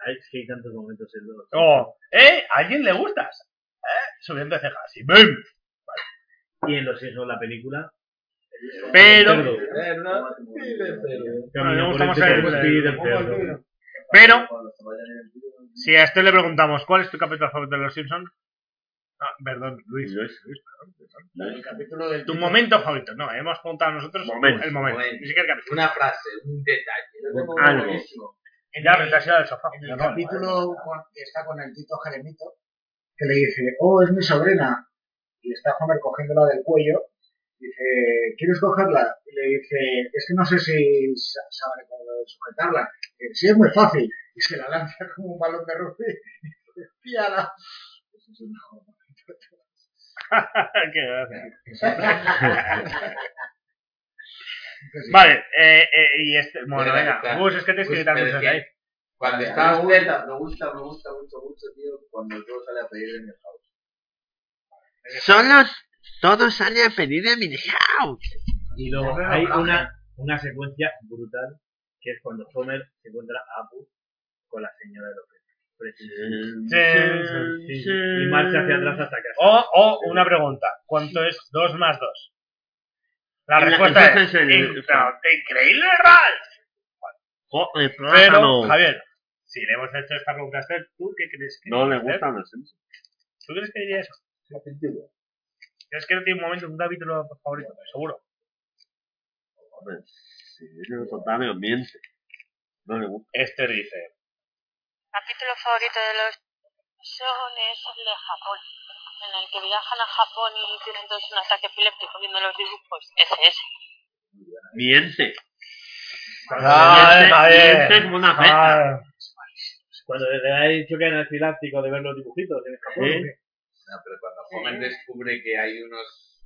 S15: Ay, es que hay tantos momentos en los.
S2: Oh, ¿eh? ¿A alguien le gustas? ¿Eh? Subiendo de cejas. Sí, ¡Bum!
S15: Y en los Simpsons, la película.
S2: Pero-
S15: Cerdo.
S16: Terna y de cerdo.
S15: Camina
S2: No,
S15: por
S2: le
S15: el
S2: gusta más eh,
S15: Terna
S2: el-
S15: y de
S2: el-
S15: cerdo.
S2: Pero, si a este le preguntamos cuál es tu capítulo favorito de los Simpsons. Ah, perdón, Luis.
S1: Luis.
S2: Luis, perdón, perdón.
S16: El capítulo del
S2: Tu momento favorito. No, hemos preguntado a nosotros
S1: Momento,
S2: el momento.
S16: momento.
S2: Ni siquiera el capítulo.
S16: Una frase, un detalle. Yo tengo
S6: Ah,
S2: Ah,
S16: uno
S1: Algo.
S16: buenísimo. En
S2: Ya,
S16: el-
S2: pero te has ido del sofá.
S16: en
S2: No,
S16: el
S2: no,
S16: capítulo con- que está con el Tito Jeremito, que le dice, oh, es mi sobrina. Y está Homer cogiéndola del cuello. Dice, ¿quieres cogerla? Y le dice, es que no sé si sa- sabré cómo sujetarla. Eh, sí, es muy fácil. Y se la lanza como un balón de rugby. Y dice, píala. Eso es el mejor
S2: Qué gracia.
S16: momento.
S2: Vale, eh, eh, y este. Bueno,
S16: Espera,
S2: venga.
S16: espera.
S2: Gus, es que tienes que
S16: Gus,
S2: quitar
S16: me
S2: cosas de
S16: decía-
S2: ahí.
S16: Cuando
S3: Me
S16: está Gus,
S3: gusta, me gusta, me gusta mucho, mucho, tío, cuando todo sale a pedir en el house.
S1: Solo todos salen a pedir a mi house.
S15: Y luego hay una, una secuencia brutal que es cuando Homer se encuentra a Apu con la señora de López. Sí, Y marcha hacia atrás hasta casa.
S2: O, o una pregunta. ¿Cuánto es 2 más 2? La
S1: En la-
S2: respuesta es...
S1: entonces el- Ah,
S2: "Inca- ¡Te increíble, Ral!
S1: Joder,
S2: Pero,
S1: plátano.
S2: Javier, si le hemos hecho esta pregunta a Esther, ¿tú qué crees que
S1: No le
S2: diría Esther?
S1: gustan los Simpsons.
S2: ¿Tú crees que diría eso? ¿Crees que no tiene un momento, un capítulo favorito? Seguro.
S1: Hombre, si es el contrario, ambiente. No le gusta.
S2: Esther dice...
S13: capítulo favorito de los Simpson es el de Japón, en el que viajan a Japón y tienen todos un ataque epiléptico viendo los dibujos. Ese es.
S1: Miente.
S2: ¡Vale, Javier!
S1: miente como una peta.
S2: Ah,
S15: Cuando le da el choque anafiláctico de ver los dibujitos en Japón.
S1: Sí.
S15: ¿qué?
S6: No, pero cuando Homer descubre que hay unos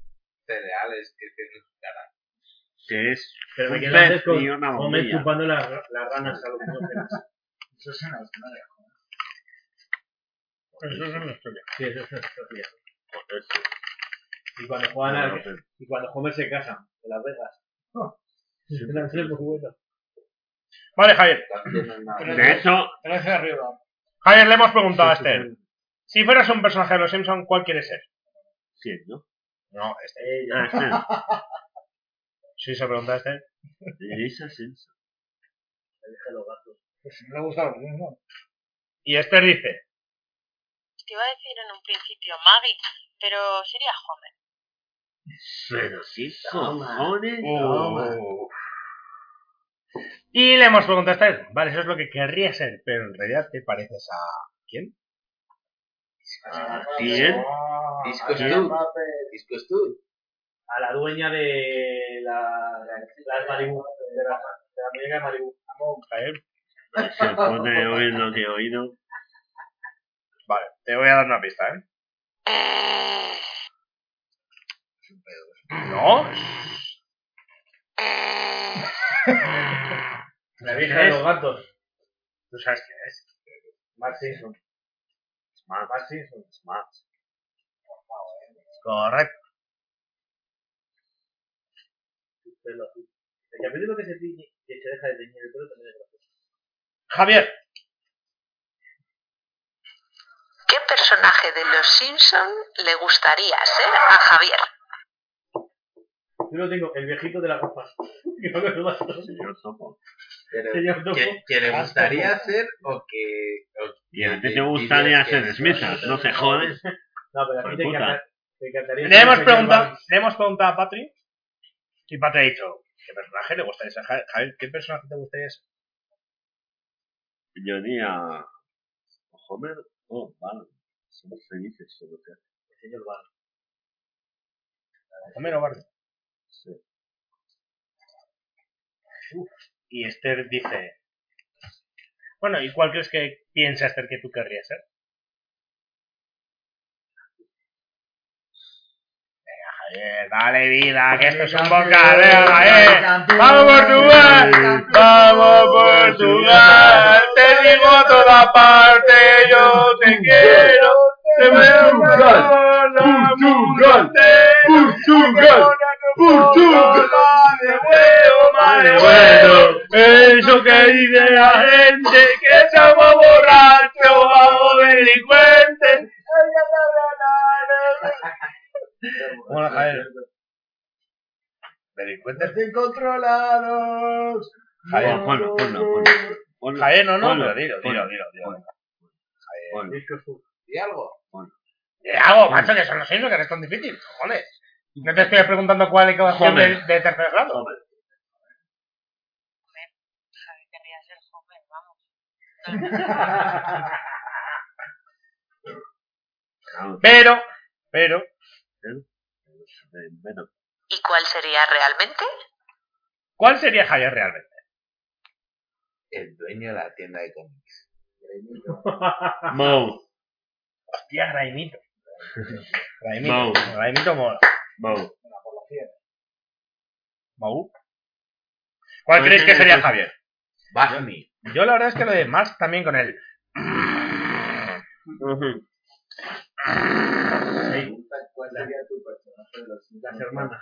S6: cereales que tienen su cara.
S1: Que es
S15: Pero me
S1: un
S15: quedé
S1: pez
S15: antes con
S1: y una
S15: Homer
S1: bombilla.
S15: chupando las, las ranas a los monjes.
S16: Eso es una locura.
S2: Eso es una historia.
S15: Sí, eso es una historia.
S1: Joder,
S15: Y cuando juegan
S1: No,
S15: al-
S1: no sé.
S15: y cuando Homer se casa en Las Vegas. Es una serie muy buena.
S2: Vale, Javier.
S1: De hecho,
S2: arriba. Javier, le hemos preguntado a Esther. Si fueras un personaje de los Simpson, ¿cuál quieres ser?
S1: sí, ¿no?
S2: No, Esther.
S1: Ah,
S2: Sí, se pregunta a Esther.
S1: sí. Lisa Simpson.
S16: Pues me ha gustado lo mismo.
S2: Y Esther dice...
S13: Te iba a decir en un principio Maggie, pero sería Homer.
S1: Pero sí,
S3: Toma.
S1: cojones.
S2: Uh, Oh. Y le hemos preguntado a Esther, vale, eso es lo que querría ser, pero en realidad te pareces a... ¿Quién?
S1: Ah, bien.
S6: Discos
S1: ah,
S6: tú. Discos tú.
S15: A la dueña de la, las Malibu. De la, de la muñeca de Malibu.
S2: Javier.
S1: Después de oír lo que he oído,
S6: Vale, te voy a dar una pista, ¿eh? No.
S2: La vieja de los
S6: gatos.
S2: ¿Tú sabes quién es? Matt Simpson.
S6: Matt.
S2: Simpson.
S6: Matt. Correcto.
S25: pelo azul. El capítulo que se tiñe, que se deja de teñir el pelo también es gracioso.
S6: Javier.
S26: ¿Qué personaje de Los Simpson le gustaría ser a Javier?
S25: Yo lo tengo, el viejito de las gafas. Que no lo gasto.
S1: señor Topo.
S25: Señor Topo.
S6: ¿Que, que le
S25: Hasta
S6: gustaría
S25: luego.
S6: ser o que... o
S1: Y a ti
S6: que
S1: te gustaría
S6: dirías que
S1: ser Smithers, no se jodes.
S25: No, pero a
S1: Joder,
S25: ti te
S1: puta.
S25: encantar- te encantaría.
S2: Le
S25: ser
S2: hemos,
S25: el señor
S2: preguntado,
S25: Burns.
S2: le hemos preguntado a Patri y Patri ha dicho, ¿qué personaje le gustaría ser? Ja- Javier, ¿qué personaje te gustaría ser?
S1: Yo diría. Homer o Barney. Somos felices con lo que hace.
S25: El señor Burns.
S2: Homero Barney.
S1: Sí.
S2: Uf. Y Esther dice, bueno, ¿y cuál crees que piensa Esther que tú querrías ser? Venga, Javier, dale vida, que esto es un bocadero, eh. Javier. ¡Vamos, Portugal! ¡Vamos, Portugal! ¡Te digo a toda parte, yo te quiero! ¡Te veo Portugal! ¡Portugal! ¡Portugal! ¡Portugal! ¡De huevo, madre bueno! Eso que dice la gente, que somos borrachos, vamos delincuentes.
S6: Bueno, Javier. Delincuentes.
S3: Incontrolados.
S6: Javier,
S1: ponlo, ponlo, ponlo. ponlo.
S6: Javier, no, no,
S1: Ponlo,
S6: pero dilo, dilo,
S1: ponlo,
S6: dilo. dilo.
S1: ponlo, ponlo.
S6: ¿Y algo?
S2: ¿Qué Eh, hago, macho? Que son los signos que no es tan difícil, cojones. No te estoy preguntando cuál es la opción de,
S1: Joder.
S2: de tercer grado.
S13: Javier querría ser Homer, vamos.
S1: Claro,
S2: Pero, pero,
S1: eh, bueno,
S26: ¿Y cuál sería realmente?
S2: ¿cuál sería Javier realmente?
S6: El dueño de la tienda de cómics.
S1: Moe,
S2: Hostia, Raimito. Raimito,
S1: Mau.
S2: Raimito mola.
S1: Moe.
S2: Mau. ¿Cuál
S6: Pues
S2: creéis que
S6: tiene
S2: sería
S6: que-
S2: Javier?
S6: Bajmi.
S2: Yo la verdad es que lo de más también con él.
S27: ¿Cuál sería tu personaje de los
S25: Las hermanas.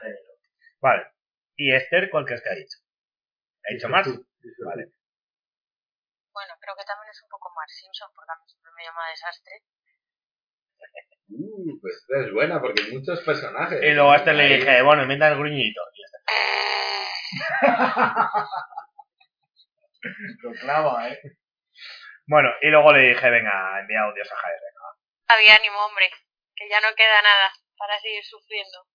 S2: Vale. ¿Y Esther cuál crees que ha dicho? ¿Ha dicho más? Vale.
S13: Bueno, creo que también es un poco Mark Simpson, porque a mí siempre me llama desastre.
S6: Uh, pues esta es buena porque hay muchos personajes.
S2: Y luego a Esther le dije, bueno, inventa el gruñito. Y ya está.
S3: Lo clava, ¿eh?
S2: Bueno, y luego le dije, venga, envía audios a Javier. venga.
S13: Había ánimo, hombre, que ya no queda nada para seguir sufriendo.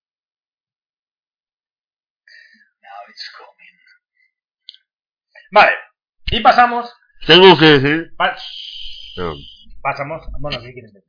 S2: Vale. Y pasamos.
S28: Tengo que decir.
S2: pa-
S28: No.
S2: pasamos. Bueno, si quieres decir.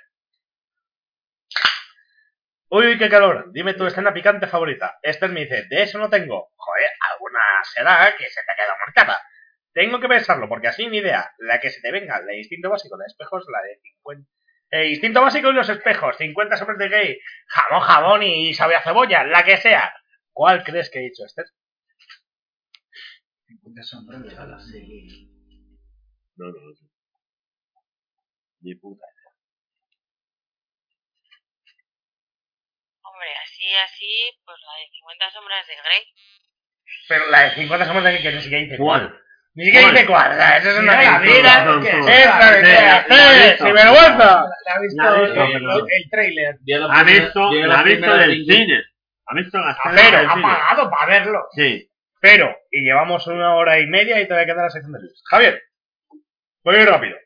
S2: Uy, uy, qué calor. Dime tu escena picante favorita. Esther me dice, de eso no tengo. Joder, alguna será que se te queda marcada. Tengo que pensarlo, porque así ni idea. La que se te venga, la de instinto básico, la de espejos, la de 50. Eh, instinto básico y los espejos, 50 sombras de gay, jamón, jamón y sabía cebolla, la que sea. ¿Cuál crees que he dicho, Esther?
S1: No, no, no. Ni puta.
S13: Hombre, así, así, pues la de 50 sombras de Grey.
S2: Pero la de 50 sombras de gay que ni siquiera dice cuál.
S1: ¿Cuál?
S2: Ni siquiera
S1: ¿Cuál?
S2: dice cuál, o sea, eso es una
S1: Mira,
S2: mentira.
S1: mira, que-
S2: ¡Esa mentira!
S1: Sí, la he
S2: ¡Sí!
S1: visto.
S2: ¡Sin vergüenza!
S3: La ha visto
S1: La ha
S3: el,
S1: visto, pero-
S3: el trailer.
S1: Ha visto, la ha visto del cine. Ha visto la
S2: Pero
S1: del
S2: ha
S1: cine.
S2: pagado para verlo.
S1: Sí.
S2: Pero, y llevamos una hora y media y todavía queda la sección de Luis. Javier, Voy rápido.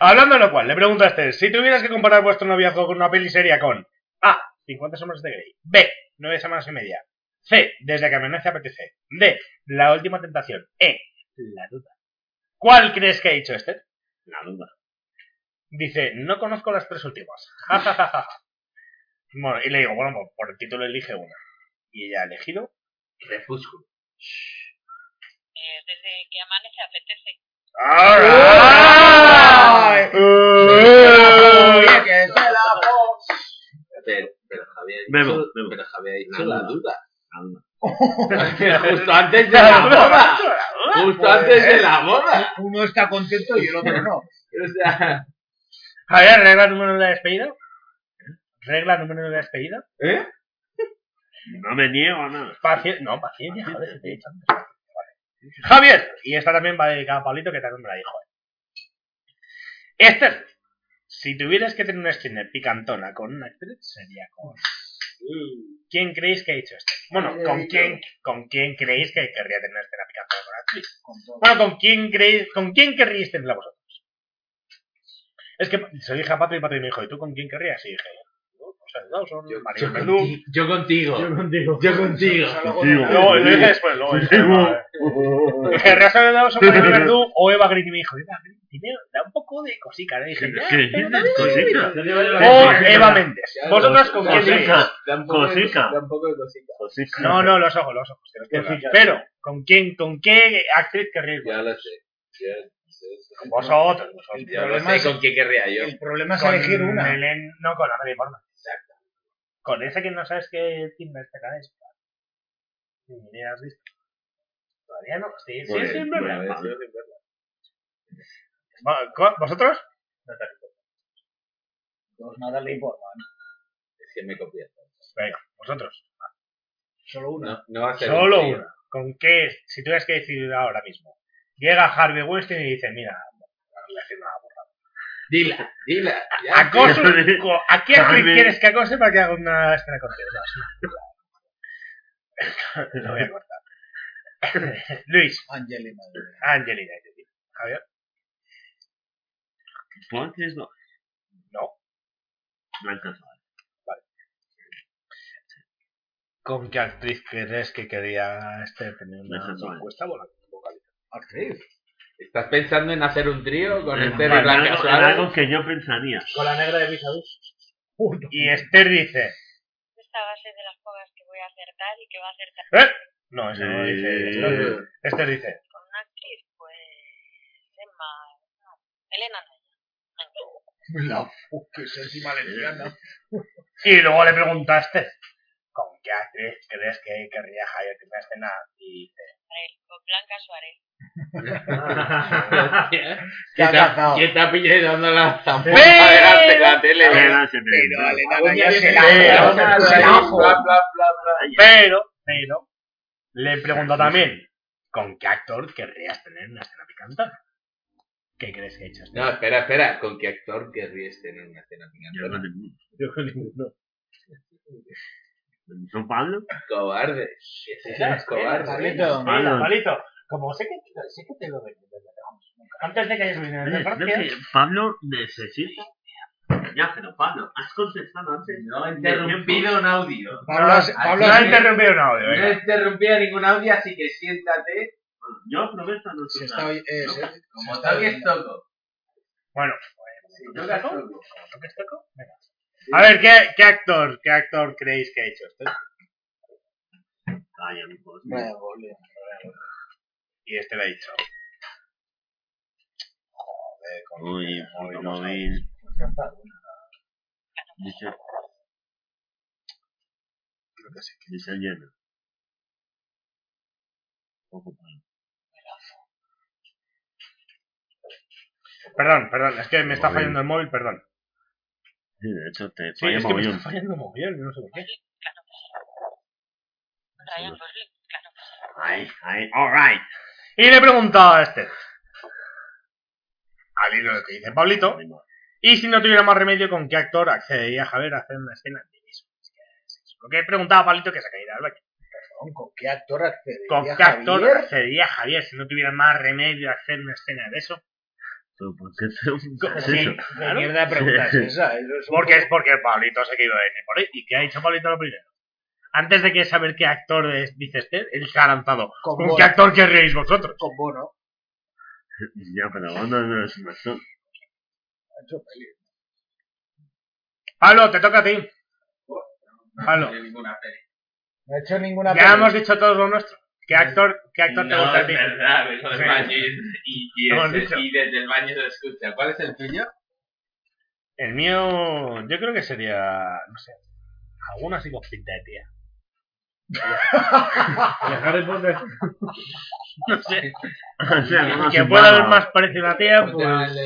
S2: Hablando de lo cual, le pregunto a Esther, si tuvieras que comparar vuestro noviazgo con una peli seria con A. 50 sombras de Grey. B. 9 semanas y media. C. Desde que amanece apetece. D. La última tentación. E. La duda. ¿Cuál crees que ha dicho Esther? La duda. Dice, no conozco las tres últimas. Ja, ja, ja, ja, ja. Bueno, y le digo, bueno, por- por el título elige una. Y ella ha elegido Crepúsculo.
S13: eh, desde que amanece apetece.
S2: ¡Alright!
S3: ¡Uy!
S13: ¡Que se la
S4: Pero, pero Javier,
S1: Memo,
S4: eso- pero Javier ha dicho
S1: La
S4: la duda. Justo antes de la boda. Pues, Justo antes de la boda.
S2: Uno está contento y el otro no.
S4: O sea,
S2: A ver, regla número de la despedida. Regla número de la despedida.
S4: ¿eh?
S12: No me niego a nada.
S2: Paci- no, paciencia, joder, te he dicho antes. Vale. Javier, y esta también va dedicada a Pablito, que también me la dijo. él. Esther, si tuvieras que tener una escena picantona con una actriz, sería con... ¿Quién creéis que ha hecho Esther? Bueno,
S12: Yo he
S2: ¿con
S12: dicho-
S2: Mm. quién, ¿con quién creéis que querría tener una escena picantona con una actriz? Bueno, ¿con quién creéis, con quién querríais tenerla vosotros? Es que se lo dije a Patri y Patri me dijo, ¿y tú con quién querrías? Y dije, no, pues las dos son María
S4: yo
S2: Verdú.
S4: conti- yo contigo. Yo
S15: contigo.
S4: Yo contigo.
S2: Luego, lo dije después, luego eh". dije, vale. Dije, Real Sociedad o María Verdú o Eva Green y me dijo, Eva Green tiene, da un poco de cosica, ¿no? Y dije, ya,
S12: ¿Qué
S2: Eh, pero
S12: dices?
S2: también es
S12: Cosica.
S2: bonito.
S12: Oh,
S2: O Eva Méndez.
S12: Claro.
S2: ¿Vosotros con quién
S12: Cosica.
S2: iríais?
S12: Tampoco es- Cosica.
S4: Tampoco es cosica.
S2: No, no, los ojos, los ojos. que los quiero ver. Pero, ¿con quién, con qué actriz querríais?
S4: Ya lo sé. Ya lo sé.
S2: Vosotros, vosotros.
S4: Ya lo sé con quién querría yo.
S2: Con Belén- no, con Amelie Portman. Exacto. Con ese que no sabes qué timbre este cara es. Ni idea has visto. Todavía no. Sí, sí,
S4: Muy
S2: sí,
S4: bien,
S2: es
S4: muy
S2: verdad.
S4: bien,
S2: Vale.
S4: sí, es
S2: Va, ¿co- ¿Vosotros?
S11: Pues nada le importa.
S4: Es que me copias.
S2: Venga, vosotros.
S11: Solo
S4: No, no va a ser
S2: Solo
S4: contigo.
S2: una. ¿Con qué? Si tuvieras que decidir ahora mismo. Llega Harvey Weinstein y dice, mira, voy a hacer una burrada.
S4: Dila, dila. ya.
S2: Acoso, co- ¿A qué actriz
S4: Harvey.
S2: quieres que acose para que haga una escena contigo? No, es una- Lo voy a cortar. Luis.
S11: Angelina.
S2: Angelina. Jolie. Javier.
S12: ¿Cuál tienes dos?
S2: No.
S12: Blanca Suárez.
S2: ¿Con qué actriz crees que quería este tener una
S12: Blanca Suárez.
S2: encuesta vocal- vocal?
S4: Actriz. ¿Estás pensando en hacer un trío con
S12: En-
S4: este
S12: en
S4: de Blanca
S12: algo- en
S4: Suárez?
S12: algo que yo pensaría.
S2: Con la negra de Visadus. Y Esther dice...
S13: Esta va a ser de las pocas que voy a acertar y que va a acertar
S2: ¿Eh? No, eso no dice.
S12: Eh.
S2: Esther. Esther dice...
S13: con una actriz, pues. Emma. no, Elena Naya. Me encanta.
S11: La fu- que es encima lesbiana.
S2: Y luego le preguntaste... ¿Con qué actriz crees que querría Javier tener una escena? Y dice...
S13: Suárez, Con Blanca Suárez.
S4: ¿Qué
S2: Ya
S4: te
S2: ha
S4: ha
S2: cazado.
S4: ¿Qué te ha pillado dando la zampa?
S2: ¡Eh!
S4: Adelante, la tele.
S12: Adelante,
S4: Pero
S2: Elena Naya se la- se la-
S4: Bla, bla, bla, bla.
S2: Pero, pero, le pregunto también, ¿con qué actor querrías tener una escena picantona? ¿Qué crees que he hecho?
S4: No, espera, espera. ¿Con qué actor querrías tener una escena picantona?
S15: Yo con ninguno.
S12: ¿Son Pablo?
S4: Cobarde. Ese es
S2: Espera,
S4: un
S2: espera,
S4: cobarde.
S2: Palito, mira,
S12: Pablo.
S2: Palito, como sé que, sé que te lo venden, te lo dejamos nunca. antes de que hayas venido
S12: Oye,
S2: de
S12: creo
S2: Francia,
S12: que Pablo necesita. Ya, pero Pablo, has contestado antes.
S4: No ha interrumpido un audio.
S2: Pablo has- Pablo has interrumpido un audio,
S4: No
S2: venga.
S4: ha interrumpido ningún audio, así que siéntate.
S12: Yo prometo no
S11: Se
S12: tocar.
S11: está oy- eh, se- se
S4: Como
S11: está
S4: toques,
S11: oyendo.
S4: toco.
S2: bueno,
S4: Si tocas,
S2: ¿Toco?
S4: toco.
S2: ¿lo que es toco? Venga. A ver, ¿qué, ¿qué actor, qué actor creéis que ha hecho esto?
S12: Ay, amigos.
S11: Vaya boludo.
S2: Y este lo ha dicho.
S12: Uy, uy, lo vi. Dice.
S11: Creo que sí.
S12: Dice lleno. Poco Pablo.
S2: Perdón, perdón, es que me está fallando el móvil, perdón.
S12: Sí, de hecho, te
S2: Sí,
S12: falla
S2: es que pues, me
S12: mogollón.
S2: está fallando mogollón, yo no sé por qué.
S13: Ryan Gosling, claro.
S12: Ahí, ahí, alright.
S2: Y le he preguntado a este. Al hilo de lo que dice Pablito. Y si no tuviera más remedio, ¿con qué actor accedería Javier a hacer una escena de mismo? Es que es eso. Lo que he preguntado a Pablito que se caería al baño.
S11: Perdón, ¿Con qué actor accedería
S2: ¿Con qué actor
S11: Javier?
S2: accedería Javier si no tuviera más remedio a hacer una escena de eso?
S1: Pero ¿por qué preguntas
S2: Sí,
S1: eso?
S2: ¿Qué mierda de preguntas es esa? Eso es un- porque es porque Pablito se que iba a venir por ahí. ¿Y qué ha dicho Pablito lo primero? Antes de que saber qué actor es, dice Esther, él se ha lanzado. ¿Con,
S16: Bono.
S2: qué actor querréis vosotros?
S16: Con Bono.
S1: Ya, pero Bono no es un actor.
S16: Ha hecho peli.
S2: Pablo, te toca a ti. Pablo.
S16: No he hecho ninguna
S2: Ya
S16: peli.
S2: hemos dicho todos lo nuestro. ¿Qué actor, qué actor te
S4: No,
S2: gusta a
S4: es
S2: ti?
S4: verdad, vengo del
S2: Sí.
S4: baño y- y, y,
S2: Hemos
S4: ese-
S2: dicho.
S4: y desde el baño se escucha. ¿Cuál es el tuyo?
S2: El mío, yo creo que sería, no sé, alguna así con pinta de tía.
S15: Harry Potter.
S2: No sé.
S1: O sea, no
S2: que
S1: hace
S2: pueda
S1: nada.
S2: haber más parecido a tía,
S4: O sea,
S2: pues...
S4: el,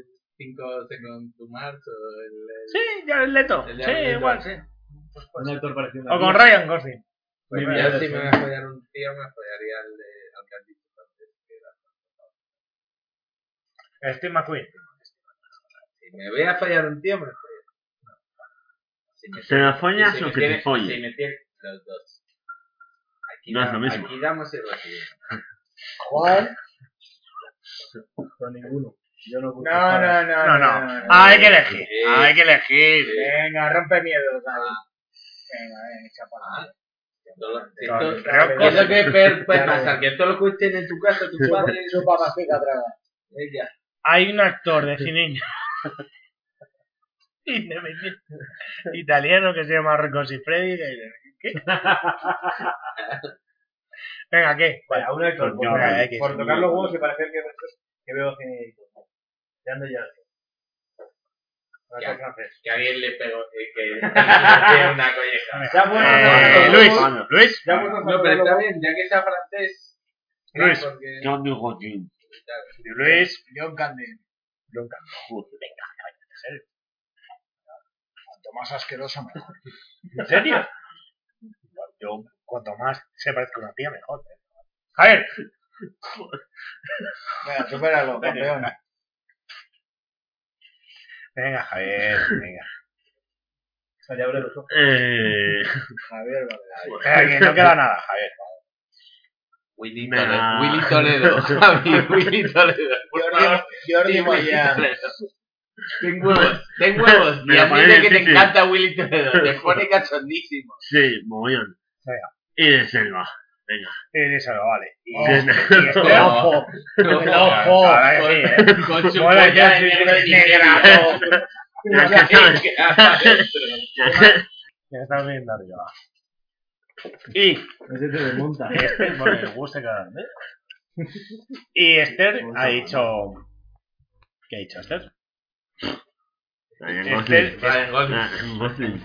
S4: eh, cinco Second to Mars o el, el-
S2: Sí, ya el Leto.
S4: El de
S2: Sí,
S4: Jared Leto.
S2: igual, sí.
S15: Un actor parecido a
S2: O
S15: mí.
S2: con Ryan Gosling.
S4: Pues
S15: Muy
S4: yo
S15: bien.
S4: si me voy a follar un tío, me follaría al de al que has dicho antes, que era-
S2: Steve McQueen.
S4: Si me voy a follar un tío, me follo. Si me-
S1: ¿Te la follas
S4: si
S1: o
S4: me
S1: que
S4: tiene-
S1: te folle?
S4: Si me tiene los dos. Aquí,
S1: No es
S4: da-
S1: lo mismo.
S4: aquí damos y recibimos.
S16: Juan.
S15: Con ninguno. Yo no ocupo
S16: No, no,
S15: espadas.
S16: no, no.
S2: Hay que elegir.
S4: Sí.
S2: Hay que elegir.
S16: Venga, rompe miedos,
S15: Ah.
S16: David. Venga, venga, echa para adelante.
S4: Esto-
S2: creo
S4: ¿qué es lo que peor puede
S16: Dale.
S4: pasar, que esto lo escuchen en tu casa, tu
S16: Chupa,
S4: padre,
S16: chupa mastica, traga.
S4: ella.
S2: Hay un actor de cine independiente italiano que se llama Rocco Freddy. ¿Qué? Venga, ¿qué? Pues
S15: Vaya, un actor. Por,
S2: Venga, Eh, hay que-
S15: por tocar los huevos y parecer que, que veo genérico. Ya ando ya.
S4: Que, a- que alguien le pegó, eh, que le una colleja.
S15: Ya bueno,
S2: Eh,
S15: no, no,
S2: Luis,
S15: no,
S1: no.
S2: Luis,
S15: Ya bueno,
S4: No, pero está bien, ya que sea francés.
S2: Luis.
S4: claro, porque-
S1: John Newton.
S2: Luis,
S16: John Candy.
S1: Joder.
S16: Cuanto más asqueroso, mejor.
S2: ¿en serio? Yo, cuanto más se parezca a una tía, mejor. ¿eh? Javier,
S16: Venga, supéralo, campeón.
S2: venga, Javier, venga.
S15: Vaya, abre los ojos.
S1: Eh,
S16: Javier, vale.
S2: Venga, Eh, que no queda nada, Javier.
S4: Willy
S1: Nah.
S4: Toledo. Willy Toledo. Javi, Willy Toledo. Por favor,
S16: Jordi
S4: sí, Willy
S16: Moyán.
S4: Toledo. Ten huevos, ten huevos.
S1: Me
S4: y
S1: la
S4: a mí
S1: ponéis
S4: que te
S1: difícil.
S4: encanta Willy Toledo. Te pone cachondísimo.
S1: sí, mogollón.
S2: Venga.
S1: Y de selva. Venga.
S2: Y eso lo vale. Y,
S1: De
S2: y este ojo. El ojo. Ahora que sí, ¿eh?
S4: Con su
S2: Mola,
S4: polla
S2: ya,
S4: de
S2: sí,
S4: negro
S2: sí,
S4: y negrazo.
S1: Ya que sabes.
S4: Que haga adentro.
S2: Me estás viendo arriba. Y
S15: Ese te desmonta.
S2: Esther, por el gusto que dan, ¿eh? Y Esther ha dicho. ¿Qué ha dicho Esther?
S1: Ryan
S2: Esther,
S1: Gosling.
S4: Ryan Gosling.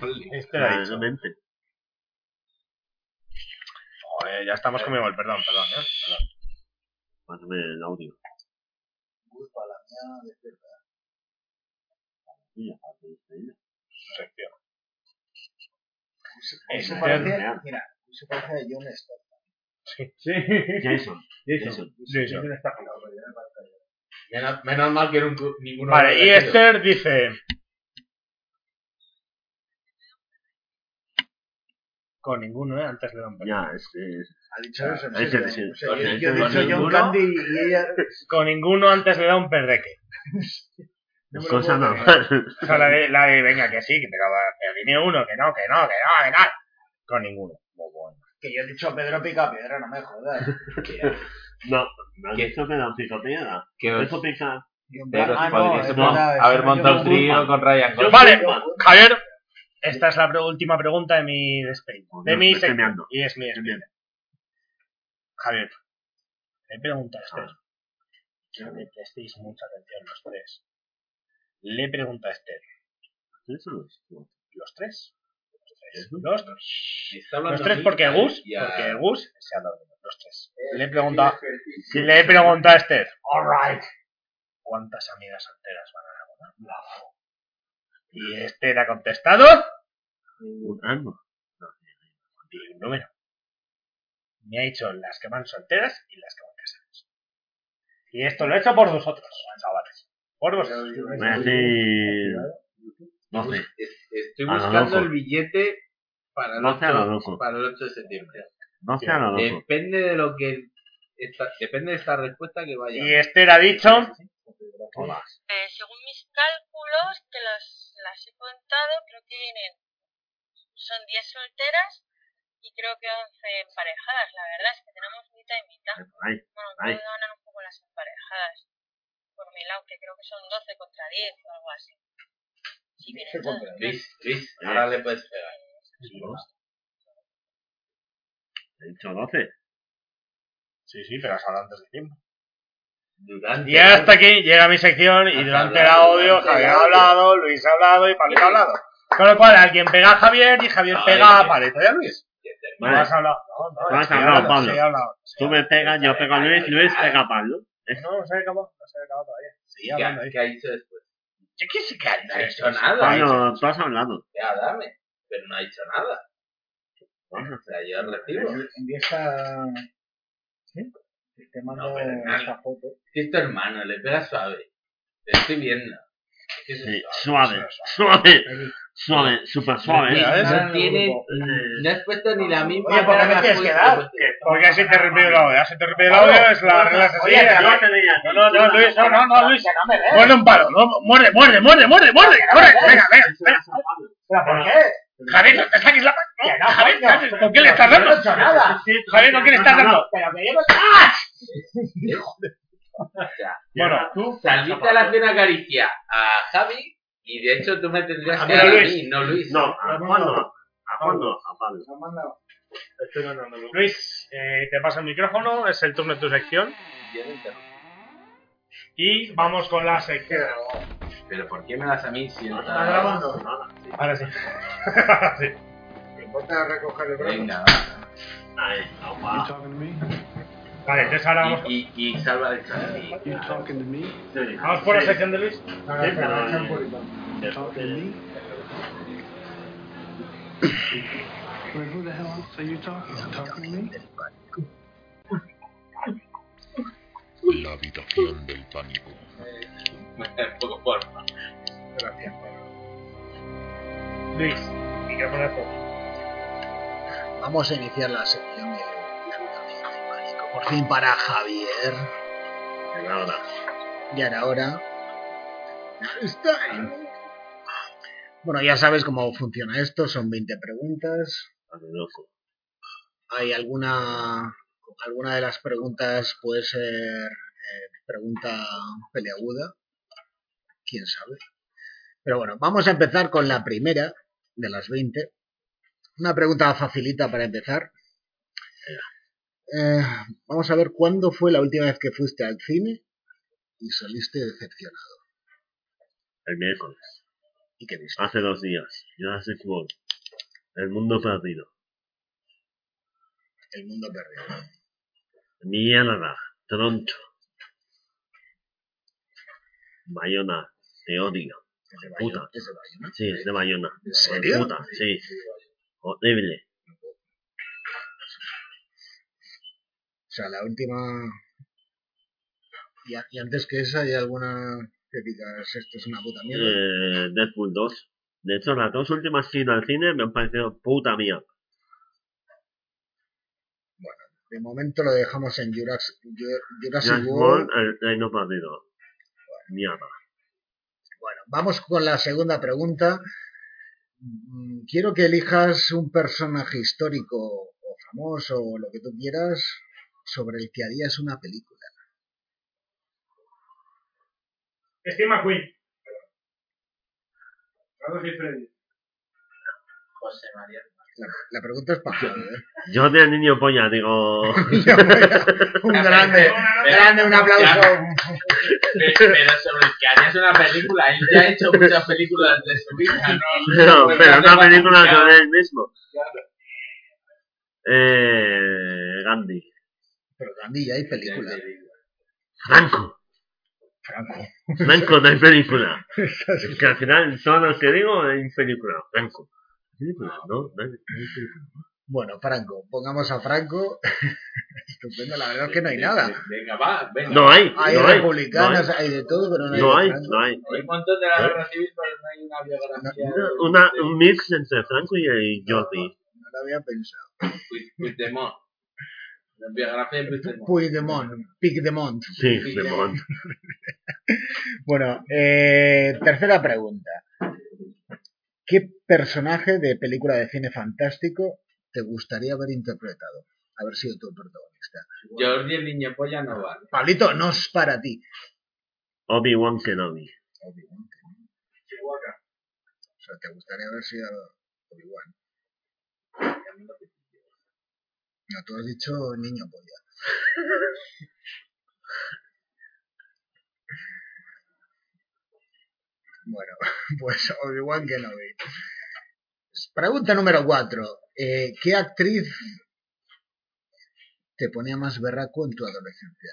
S1: Ryan Gosling.
S2: Esther ha dicho.
S1: Claramente.
S2: Joder, eh, ya estamos conmigo, perdón, perdón, ¿eh? Perdón.
S1: Pásame el audio.
S16: Culpa la mía de ser-
S1: Sí, aparte de este.
S2: Sección.
S16: Se
S2: Esther-
S16: parece, mira, se parece a John Stark.
S15: Sí.
S1: Jason. Jason.
S2: Sí, sí.
S15: Jason está con
S4: Menos, menos mal que no- ninguno.
S2: Vale,
S4: lo
S2: y
S4: ha elegido.
S2: Esther dice. Con ninguno, ¿eh? Antes le dan
S1: Ya, este es.
S16: Ha dicho eso, en
S1: Ah, ese
S16: serio.
S1: sí.
S16: O sea,
S1: Con
S16: yo-
S1: el-
S16: Yo he
S1: con
S16: dicho John
S1: ninguno.
S16: Candy y ella...
S2: Con ninguno antes le da un perreque.
S16: No me lo
S1: Cosa
S16: puedo
S1: normal.
S2: O sea, la de, la de, venga, que sí, que te acaba de línea uno, que no, que no, que no, que no. Con ninguno. Muy bueno.
S16: Que yo he dicho Pedro Picapiedra, no me jodas.
S1: No, me han
S4: ¿Qué?
S1: dicho que no pico piedra.
S4: Que
S2: Pues
S4: os-
S1: Eso pica.
S16: John
S4: pero
S3: Ah,
S16: Candy- Ah,
S4: si podríais
S16: es
S4: mo-
S16: verdad,
S4: haber
S16: es verdad,
S4: montado un
S16: John
S4: trío
S16: Goodman.
S4: con Ryan Gosling.
S2: Pues Vale, Javier, esta es la pre- última pregunta de mi despedida.
S1: Joder,
S2: De mi
S1: me estoy
S2: sección.
S1: meando.
S2: Y es mi despedida. Javier, le pregunta a Esther. Quiero que prestéis mucha atención los tres. Le pregunta a Esther.
S1: Eso no es. no.
S2: ¿Los tres? Los tres. Los tres.
S4: Está hablando
S2: Los tres
S4: a mí,
S2: porque Gus,
S4: y a-
S2: porque Gus se ha dormido. Los tres. Le he preguntado,
S16: Goodman.
S1: Sí.
S2: le he preguntado a Esther.
S16: Alright.
S2: ¿cuántas amigas solteras van a la boda? Y este le ha contestado
S1: Un año.
S2: di un número. Me ha dicho las que van solteras y las que van casadas. Y esto lo he hecho por vosotros, chavales. Por vosotros.
S1: Voy a decir. 12.
S4: Es- Estoy
S1: A lo
S4: buscando
S1: Ah, loco.
S4: el billete para el,
S1: Doce a lo
S4: 8,
S1: loco.
S4: para el 8 de septiembre.
S1: 12 a lo loco.
S4: Depende de lo que. esta- depende de esta respuesta que vaya.
S2: Y este le ha dicho
S6: Más.
S13: Eh, según mis cálculos, que los, las he contado, creo que vienen, son 10 solteras y creo que 11 emparejadas. La verdad es que tenemos mitad y mitad.
S1: Ahí,
S13: Bueno,
S1: ahí.
S13: puedo ganar un poco las emparejadas. Por mi lado, que creo que son 12 contra 10 o algo así. Si vienen
S6: Se
S13: todas.
S6: compra.
S1: Luis, Luis,
S6: ahora le puedes pegar.
S1: He dicho 12.
S29: Sí, sí, pero has hablado antes de tiempo.
S2: Y hasta aquí llega mi sección y durante el audio Javier ha hablado, Luis ha hablado y Palito ha hablado. Con lo cual, alguien pega a Javier y Javier pega a Palito y a Luis. No
S1: Vale.
S2: has hablado. No, no,
S1: Tú has
S2: sí he
S1: hablado,
S2: hablado,
S1: Pablo.
S2: sí he hablado.
S1: Tú me pegas, yo pego a Luis, Luis pega a Pablo.
S2: No, no se ha acabado, no se ha acabado todavía.
S6: ¿Qué, ha- qué ha dicho después?
S2: Yo qué sé que
S6: No ha dicho nada.
S1: Pablo, tú has hablado.
S6: Ya, dame. Pero no ha dicho nada. O sea, yo recibo.
S16: Empieza. ¿Sí? Te mando
S6: pero nada.
S16: esta foto.
S6: Si es tu hermano, le pega suave. Te estoy viendo. Es que es
S1: Sí, suave, suave, suave, súper suave.
S6: No tienes,
S1: Eh.
S6: no has puesto ni la misma.
S2: Oye, ¿por qué
S6: cara
S2: me tienes
S6: puesta.
S2: que dar? Porque has interrumpido el audio. Has interrumpido el audio, es la regla
S6: Oye,
S2: sencilla.
S6: yo te
S2: No, no, no, Luis, no, no, no, Luis. Muerde un palo, no, muerde, muerde, muerde, muerde, muerde,
S16: no me
S2: muerde.
S16: des.
S2: Venga, venga, venga.
S16: ¿Por qué?
S2: Javier, no te saques la mano. No, Javier, Javier, ¿con qué le estás
S16: Pero
S2: dando?
S16: no he hecho nada.
S2: Javier, ¿con qué le estás dando?
S16: Pero que yo no-
S2: Bueno,
S6: tú saliste a la cena caricia a Javi y de hecho tú me tendrías
S1: A
S6: que
S1: mí,
S6: dar a
S1: Luis.
S6: mí, no Luis.
S1: No, a Juan no. A Juan no, a Pablo.
S2: Luis, eh, te paso el micrófono, es el turno de tu sección.
S6: Yo no interrumpo.
S2: Y vamos con la sección.
S6: Pero ¿por qué me das a mí si no
S16: ¿Está grabando?
S2: Ahora sí.
S16: ¿Te importa recoger el brazo?
S6: Venga,
S1: Ahí, opa.
S2: Vale, entonces ahora vamos,
S6: y, y, y salva de Javi.
S2: vamos por la sección de Luis.
S16: No, no, pero
S1: pero,
S16: echa un
S1: eh,
S16: poquito.
S30: La habitación del pánico.
S6: poco forma.
S16: Gracias,
S2: Luis, micrófono de fuego.
S3: Vamos a iniciar la sección de disfrutamiento y pánico. Por fin para Javier. Ya era hora. Está ahí. Bueno, ya sabes cómo funciona esto. Son 20 preguntas. Hay alguna. Alguna de las preguntas puede ser eh, pregunta peleaguda. Quién sabe. Pero bueno, vamos a empezar con la primera de las 20. Una pregunta facilita para empezar. Eh, vamos a ver cuándo fue la última vez que fuiste al cine y saliste decepcionado.
S1: El miércoles.
S3: ¿Y qué viste?
S1: Hace dos días. Jurassic World. El mundo perdido.
S3: El mundo perdido.
S1: Mierda. Troncho. Bayona. Te odio. Puta.
S3: ¿Es de Bayona?
S1: Sí, es de Bayona.
S3: ¿En serio?
S1: Puta, sí. Horrible.
S3: O sea, la última... Y, a- y antes que esa, ¿hay alguna que digas esto es una puta mierda?
S1: Eh, Deadpool 2. De hecho, las dos últimas que he ido al cine me han parecido puta mía.
S3: De momento lo dejamos en Jurassic, Ju- Jurassic
S1: Jurassic
S3: World.
S1: World, el reino perdido. Mierda.
S3: Bueno, vamos con la segunda pregunta. Mm, Quiero que elijas un personaje histórico o famoso o lo que tú quieras sobre el que harías una película.
S2: Steve McQueen.
S6: José María.
S3: La, la pregunta es para Javi, ¿eh?
S1: Yo de niño polla digo.
S3: Un grande, grande, un aplauso.
S6: Pe- Pero sobre el que harías una película, él ya ha hecho muchas películas de su vida,
S3: Ah,
S6: ¿no?
S1: pero, pero una película
S6: Ya,
S1: sobre él mismo.
S6: claro.
S1: Eh, Gandhi.
S3: Pero Gandhi ya hay película.
S1: Franco.
S3: Franco.
S1: Franco no hay película. Es que al final son los que digo hay película. Franco. Película, ¿no? No hay, no hay película.
S3: Bueno, Franco, pongamos a Franco. Estupendo, la verdad es que no hay nada.
S6: Venga, va, venga.
S1: No hay,
S3: Hay
S1: no hay,
S3: republicanas,
S1: no hay.
S3: hay de todo, pero no hay.
S1: No
S3: de
S1: hay,
S3: Franco.
S1: no hay.
S6: Hay un montón de la guerra civil, pero no hay una biografía.
S1: Una, una- un mix entre Franco y, y Jordi.
S3: No lo había pensado.
S6: de Puigdemont.
S3: Puigdemont, Puigdemont.
S1: Sí, Puigdemont.
S3: bueno, eh, tercera pregunta. ¿Qué personaje de película de cine fantástico te gustaría haber interpretado? Haber sido tú el protagonista.
S4: Jordi el niño polla no vale.
S3: Pablito, no es para ti.
S1: Obi-Wan Kenobi.
S3: Obi-Wan Kenobi. O sea, te gustaría haber sido Obi-Wan. No, tú has dicho niño pues polla. Bueno, pues Obi-Wan Kenobi. Pregunta número 4. ¿Qué actriz te ponía más berraco en tu adolescencia?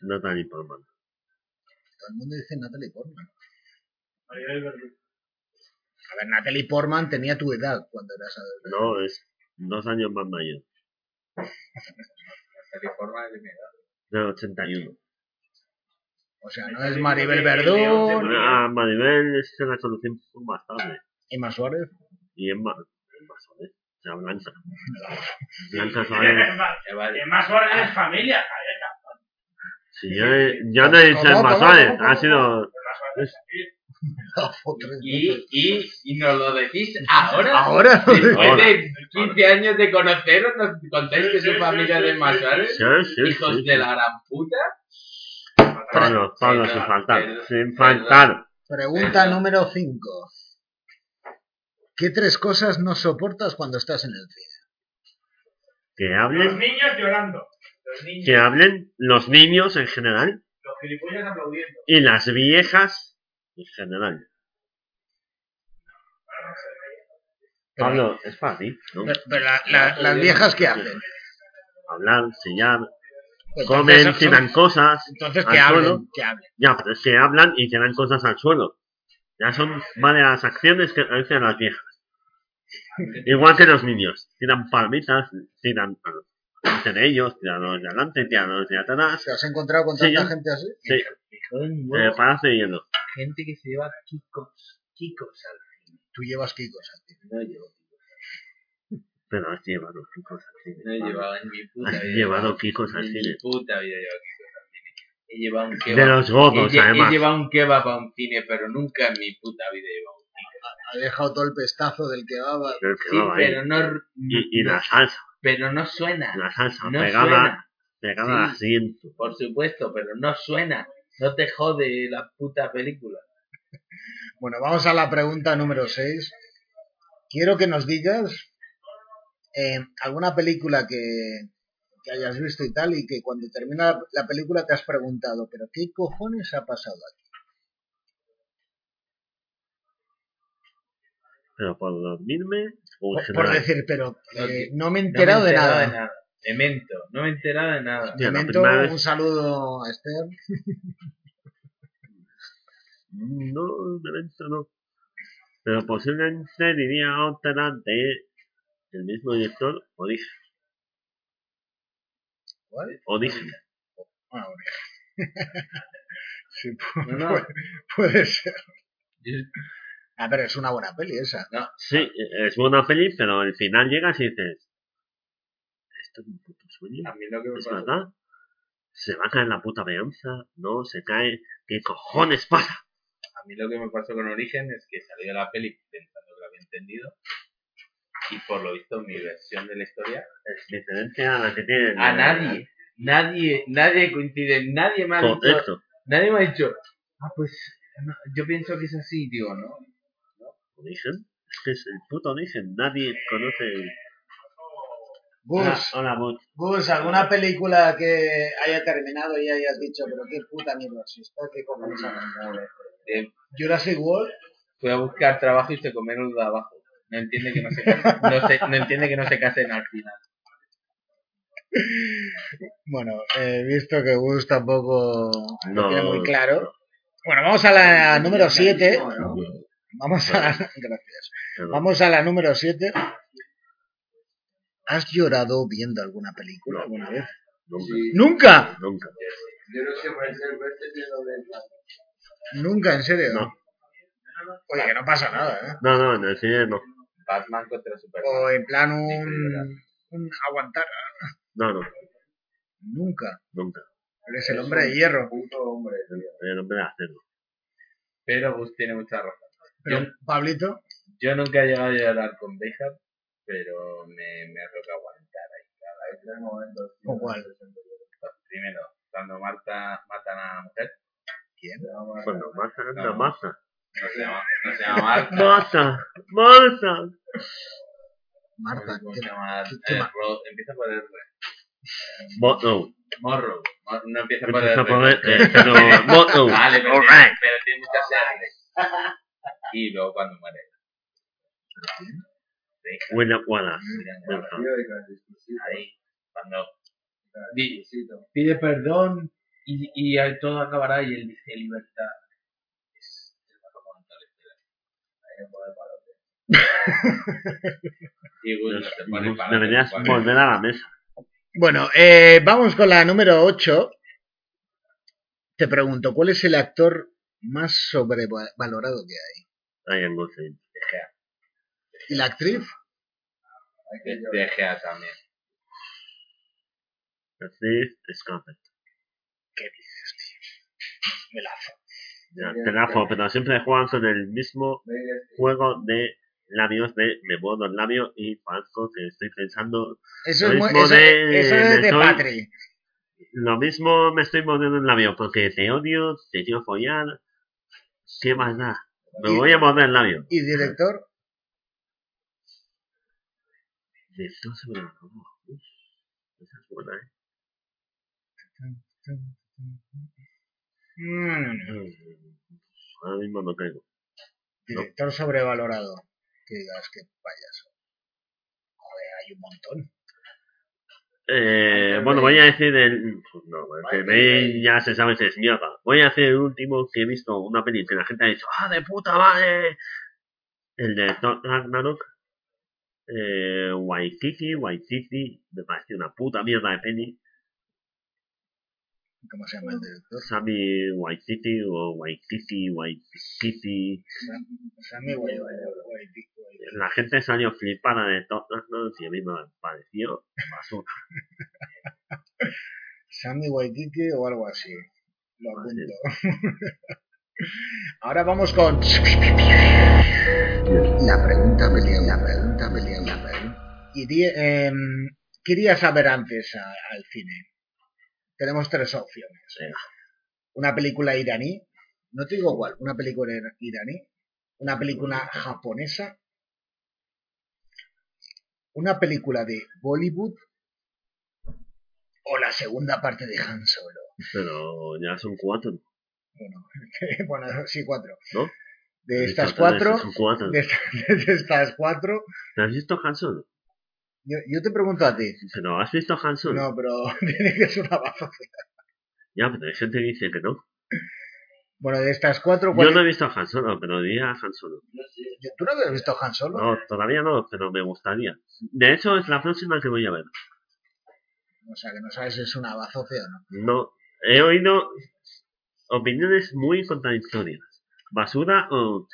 S1: Natalie Portman.
S3: Todo el mundo dice Natalie Portman.
S2: Yo
S3: A ver, Natalie Portman tenía tu edad cuando eras adolescente.
S1: No, es dos años más mayor. Del 81.
S3: O sea, no es Maribel Verdú
S1: Ah, Maribel es la solución más tarde.
S3: y más Suárez.
S1: Y es más, es más joder. O sea, Blanca. Blanca Suárez.
S2: Que más horas es familia, Javier.
S1: Sí, yo, he- yo no he dicho
S2: ¿Cómo,
S1: el
S2: cómo,
S1: más suave,
S2: cómo, cómo?
S1: ha sido.
S3: Ah,
S4: Y, y, y nos lo decís ahora.
S1: Ahora.
S4: Después
S1: Ahora.
S4: de 15 años de conoceros, nos contáis que su familia de Masares.
S1: Sí, sí,
S4: hijos
S1: sí,
S4: de
S1: sí.
S4: la gran puta.
S1: Ah, Pablo, Pablo, sin faltar. Sin faltar.
S3: Pregunta número 5. ¿Qué tres cosas no soportas cuando estás en el cine?
S1: Que
S2: Los
S1: hablen,
S2: niños llorando. Los niños.
S1: que hablen los niños en general
S2: Los gilipollas aplaudiendo.
S1: y las viejas en general. Pablo, es para ti, ¿no?
S3: Pero- pero la- la- las viejas, ¿qué hacen?
S1: Hablar, sellar,
S3: pues, Entonces,
S1: comen,
S3: son-
S1: tiran cosas.
S3: Entonces,
S1: al
S3: que
S1: suelo.
S3: hablen, que hablen.
S1: Ya, pero es que hablan y tiran cosas al suelo. Ya son varias acciones que hacen las viejas. Igual que los niños. Tiran palmitas, tiran entre ellos, tiran los de adelante, tiran los de atrás.
S3: ¿Te has encontrado con
S1: Sí,
S3: tanta
S1: yo-
S3: gente así?
S1: Sí, eh, para siguiendo.
S4: Gente que se lleva kikos. Kikos al
S3: Tú llevas Kikos al cine.
S4: No llevo.
S1: Pero has llevado Kikos al cine.
S4: No he llevado en mi puta
S1: Has
S4: vida.
S1: llevado Kikos al
S4: En
S1: cine.
S4: mi puta vida he llevado kikos al cine. He llevado un
S1: De
S4: kebab.
S1: los gordos,
S4: he, lle-
S1: además.
S4: He llevado un kebab a un cine, pero nunca en mi puta vida he llevado un
S3: Ha dejado todo el pestazo del que va. va-
S1: Pero que
S4: Sí,
S1: no, ahí.
S4: pero no-
S1: Y, y la salsa,
S4: Pero no suena.
S1: la salsa
S4: No
S1: pegada,
S4: suena.
S1: pegada
S4: Sí.
S1: al asiento.
S4: Por supuesto, pero no suena. No te jode la puta película.
S3: Bueno, vamos a la pregunta número 6. Quiero que nos digas eh, alguna película que, que hayas visto y tal, y que cuando termina la- la película te has preguntado, ¿pero qué cojones ha pasado aquí?
S1: Pero por dormirme, o en
S3: Por, por
S1: general.
S3: decir, pero
S4: No,
S3: eh,
S4: tío,
S3: Pues no me he
S4: No me
S3: enterado de nada.
S4: Memento, no me he enterado de nada.
S1: Hostia, la
S3: Momento,
S1: primera vez-
S3: un saludo a Esther.
S1: No, de momento no. Pero posiblemente diría otra de el mismo director, Origen.
S3: ¿Cuál?
S1: Origen.
S3: Ah, bueno. sí, pu-
S4: No, no.
S3: Puede, puede ser. Ah, pero es una buena peli esa.
S4: No,
S1: Sí, es buena peli, pero al final llegas y dices, esto es un puto sueño.
S4: a mí lo que me
S1: ¿Es
S4: pasó-
S1: verdad? Se va a caer la puta peonza, no, se cae. ¿Qué cojones pasa?
S4: a mí lo que me pasó con Origen es que salí de la peli pensando que lo había entendido. Y por lo visto, mi versión de la historia.
S1: Es diferente a la que tiene.
S4: A nadie. Nadie, nadie coincide. Nadie me ha dicho-
S1: Correcto.
S4: Nadie me ha dicho. Ah, pues. no, yo pienso que es así, digo, ¿no?
S1: Origen. Es que es el puto origen. Nadie conoce. el- Hola,
S3: Gus,
S1: hola, Bot.
S3: Gus, ¿alguna película que haya terminado y hayas dicho, pero qué puta mierda es esta? ¿Qué cojones ha pasado?
S4: Eh,
S3: Jurassic World,
S4: fui a buscar trabajo y se comieron los de abajo. No entiende que no se casen, no se- no entiende que no se casen al final.
S3: bueno, he visto que Gus tampoco lo
S1: No.
S3: tiene muy claro. Bueno, vamos a la Ah, número 7. Vamos a la... Gracias.
S1: Perdón.
S3: Vamos a la número 7. ¿Has llorado viendo alguna película alguna vez?
S1: Nunca.
S3: ¡Nunca!
S1: Nunca.
S31: Yo no sé por ser veces de lo del
S3: Nunca, en serio.
S1: No.
S3: Oye, que no pasa nada, ¿eh?
S1: No, no, en el cine no.
S3: Oh.
S4: Batman contra Superman.
S3: O en plan un, un aguantar.
S1: No, no,
S3: Nunca.
S1: nunca.
S3: Eres el hombre de hierro.
S1: El hombre de acero.
S4: Pero Gus tiene mucha razón.
S3: Pero,
S4: Yo-
S3: Pablito,
S4: Yo nunca he llegado a llorar con Deja, pero me, me ha tocado aguantar ahí cada vez tres momentos.
S3: ¿Con cuál?
S4: Primero, cuando Marta matan a la mujer.
S3: ¿Quién?
S1: Bueno, masa es la
S4: No.
S1: masa.
S4: No se llama, no se llama Marta.
S1: Masa, masa.
S3: Marta,
S4: ¿Cómo
S3: ¿qué-
S4: se llama?
S3: qué- qué
S4: Eh,
S3: ma-
S4: Ro- empieza por el
S1: Motto.
S4: Morro. Mor- No empieza por
S1: Empieza
S4: el
S1: por el- eh, pero Motto.
S4: Vale, pero,
S1: All
S4: tiene-
S1: right.
S4: pero tiene mucha sangre. Y luego cuando muere. Deja.
S1: Buena cuadra.
S3: Mm,
S4: Ahí, cuando di- pide perdón y, y ahí todo acabará y él dice libertad. Es el mejor momento de la historia. Ahí no puedo parar. Y bueno,
S1: Dios,
S4: se pone
S1: Gus,
S4: para
S1: Deberías
S4: adelante.
S1: volver a la mesa.
S3: Bueno, eh, vamos con la número 8. Te pregunto, ¿cuál es el actor más sobrevalorado que hay?
S1: Ahí en Gus, sí.
S3: ¿Y la actriz?
S4: De- de Gea también.
S1: Así es Scarlett.
S3: ¿Qué dices, tío? Me lazo.
S1: Ya, este. Te lazo, pero siempre juegan con el mismo juego de labios de me muevo los labios y falso que estoy pensando
S3: Eso
S1: Lo
S3: es, muy-
S1: mismo
S3: eso-
S1: de-
S3: eso es
S1: de
S3: de
S1: Soy-
S3: Patri.
S1: lo mismo me estoy mordiendo el labio porque te odio, te quiero follar. ¿Qué más da? Me
S3: Y-
S1: voy a morder el labio.
S3: ¿Y director?
S1: De esto se me la como. Uf, Esa es buena, ¿eh?
S3: Mm,
S1: Mm, Ahora mismo no caigo.
S3: director sobrevalorado. Que digas que payaso. Joder, hay un montón.
S1: Eh, bueno, voy a decir el. No, el Bay ya se sabe que es mierda. Voy a hacer el último que he visto, una peli que la gente ha dicho, ¡ah, de puta madre! El de Thor Ragnarok. Eh, Waikiki, Waikiki, me pareció una puta mierda de peli.
S3: ¿Cómo se llama el director?
S1: Sami Waikiki o Waikiki, Waikiki.
S3: Sammy Wai- Wai- Wai-
S1: La gente salió flipada de Thor Ragnarok y a mí me pareció basura.
S3: Sammy Waikiki o algo así. Lo apunto. Ahora vamos con. La pregunta me lió, la pregunta me lió, la pregunta. Iría, em, ¿Qué irías a ver antes a- al cine? Tenemos tres opciones.
S1: Venga.
S3: Una película iraní, no te digo cuál, una película ir- iraní, una película japonesa, una película de Bollywood o la segunda parte de Han Solo.
S1: Pero ya son cuatro.
S3: Bueno, bueno, sí, cuatro.
S1: ¿No?
S3: De estas
S1: Son-
S3: cuatro,
S1: Son cuatro.
S3: de, esta- de estas cuatro,
S1: ¿Te has visto Hanson?
S3: yo, yo te pregunto a ti.
S1: Pero has visto Hanson.
S3: No, pero tiene que ser una baja.
S1: Ya, pero hay gente que dice que no.
S3: Bueno, de estas cuatro,
S1: Yo
S3: ¿cuál
S1: no he
S3: es-
S1: visto a Han Solo, pero diría a Han Solo.
S3: Yo- ¿tú no habías visto Han Solo?
S1: No, todavía no, pero me gustaría. De hecho, es la próxima que voy a ver.
S3: O sea, que no sabes si es una bazofia o no.
S1: No, he oído opiniones muy contradictorias. Basura o...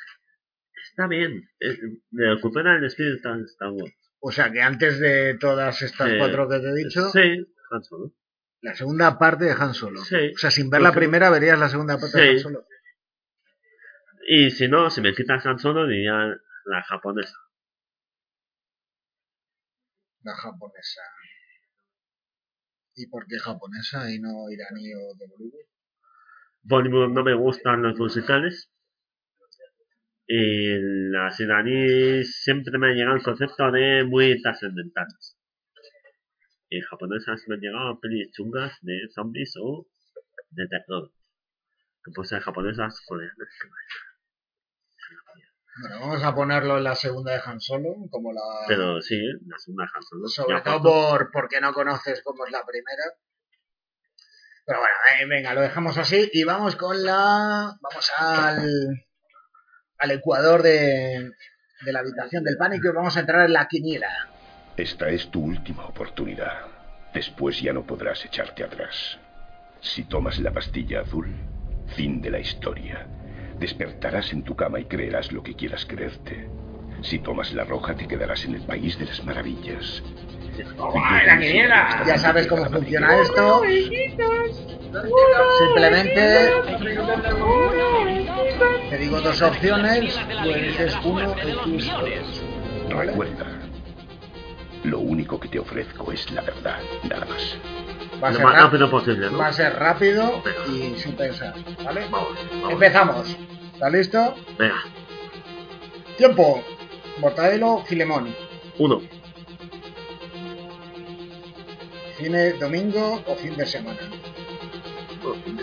S1: Está bien, eh, recupera el espíritu de Star Wars.
S3: O sea, que antes de todas estas
S1: Eh,
S3: cuatro que te he dicho,
S1: Sí, Han Solo.
S3: la segunda parte de Han Solo.
S1: Sí.
S3: O sea, sin ver
S1: Lo
S3: la
S1: que-
S3: primera, verías la segunda parte de
S1: Sí.
S3: Han Solo.
S1: Y si no, si me quitas Han Solo, diría la japonesa.
S3: La japonesa. ¿Y por qué japonesa y no iraní o de Bollywood?
S1: Bollywood no me gustan los musicales. Y las iraníes siempre me ha llegado el concepto de muy trascendentales. Y japonesas me han llegado pelis chungas de zombies o de terror. Que pueden ser japonesas, coreanas. que vaya.
S3: Bueno, vamos a ponerlo en la segunda de Han Solo, como la...
S1: Pero sí, la segunda canción. ¿no?
S3: Sobre
S1: Ya
S3: todo
S1: puesto.
S3: por, porque no conoces cómo es la primera. Pero bueno, eh, venga, lo dejamos así y vamos con la. Vamos al. al Ecuador de, de la habitación del pánico y vamos a entrar en la quiniela.
S30: Esta es tu última oportunidad. Después ya no podrás echarte atrás. Si tomas la pastilla azul, fin de la historia. Despertarás en tu cama y creerás lo que quieras creerte. Si tomas la roja, te quedarás en el país de las maravillas.
S2: la quiniela!
S3: Ya sabes cómo funciona esto. Simplemente te digo dos opciones, tú eliges uno y tú escoges.
S30: Recuerda, lo único que te ofrezco es la verdad, nada más.
S3: Va a
S1: Lo
S3: ser
S1: más
S3: rap-
S1: rápido posible, ¿no?
S3: Va a ser rápido y sin pensar, ¿vale? Empezamos. ¿Está listo?
S1: Venga,
S3: Tiempo. Mortadelo, Filemón.
S1: uno.
S3: Cine domingo o fin de semana.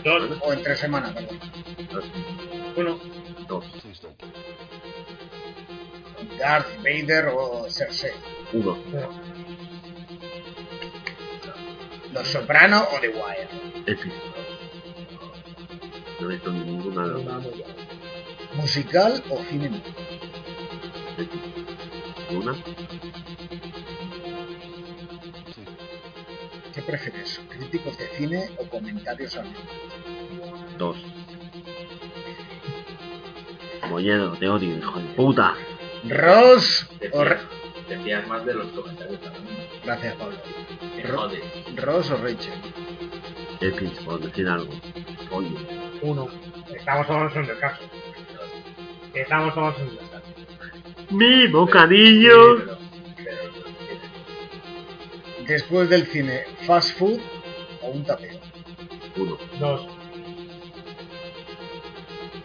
S1: Dos.
S3: O entre semana, perdón.
S1: Uno. Dos.
S3: Darth Vader o Cersei.
S1: Uno.
S3: Los Soprano o The Wire.
S1: En fin. No he visto ninguna de las dos.
S3: Musical o cine mudo.
S1: Una.
S3: ¿Qué prefieres? ¿Críticos de cine o comentarios al mundo?
S1: Dos. Molledo, te odio, hijo de puta.
S3: Ross o Re-
S4: Te fías más de los comentarios también.
S3: Gracias, Pablo.
S4: Te
S3: Ro-
S4: jodes.
S3: Ross o Rachel.
S1: X, por decir algo. Coño.
S2: Uno. Estamos todos en descanso. Estamos todos en descanso.
S1: ¡Mi bocadillo!
S3: Después del cine, fast food o un tapeo.
S1: Uno.
S2: Dos.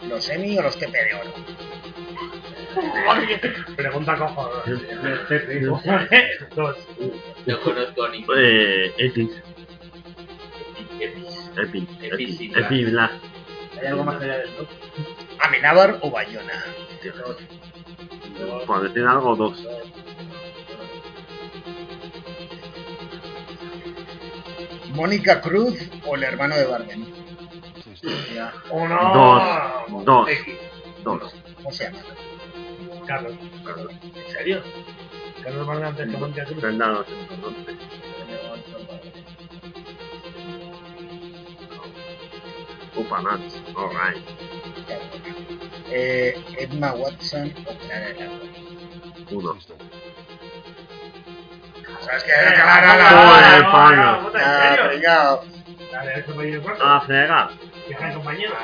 S3: ¿Los Emmy o los TP de oro?
S2: Pregunta cojones. Dos.
S4: No conozco ni.
S1: Eh, X. Epi.
S4: Epi,
S1: Epi.
S4: sí, claro.
S1: Epi, Black.
S3: ¿Hay algo más allá de esto? ¿Amenábar o Bayona?
S1: Por decir algo, dos.
S3: ¿Mónica Cruz o el hermano de Barden?
S1: Dos. Dos. Dos.
S3: ¿Cómo se llama?
S2: Carlos.
S1: ¿En serio?
S2: Carlos Vargas antes que Monte Cruz.
S1: Fernando, entonces. Upa, man. All right.
S3: Eh, Edma Watson o Clara Lago.
S1: Uno.
S3: ¿Sabes qué?
S2: Eh,
S3: Clara
S1: joder,
S3: Lago.
S1: Pablo.
S2: puta, ¿en serio?
S3: Ah, pringao.
S2: Dale, eso me dio cuenta.
S1: Ah, frega.
S2: Ya eran compañeros.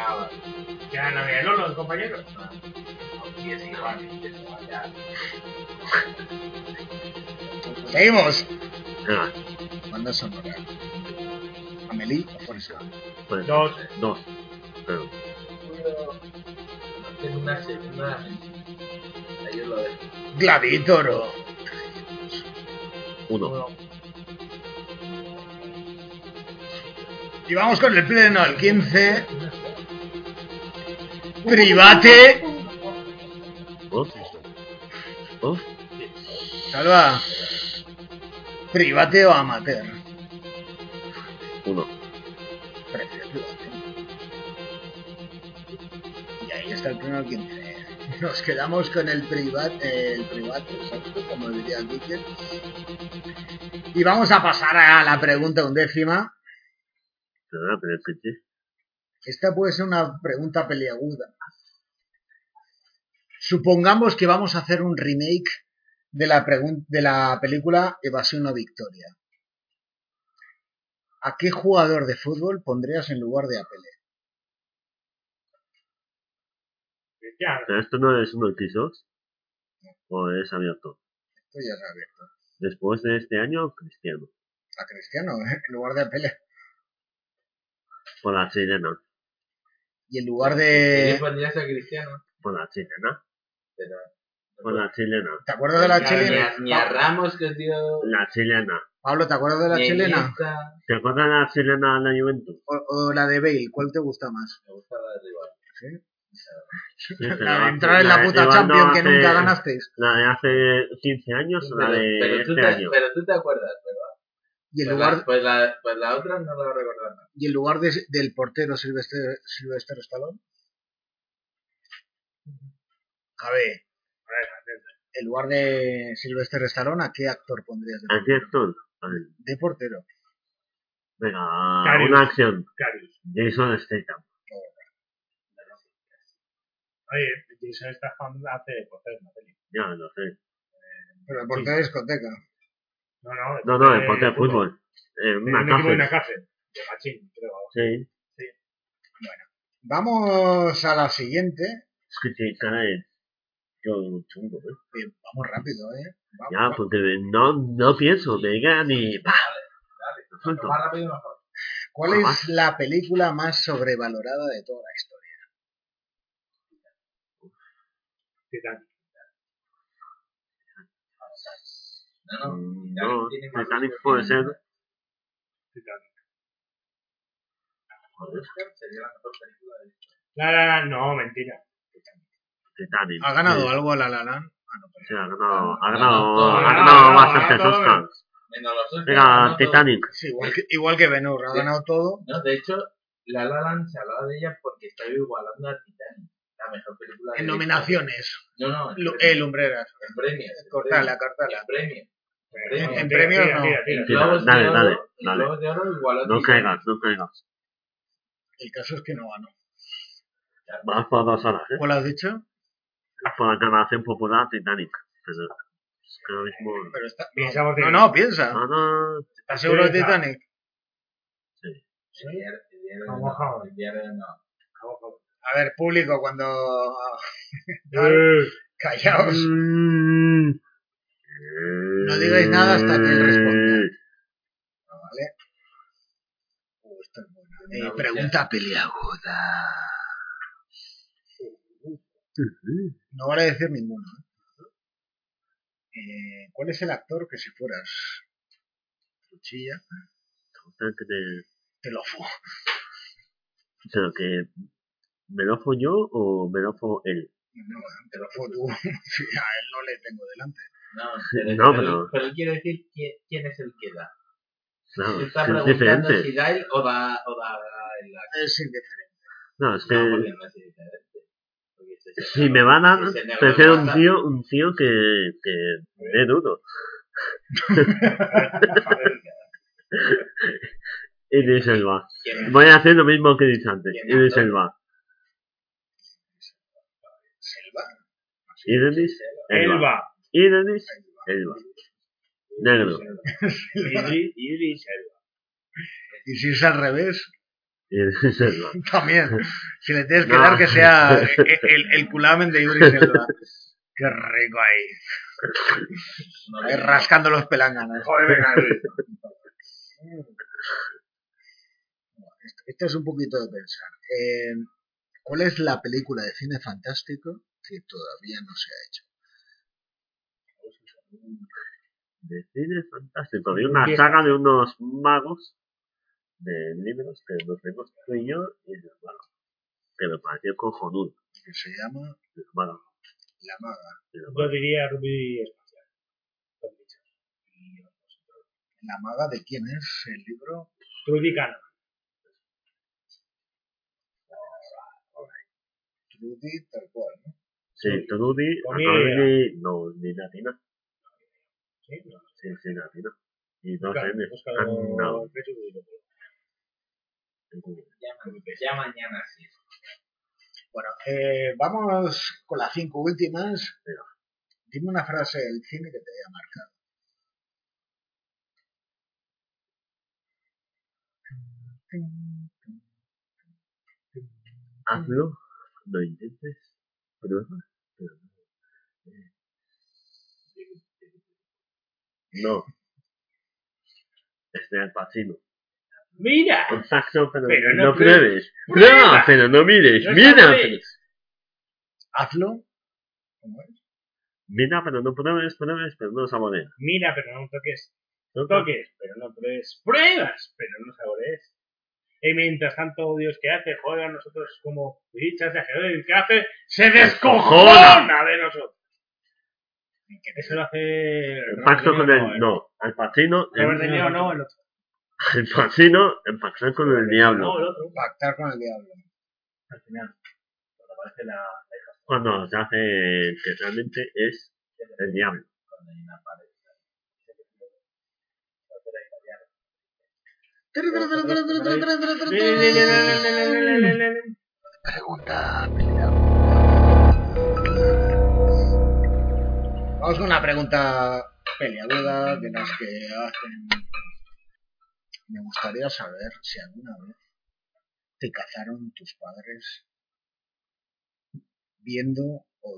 S2: Ya no había no, los compañeros.
S3: Seguimos.
S1: Venga,
S3: Banda sonora. Amelie o Forrest Gump.
S1: pues,
S2: Dos.
S1: Dos. Pero,
S4: En una segunda. Ayer lo dejé.
S3: Gladiator o
S1: uno.
S3: Y vamos con el pleno al 15. Private.
S1: Dos. Dos.
S3: Salva. Private o amateur.
S1: Uno.
S3: Prefiero private. Y ahí está el pleno al 15. Nos quedamos con el private, el private, exacto, como diría el Wicked. Y vamos a pasar a la pregunta undécima.
S1: Pero, pero, pero,
S3: Esta puede ser una pregunta peliaguda. Supongamos que vamos a hacer un remake de la, pregun- de la película Evasión o Victoria. ¿A qué jugador de fútbol pondrías en lugar de a Pelé?
S2: Cristiano.
S1: pero esto no es uno X2. O es abierto.
S3: Esto ya es abierto.
S1: Después de este año, Cristiano.
S3: A Cristiano, ¿eh? en lugar de a Pelé.
S1: Por la chilena.
S3: Y en lugar
S4: ¿Qué
S3: de...
S4: pondrías a Cristiano?
S1: Por la chilena.
S4: Pero-
S1: Por la chilena.
S3: ¿Te acuerdas de la
S4: Ni a-
S3: chilena?
S4: Ni a Ramos que dio.
S1: La chilena.
S3: Pablo, ¿te acuerdas de la
S4: ni a
S3: chilena?
S4: Iniesta.
S1: ¿Te acuerdas de la chilena de la Juventus?
S3: O, o la de Bale, ¿cuál te gusta más?
S4: Me gusta la de rival.
S3: La de entrar en la puta Champions que nunca ganasteis.
S1: La de hace 15 años o la de
S4: Pero, tú
S1: este
S4: te,
S1: año.
S4: pero tú te acuerdas, ¿verdad?
S3: Y en
S4: Pues
S3: lugar,
S4: la, pues, la, pues la otra no la recuerdo. nada.
S3: y en lugar de- del portero Silvestre, Silvestre Stallone. A ver, en lugar de Silvestre Stallone, ¿a qué actor pondrías de,
S1: ¿A qué actor? Vale.
S3: de portero?
S1: Venga,
S2: Carius.
S1: una acción.
S2: Carius.
S1: Jason Statham.
S2: Oye, Jason está jugando hace de portero en la peli.
S1: Ya, no sé.
S3: Pero el portero de discoteca.
S2: No, no,
S1: No, no, el portero de fútbol. En
S2: En
S1: una
S2: Eh, un equipo de una
S1: cárcel.
S2: cárcel. De machín, creo.
S1: Sí.
S3: Vamos a la siguiente.
S1: Es que tiene cara de. Yo, chungo, ¿eh?
S3: Bien, vamos rápido, ¿eh? Vamos,
S1: Ya, porque no, no pienso, me llega ni. ¡Pah! Lo suelto.
S3: ¿Cuál es la película más sobrevalorada de toda la historia?
S2: Titanic.
S1: Mm, No, Titanic puede ser.
S2: La, la, la, no, mentira.
S1: Titanic.
S3: ¿Ha ganado
S1: Sí.
S3: algo la La Land?
S1: Sí, ha ganado, ha
S3: No,
S1: ganado,
S3: no,
S1: ha
S3: no,
S1: ganado
S3: no,
S1: más
S3: no,
S1: que
S3: no,
S1: Oscar.
S4: Venga, los dos que han
S1: Venga,
S4: ganado
S1: Titanic.
S3: Sí, igual que, igual que Benur, ha
S4: Sí.
S3: ganado todo.
S4: No, de hecho, La La Land se hablaba de ella porque está igualando a Titanic, la mejor película de
S3: En
S4: la
S3: nominaciones.
S4: historia. No, no,
S3: Lu-
S4: premios.
S3: eh, lumbreras.
S4: En premios. en
S3: Cortala,
S4: premios,
S3: cortala.
S4: En premios. En premios.
S3: En premios no.
S4: En
S1: Tira,
S4: Globos de
S1: dale,
S4: Oro-
S1: dale,
S4: en
S1: dale.
S4: Globos de Oro igualó a
S1: No
S4: Titanic.
S1: caigas, no caigas.
S3: El caso es que no ganó.
S1: Vas por dos horas, ¿eh?
S3: ¿Cuál has dicho?
S1: Vas por la aclamación popular Titanic. Pero es que ahora mismo.
S3: Pero está...
S2: Piensa por
S3: No,
S2: Titanic.
S3: no, piensa.
S1: No, no.
S3: ¿Estás seguro de
S2: Piensa.
S3: Titanic?
S4: El diario- el diario
S2: Como
S4: no,
S2: Howard.
S4: el diario no.
S3: A ver, público, cuando... ah,
S2: Eh,
S3: Callaos.
S1: No
S3: digáis nada hasta que él responda. ¿Vale? Uh, esto es bueno. Eh,
S4: Una
S3: pregunta peliaguda. No vale decir ninguno. ¿eh? Eh, ¿Cuál es el actor que si fueras cuchilla
S1: que te-
S3: te lo fu?
S1: Pero que. ¿Me lo fo yo o me lo fo él?
S3: No, te lo fu tú. Sí, a él no le tengo delante.
S4: No,
S1: Sí,
S4: pero,
S1: no,
S4: pero,
S1: pero-
S4: pero quiero decir quién, quién es el que da.
S1: Claro,
S4: Se
S1: es
S4: está
S1: que es
S4: preguntando
S1: diferente.
S4: si da él o da, o da el actor.
S3: Es indiferente.
S1: No, es
S4: No, porque
S1: que.
S4: no es diferente. Porque ese es
S1: Si
S4: el
S1: me
S4: negro.
S1: van a dar,
S4: Ese negro
S1: prefiero un
S4: mata.
S1: tío, un tío que, que dé duro. y Selva.
S4: ¿Quién?
S1: Voy a hacer lo mismo que he dicho antes.
S4: ¿Quién?
S1: Idris Selva.
S3: Selva.
S1: Idris Elba.
S2: Elba.
S1: Idris Elba. Negro.
S2: Idris Idris Elba.
S3: Y si es al revés,
S1: Idris Elba.
S3: también. Si le tienes que
S1: No.
S3: dar que sea el, el- el culamen de Idris Elba. Qué rico ahí.
S4: No
S3: Ahí
S4: tiene-
S3: rascando los pelánganos.
S2: Joder, venga, Luis.
S3: Esto es un poquito de pensar. Eh, ¿Cuál es la película de cine fantástico que todavía no se ha hecho?
S1: De cine fantástico. Había una saga de unos magos de libros que nos vemos tú y yo y los magos. Que me pareció cojonudo.
S3: Que se llama
S1: Los magos.
S3: La Maga.
S2: Yo
S1: Los magos.
S2: diría Ruby Espacial. Lo he dicho.
S3: ¿La Maga de quién es el libro?
S2: Ruby Cano.
S3: Trudy, tal cual. ¿no?
S1: Sí, Trudy,
S2: Con
S1: Antonelli, no, ni latina.
S2: Sí, no.
S1: Sí, sí, latina. Y dos
S2: Busca-
S1: N.
S2: búscalo en
S1: No,
S2: Facebook y lo pongo.
S1: en Google.
S4: Ya, ya mañana sí.
S3: Bueno, eh, vamos con las cinco últimas. Dime una frase del cine que te haya marcado.
S1: Hazlo, lo intentes, prueba, pero no. Eh, No. Este Es de Al Pacino.
S2: Mira.
S1: Un saxo, pero,
S2: Pero
S1: no,
S2: no
S1: pruebes.
S2: pruebes.
S1: Prueba, pero no mires.
S2: No
S1: mira,
S2: sabes.
S1: pero,
S3: Hazlo. ¿Cómo es?
S1: mira, pero no pruebes, pruebes, pero no saboreas.
S2: Mira, pero no toques.
S1: No
S2: Toques, pero no pruebes. Pruebas, pero no saborees. Y mientras tanto, Dios, ¿qué hace? Joder, a nosotros como fichas de ajedrez, ¿qué hace? ¡Se descojona de nosotros! Eso lo hace...
S1: El pacto con
S2: eh.
S1: el no. Al Pacino,
S2: Robert De Niro
S1: el,
S2: no, el otro.
S1: el Pacino, el pacto con el
S2: No,
S1: diablo.
S2: el otro.
S3: Pactar con el diablo.
S2: Al final. Cuando aparece la... la hija.
S1: Cuando se hace que realmente es el diablo.
S3: Vamos con una pregunta peleaguda, de las que hacen... Me gustaría saber si alguna vez te cazaron tus padres viendo o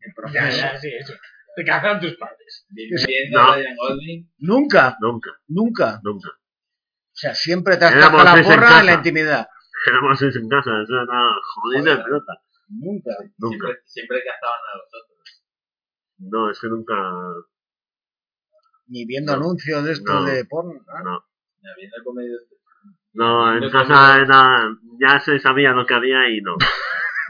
S3: el
S2: Ya, ya, sí, eso. Te cazan tus padres.
S3: Viendo a Ryan Nunca. Nunca. Nunca.
S1: Nunca.
S3: O sea, siempre te has
S1: Éramos
S3: cazado la
S1: seis en
S3: porra en la
S1: casa.
S3: intimidad.
S1: Éramos seis en casa, eso era jodida
S3: Joder.
S1: pelota.
S3: Nunca.
S1: Nunca.
S4: Siempre cazaban a los otros.
S1: No, es que nunca.
S3: Ni viendo anuncios de esto
S1: No.
S3: de porno. ¿no?
S1: No.
S4: Me habiendo comido
S1: No, en
S4: No
S1: casa era. Ya se sabía lo que había y no.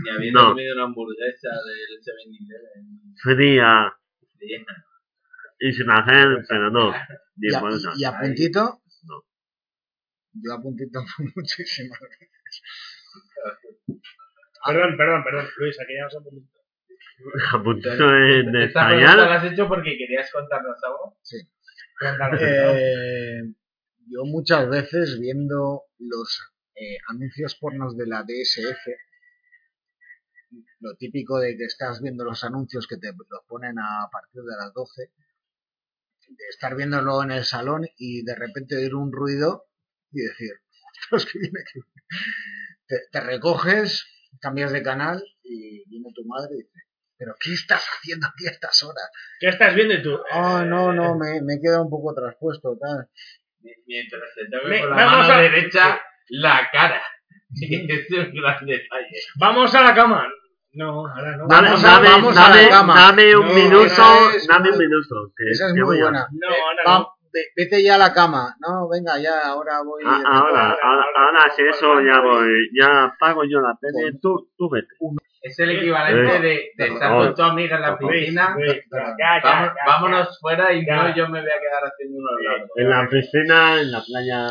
S4: Ni habiendo
S1: No.
S4: comido una hamburguesa del 7-Eleven.
S1: Fría
S4: Sí.
S1: y sin hacer, pero no. Ni
S3: Y a,
S1: por eso.
S3: y a puntito.
S1: No.
S3: Yo a puntito muchísimas veces.
S2: Perdón, perdón, perdón, Luis, aquí ya nos hemos visto.
S1: A puntito de, de
S4: Esta pregunta la
S1: estallar.
S4: has hecho porque querías contarnos algo.
S3: Sí.
S2: Cuéntanos,
S3: Eh, yo muchas veces viendo los eh, anuncios pornos de la DSF, lo típico de que estás viendo los anuncios que te los ponen a partir de las 12, de estar viéndolo en el salón y de repente oír un ruido y decir, "Ostras, que viene aquí". Te, te recoges, cambias de canal y viene tu madre y dice, ¿pero qué estás haciendo aquí a estas horas?
S2: ¿Qué estás viendo tú?
S3: Ah, no, no, me, me he quedado un poco traspuesto, tal.
S4: Mientras te toque
S2: Me-
S4: con la
S2: vamos
S4: mano
S2: a-
S4: derecha la cara. es un gran detalle.
S2: Vamos a la cama. No, ahora no.
S1: Dame,
S2: Vamos a-
S1: dame,
S2: vamos a la
S1: dame,
S2: cama.
S1: dame un
S2: No,
S1: minuto,
S2: esa es-
S1: dame un minuto. Que,
S3: Esa es
S1: que
S3: muy
S1: voy a-
S3: buena.
S2: No,
S3: Eh,
S2: ahora
S3: va-
S2: no.
S3: ve- vete ya a la cama. No, venga, ya, ahora voy.
S1: Ah, ahora, ahora, ahora, si eso ya voy, ya pago yo la tele, eh, tú, tú vete.
S4: Es el equivalente
S1: Eh,
S4: de, de estar
S1: perdón.
S4: con tu amiga en la
S1: Perdón.
S4: piscina.
S2: Luis, ya, ya,
S4: Vamos-
S2: ya, ya.
S4: vámonos fuera y
S2: Ya.
S4: no yo me voy a quedar haciendo unos largos.
S1: En la piscina, en la playa.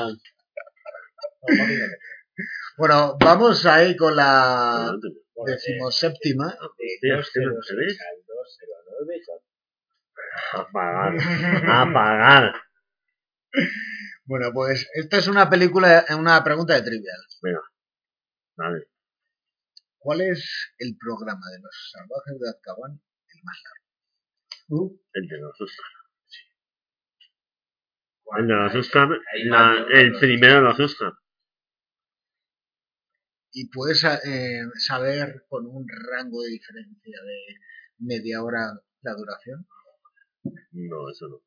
S3: Bueno, vamos ahí con la decimoséptima.
S1: Hostia, es que no se ve. Apagar, apagar.
S3: Bueno, pues esta es una película, una pregunta de trivial.
S1: Venga, vale.
S3: ¿Cuál es el programa de los salvajes de Azkaban el más largo?
S1: El de los Oscar. El de los Oscar, la- el primero de los Oscar.
S3: Y puedes eh, saber con un rango de diferencia de media hora la duración.
S1: No, eso no.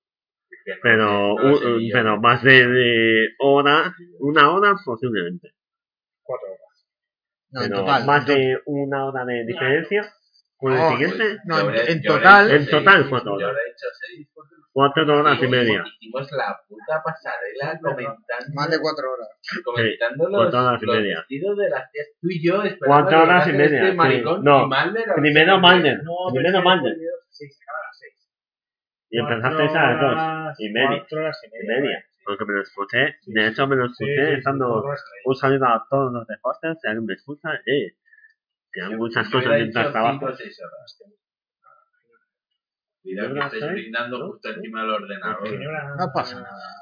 S4: Que
S1: Pero,
S4: no lo sé
S1: un-
S4: ni yo.
S1: pero más de, de hora, una hora posiblemente.
S2: Cuatro horas.
S3: No, en
S1: Pero
S3: total. Ah, pues,
S1: más
S3: en to-
S1: de una hora de diferencia con el
S3: No,
S1: siguiente.
S3: no, en,
S4: Pues, Yo habré-
S3: en
S4: yo habré
S3: total.
S4: hecho
S1: En
S4: seis,
S1: total, cuatro
S4: Yo
S1: horas.
S4: habré hecho seis. porque
S1: Cuatro horas y
S4: hicimos-
S1: media.
S4: Hicimos la puta pasarela comentando.
S3: Más de cuatro horas.
S4: comentando los,
S1: cuatro horas y
S4: los
S1: media.
S4: vestidos de las tías. Tú y yo esperando
S1: Cuatro
S4: que
S1: horas y
S4: llegase
S1: media.
S4: Este
S1: sí.
S4: maricón
S1: No,
S4: y Mulder a ver
S1: primero
S4: si-
S1: Malden.
S2: No,
S4: pues
S2: pero
S1: Primero
S2: es que
S1: Malden.
S2: he Sí, se acaba a las seis.
S1: Y empezaste
S2: Cuatro
S1: a las
S2: horas,
S1: dos y media.
S2: Cuatro horas y
S1: Y
S2: media.
S1: media. Porque me lo escuché. De hecho, me lo
S2: Sí,
S1: escuché
S2: sí, sí,
S1: estando.
S2: cuatro horas y media.
S1: Un saludo a todos los de Hostel. Si alguien me escucha, eh. Que hay muchas
S4: Yo
S1: cosas
S4: hubiera
S1: mientras
S4: dicho cinco
S1: trabajo.
S4: o seis horas. Cuidado que
S1: Yo
S4: estáis
S1: no sé.
S4: brindando justo encima del ordenador.
S3: No pasa nada.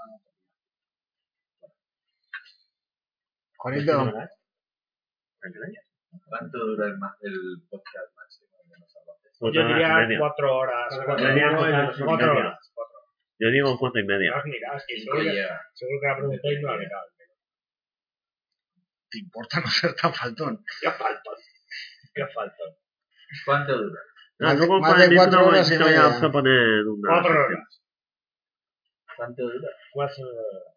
S3: Juanito,
S4: ¿Cuánto dura el, ma- el podcast máximo? de los salvajes?
S1: Cuatro
S2: Yo
S1: horas y
S2: diría
S1: media.
S2: cuatro horas. Cuatro
S1: Media,
S2: horas.
S1: cuatro horas y
S2: Cuatro
S1: media.
S2: horas. cuatro horas.
S1: Yo digo cuatro y
S2: No
S1: media.
S2: has mirado, es que
S4: ¿Quién
S2: seguro
S4: que
S2: que-
S4: llega?
S2: seguro que la preguntáis no la mirado.
S3: ¿te importa no ser tan faltón?
S2: Qué faltón. Qué faltón.
S4: ¿Cuánto dura?
S1: No,
S3: Más de-
S1: luego
S3: más
S1: para
S3: de
S1: el título
S3: cuatro horas y
S1: voy a
S3: media.
S1: proponer una.
S2: Cuatro
S1: sección.
S2: horas.
S4: ¿Cuánto dura?
S2: Cuatro horas.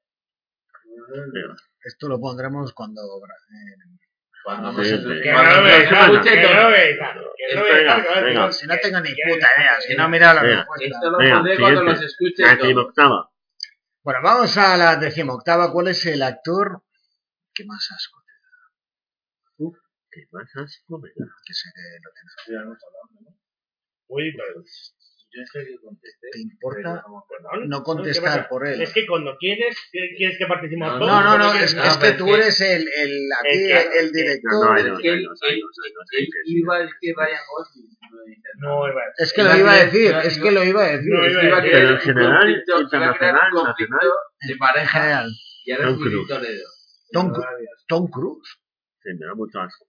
S3: Esto lo pondremos cuando eh,
S4: Cuando
S1: Ah, Sí,
S4: se-
S1: sí.
S2: Que
S4: cuando
S2: no lo
S4: se
S2: veis,
S4: escuche
S2: que
S4: todo.
S2: no lo veis, claro, que no lo veis,
S1: Venga,
S2: claro, que
S1: venga.
S2: no
S3: si no tengo ni
S2: que-
S3: puta idea, si no he mirado la
S1: Venga.
S3: respuesta.
S4: Esto lo
S1: Venga,
S4: pondré cuando
S1: siguiente.
S4: los
S1: La
S4: escuche todo.
S1: decimoctava.
S3: Bueno, vamos a la decimoctava. ¿Cuál es el actor que más asco? te
S1: ¿Qué más asco me da?
S3: da? Que sé que lo tienes.
S2: Uy, pero-
S4: Yo sé que contesté.
S3: ¿Te importa?
S4: pero no me acuerdo.
S2: perdón,
S3: No
S2: ¿qué
S3: contestar
S2: pasa?
S3: por él.
S2: Es que cuando quieres, que- quieres que participemos
S4: No,
S2: todos.
S3: No, no, no,
S2: Porque-
S3: es,
S4: No,
S3: es
S4: pero
S3: que
S4: es
S3: tú
S4: que-
S3: eres el, el, aquí,
S2: es que-
S3: el, el
S1: No,
S3: director.
S1: no,
S4: Pero es que él- él- él iba el que Ryan Gosling. lo dice,
S2: No, iba a decir.
S3: Es que lo iba a decir, es que lo iba a decir.
S2: No,
S3: es
S2: iba
S3: que
S2: a
S3: iba a
S2: decir.
S3: creer
S1: Pero en general,
S4: conflicto, iba a crear un
S1: internacional,
S4: conflicto
S1: nacional.
S4: de
S3: en
S4: pareja
S3: general.
S4: y ahora es
S1: Tom Cruise.
S4: Willy Toledo.
S3: Tom, Cru- Tom Cruise.
S1: Sí, me da mucho asco.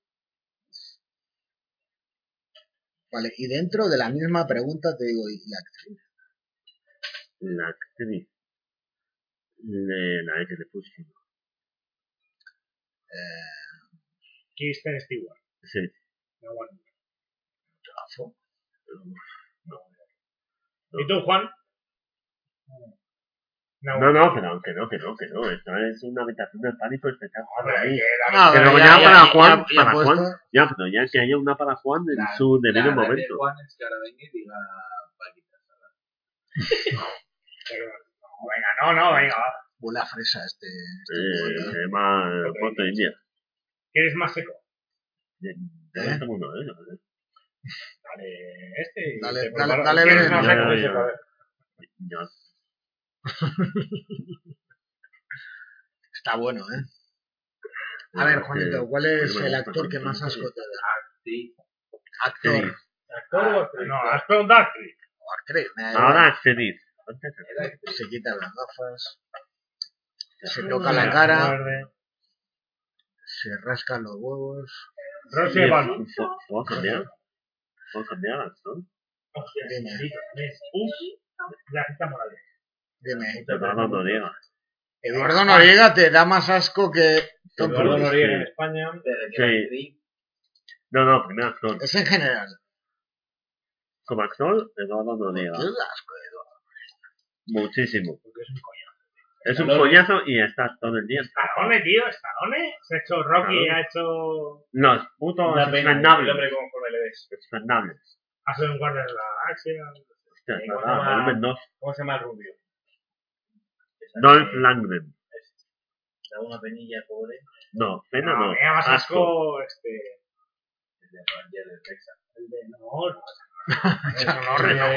S3: Vale, y dentro de la misma pregunta te digo, ¿y la actriz?
S1: la actriz, de la de Crepúsculo.
S2: Kristen Stewart.
S1: Sí.
S2: este No, bueno.
S1: No.
S2: ¿Y tú, Juan?
S1: No, no, que no, que no, que no, que no. Esto es una habitación del pánico espectacular.
S2: Hombre,
S1: pues ahí.
S2: ya,
S1: Pero,
S2: ya,
S1: ya,
S2: ya,
S3: ¿eh?
S2: ya,
S1: para
S2: ya,
S1: Juan,
S2: ya
S1: para
S2: puesto.
S1: Juan, ya, pero ya que haya una para Juan en su debido momento.
S4: Juan es que ahora venga y diga Paquita Sala.
S2: Venga, Ah, no, no, venga, va.
S3: Huele a fresa este.
S1: Eh, se llama Puerto de India.
S2: ¿Quieres más seco?
S1: De, de este mundo, ¿eh?
S2: Dale, este. y
S3: Dale,
S2: te
S3: dale,
S2: preparo.
S3: dale
S2: ¿Quieres
S3: veneno.
S2: más seco?
S3: Ya,
S2: Dice,
S3: ya.
S2: a ver.
S1: Ya.
S3: Está bueno, ¿eh? A
S1: Ya,
S3: ver,
S1: Pues que-
S3: Juanito, ¿cuál
S1: que
S3: es
S1: me
S3: el
S1: gusta
S3: actor que
S1: tanto.
S3: más asco te da?
S1: Actriz.
S3: Actor.
S2: ¿Actor o actriz? No, has preguntado actriz.
S3: O actriz, me da igual.
S1: Ahora actriz.
S3: Se quita las gafas. Se toca la cara. Se rascan los huevos.
S1: Oye, ¿puedo- ¿Puedo cambiar? ¿Puedo cambiar actor?
S2: Hostia,
S3: Dime.
S2: maldito, ¿ves? Uf, la gente Morales.
S3: Dime.
S1: Eduardo Noriega.
S3: Eduardo Noriega te da más asco que Tom Cruise.
S2: España.
S1: Sí. No, no, primer actor.
S3: Es en general.
S1: Como actor, Eduardo Noriega.
S3: Qué asco, Eduardo.
S1: Muchísimo.
S2: es un coñazo.
S1: Es un
S2: Calor.
S1: coñazo y estás todo el día.
S2: Stallone, tío, Stallone. Se ha hecho Rocky,
S1: Claro.
S2: ha hecho.
S1: No, es puto
S2: Una pena, el hombre
S1: Fernández.
S2: conforme le ves.
S1: Fernández.
S2: Ha sido un guardia de la galaxia.
S1: Hostia,
S2: Eh,
S1: es
S2: ¿cómo se
S1: verdad,
S2: llama?
S1: volumen dos.
S29: ¿Cómo se llama el rubio?
S1: Dolph Lundgren.
S29: Da una penilla, pobre.
S1: No, pena
S2: No,
S1: no.
S2: me da más
S1: Asco.
S2: asco, este. El de no, no,
S3: Chac-
S2: no,
S3: Chac-
S2: no,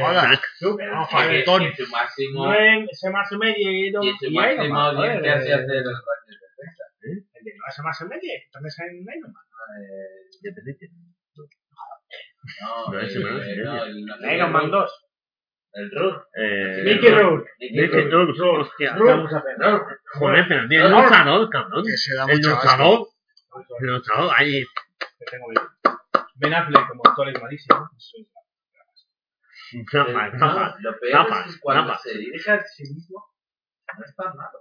S3: jodas.
S2: no,
S3: No,
S2: joder.
S3: Falcón.
S4: Y su máximo.
S2: No es ese más o medio y no-
S4: Y su
S2: y Iron
S4: máxima
S2: Man, joder,
S4: audiencia se hace
S2: eh,
S4: los guardias de Texas.
S2: el de no ese más o medio, ¿dónde sale en Iron Man?
S4: No,
S1: No,
S4: eh,
S1: ese no es,
S4: no,
S1: no.
S4: el-
S2: En Iron Man 2.
S4: El Rook.
S1: Eh,
S2: Mickey Rourke.
S1: Mickey Rourke. Hostia.
S2: Rourke.
S1: vamos a ver. Joder, pero tiene
S2: Rourke.
S1: luchador, cabrón.
S3: Que se da
S1: El
S3: mucho asco.
S1: luchador. El luchador, ahí.
S2: Que tengo bien. Ben Affleck como actor es malísimo. Eh,
S1: Tapa, tapa.
S4: Lo peor
S1: Tapa,
S4: es cuando
S1: tapa.
S4: se dirige a sí mismo, no es tan malo.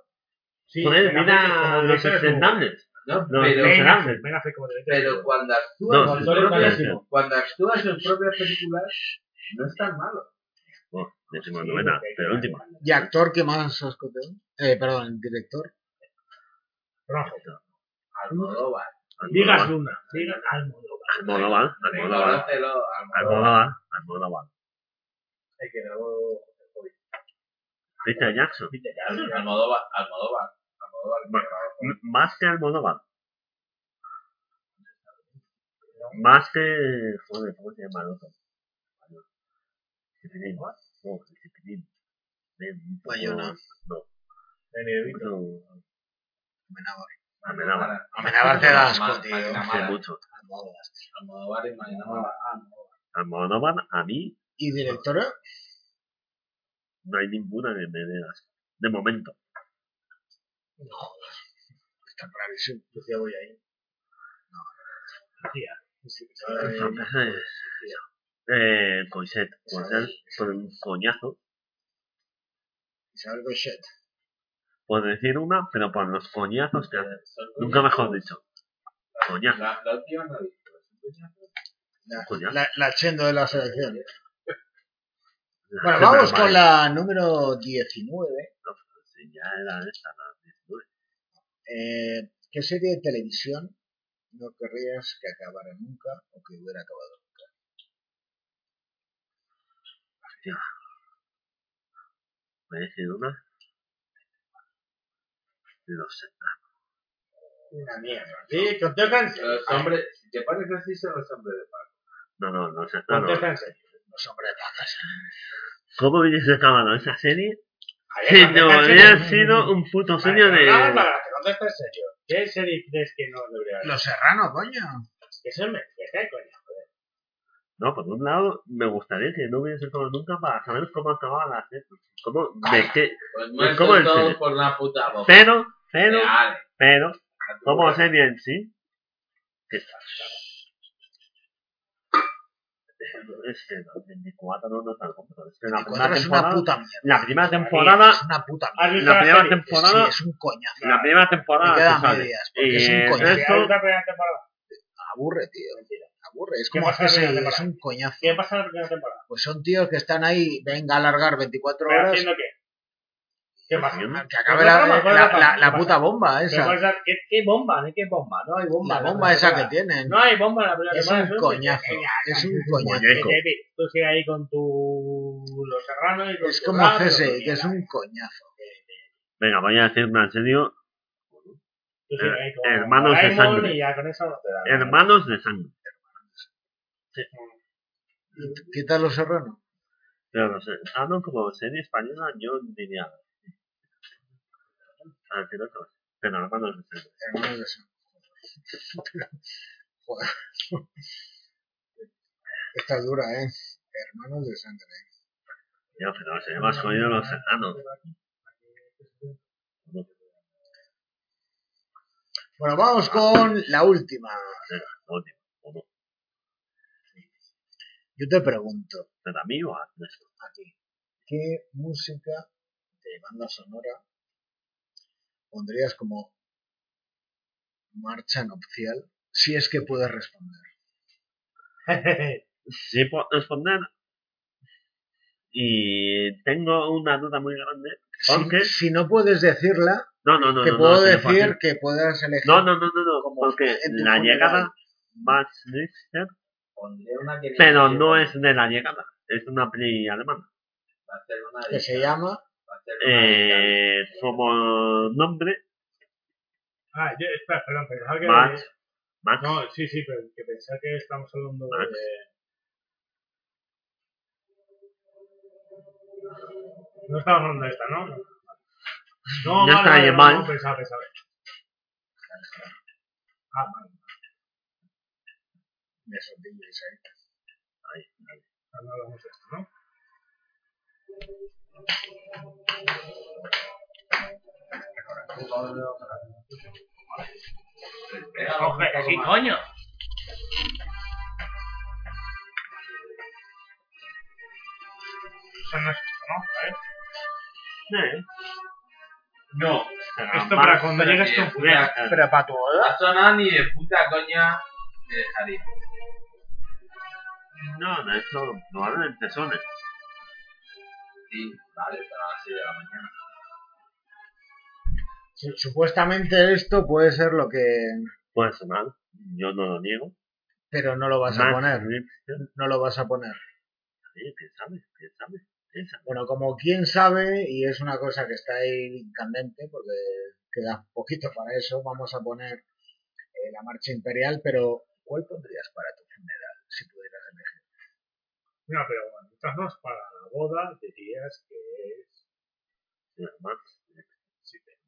S2: Sí,
S1: Joder,
S2: Ben Affleck
S1: mira
S2: como
S1: los
S2: director es muy bueno.
S1: extendables.
S4: No,
S1: Los
S4: pero-
S1: extendables.
S2: Ben Affleck como director es muy
S4: Pero
S2: bueno.
S4: cuando
S1: No,
S4: actúa, en sus
S1: sí, sí,
S4: propias-
S1: sí.
S4: cuando actúa en sus propias películas, no es tan malo.
S1: Oh, Décima novena, pero última.
S3: ¿Y actor que más asco te da? Eh, perdón, director.
S2: Rojo.
S4: Almodóvar.
S2: Digas una. Digas Almodóvar.
S1: Almodóvar, Almodóvar,
S4: Reconócelo, Almodóvar.
S1: Almodóvar, Almodóvar.
S29: El que grabó el COVID.
S1: Peter Jackson.
S4: Almodóvar. Almodóvar. Almodóvar. que
S1: Ma-
S4: grabó-
S1: M- Más que Almodóvar. Más que... Joder, ¿cómo se llama el otro? Chiquitín. No, el chiquitín. Ven, un poco-
S3: Bayona.
S1: No.
S29: Daniel Vito.
S1: Otro-
S3: Amenábar.
S1: Almodóvar.
S3: Amenábar te da asco,
S4: Ma-
S3: tío.
S4: Magnamara.
S1: Sí, mucho.
S3: Almodóvar.
S4: Almodóvar y Magnamara.
S1: Almodóvar, a mí,
S3: ¿Y directora?
S1: no hay ninguna que me dé asco. De momento.
S3: Está clarísimo.
S29: Yo sí voy ahí.
S1: Eh, Coiset. Coiset por un coñazo.
S3: Isabel Gochet.
S1: Por decir una, pero por los coñazos que hace.
S4: Son
S1: Nunca
S4: curiosos.
S1: mejor dicho. Coñazo.
S4: La, la última no he visto.
S3: La,
S1: Coñazo.
S3: la, la chendo de la selección.
S1: La
S3: Bueno,
S1: Gemma
S3: vamos con
S1: Mile.
S3: la número 19.
S1: Sí, Ya era esta, la 19.
S3: Eh, ¿Qué serie de televisión no querrías que acabara nunca o que hubiera acabado?
S1: ¿Me decís una? No sé.
S2: Una mierda. Sí, contesta en serio.
S4: Los hombres, si te pones así, son los hombres de paz.
S1: No, no, no sé. No, no.
S2: Contesta en serio.
S3: Los hombres vacas.
S1: ¿Cómo hubiese acabado esa serie?
S2: A ver,
S1: Si
S2: contesta en
S1: no
S2: serio.
S1: hubiera sido un puto sueño
S2: Vale,
S1: de.
S2: pero nada, nada, te Contesta en serio. ¿Qué serie crees que no debería haber?
S3: Los serranos, coño.
S2: Eso es mentira, coño. joder.
S1: No, por un lado, me gustaría que no hubiese acabado nunca para saber cómo acababa la serie. ¿Cómo? ¿De qué?
S4: Pues
S1: ¿Y cómo
S4: muertos
S1: el
S4: todos
S1: cine?
S4: por una puta boca.
S1: Pero, pero,
S4: Real.
S1: pero, ¿cómo serie en sí? Que- es que Este, no, 24 no, no es tan complicado. Es que la
S3: 24
S1: primera
S3: es una
S1: temporada.
S3: puta mierda.
S1: La primera temporada.
S3: Es una puta mierda.
S1: ¿Has visto
S2: Ah,
S1: La primera
S3: serie?
S1: temporada.
S3: Sí, es un coñazo.
S1: La primera temporada.
S3: Me queda
S1: se sale.
S3: medias, porque es
S1: Y
S3: un
S1: el
S3: coñazo.
S1: resto-
S3: Aburre, tío. Aburre. Es
S1: ¿Qué
S3: como
S1: pasa en la
S3: hacerse-
S1: primera
S3: es
S1: temporada?
S3: un coñazo.
S2: ¿Qué pasa en la primera temporada?
S3: Pues son tíos que están ahí, venga a alargar 24
S2: ¿Pero
S3: horas.
S2: haciendo qué? ¿Qué pasa?
S3: Que acabe la, la- la- la puta bomba esa.
S2: ¿Qué, ¿Qué bomba? ¿De qué bomba? No hay bomba.
S3: La
S2: en la
S3: bomba
S2: primera
S3: esa que
S2: temporada.
S3: tienen.
S2: No hay bomba en la primera
S3: Es
S2: temporada.
S3: un
S2: eso
S3: coñazo.
S2: Venga,
S3: Es un
S2: venga,
S3: coñazo.
S2: David, Tú sigue ahí con tu... Los serranos y con
S3: Es
S2: tu
S3: como
S2: rap, lo
S3: CSI,
S2: que
S3: que es
S2: quieras.
S3: un coñazo.
S1: Venga, voy a decir una en serio.
S2: Tú sigue ahí con
S1: Hermanos de
S2: Doraemon
S1: sangre.
S2: Y ya con eso...
S1: Hermanos de sangre.
S3: Quita los serranos.
S1: Pero no sé. Ah, no, como serie española, yo diría. A ver, no otra vez. Pero hermanos de sangre.
S3: Hermanos de sangre. Joder. Esta es dura, ¿eh? Hermanos de sangre.
S1: Ya, pero se llama jodido los serranos.
S3: Bueno, vamos con la última. Yo te pregunto,
S1: Pero a mí o a Ernesto.
S3: ¿qué música de banda sonora pondrías como marcha nupcial? Si es que puedes responder.
S1: Sí, puedo responder. Y tengo una duda muy grande. Porque.
S3: Si, si no puedes decirla,
S1: No, no, no.
S3: te
S1: no,
S3: puedo
S1: no, sí lo puedo
S3: decir que puedas elegir.
S1: No, no, no, no, no,
S3: como
S1: Porque
S3: en tu
S1: la
S3: funeral.
S1: llegada. Max Richter.
S32: Pondré una que
S1: Pero no es de la llegada. Es una peli alemana.
S32: Barcelona
S3: Que se llama.
S1: Eh, como nombre,
S2: Ah, yo, espera, perdón, pensaba que...
S1: Max. Max.
S2: No, sí, sí, pero que pensaba que estamos hablando
S1: Max.
S2: de... No estamos hablando de esta, ¿no? No, vale, vale,
S1: Ya está, ya ¿eh?
S2: no,
S1: mal.
S2: no, pensaba, pensaba. Ah, vale.
S3: De esos DJs, ¿eh?
S2: Ah, No hablamos de esto, ¿no?
S33: Coge, sí, coño.
S2: Eso no es esto, ¿no? Vale.
S4: No.
S1: Ah,
S2: Esto para cuando llegues
S4: tu
S2: tú. Pero para tu boda.
S4: Esto no ni de puta coña te dejaría.
S1: No, de hecho, no hablan en pezones.
S4: Sí, vale, para las 6 de la mañana.
S3: Su- Supuestamente esto puede ser lo que.
S1: Puede sonar, yo no lo niego.
S3: Pero no lo vas a
S1: Max
S3: poner.
S1: Richter,
S3: No lo vas a poner.
S1: sí, quién sabe, quién sabe, quién sabe.
S3: Bueno, como quién sabe, y es una cosa que está ahí candente, porque queda poquito para eso, vamos a poner eh, la marcha imperial, pero ¿cuál pondrías para tu funeral, si pudieras elegir?
S2: No, pero bueno, estamos para la boda, dirías que es...
S1: Sí, Max.
S2: Sí, pero...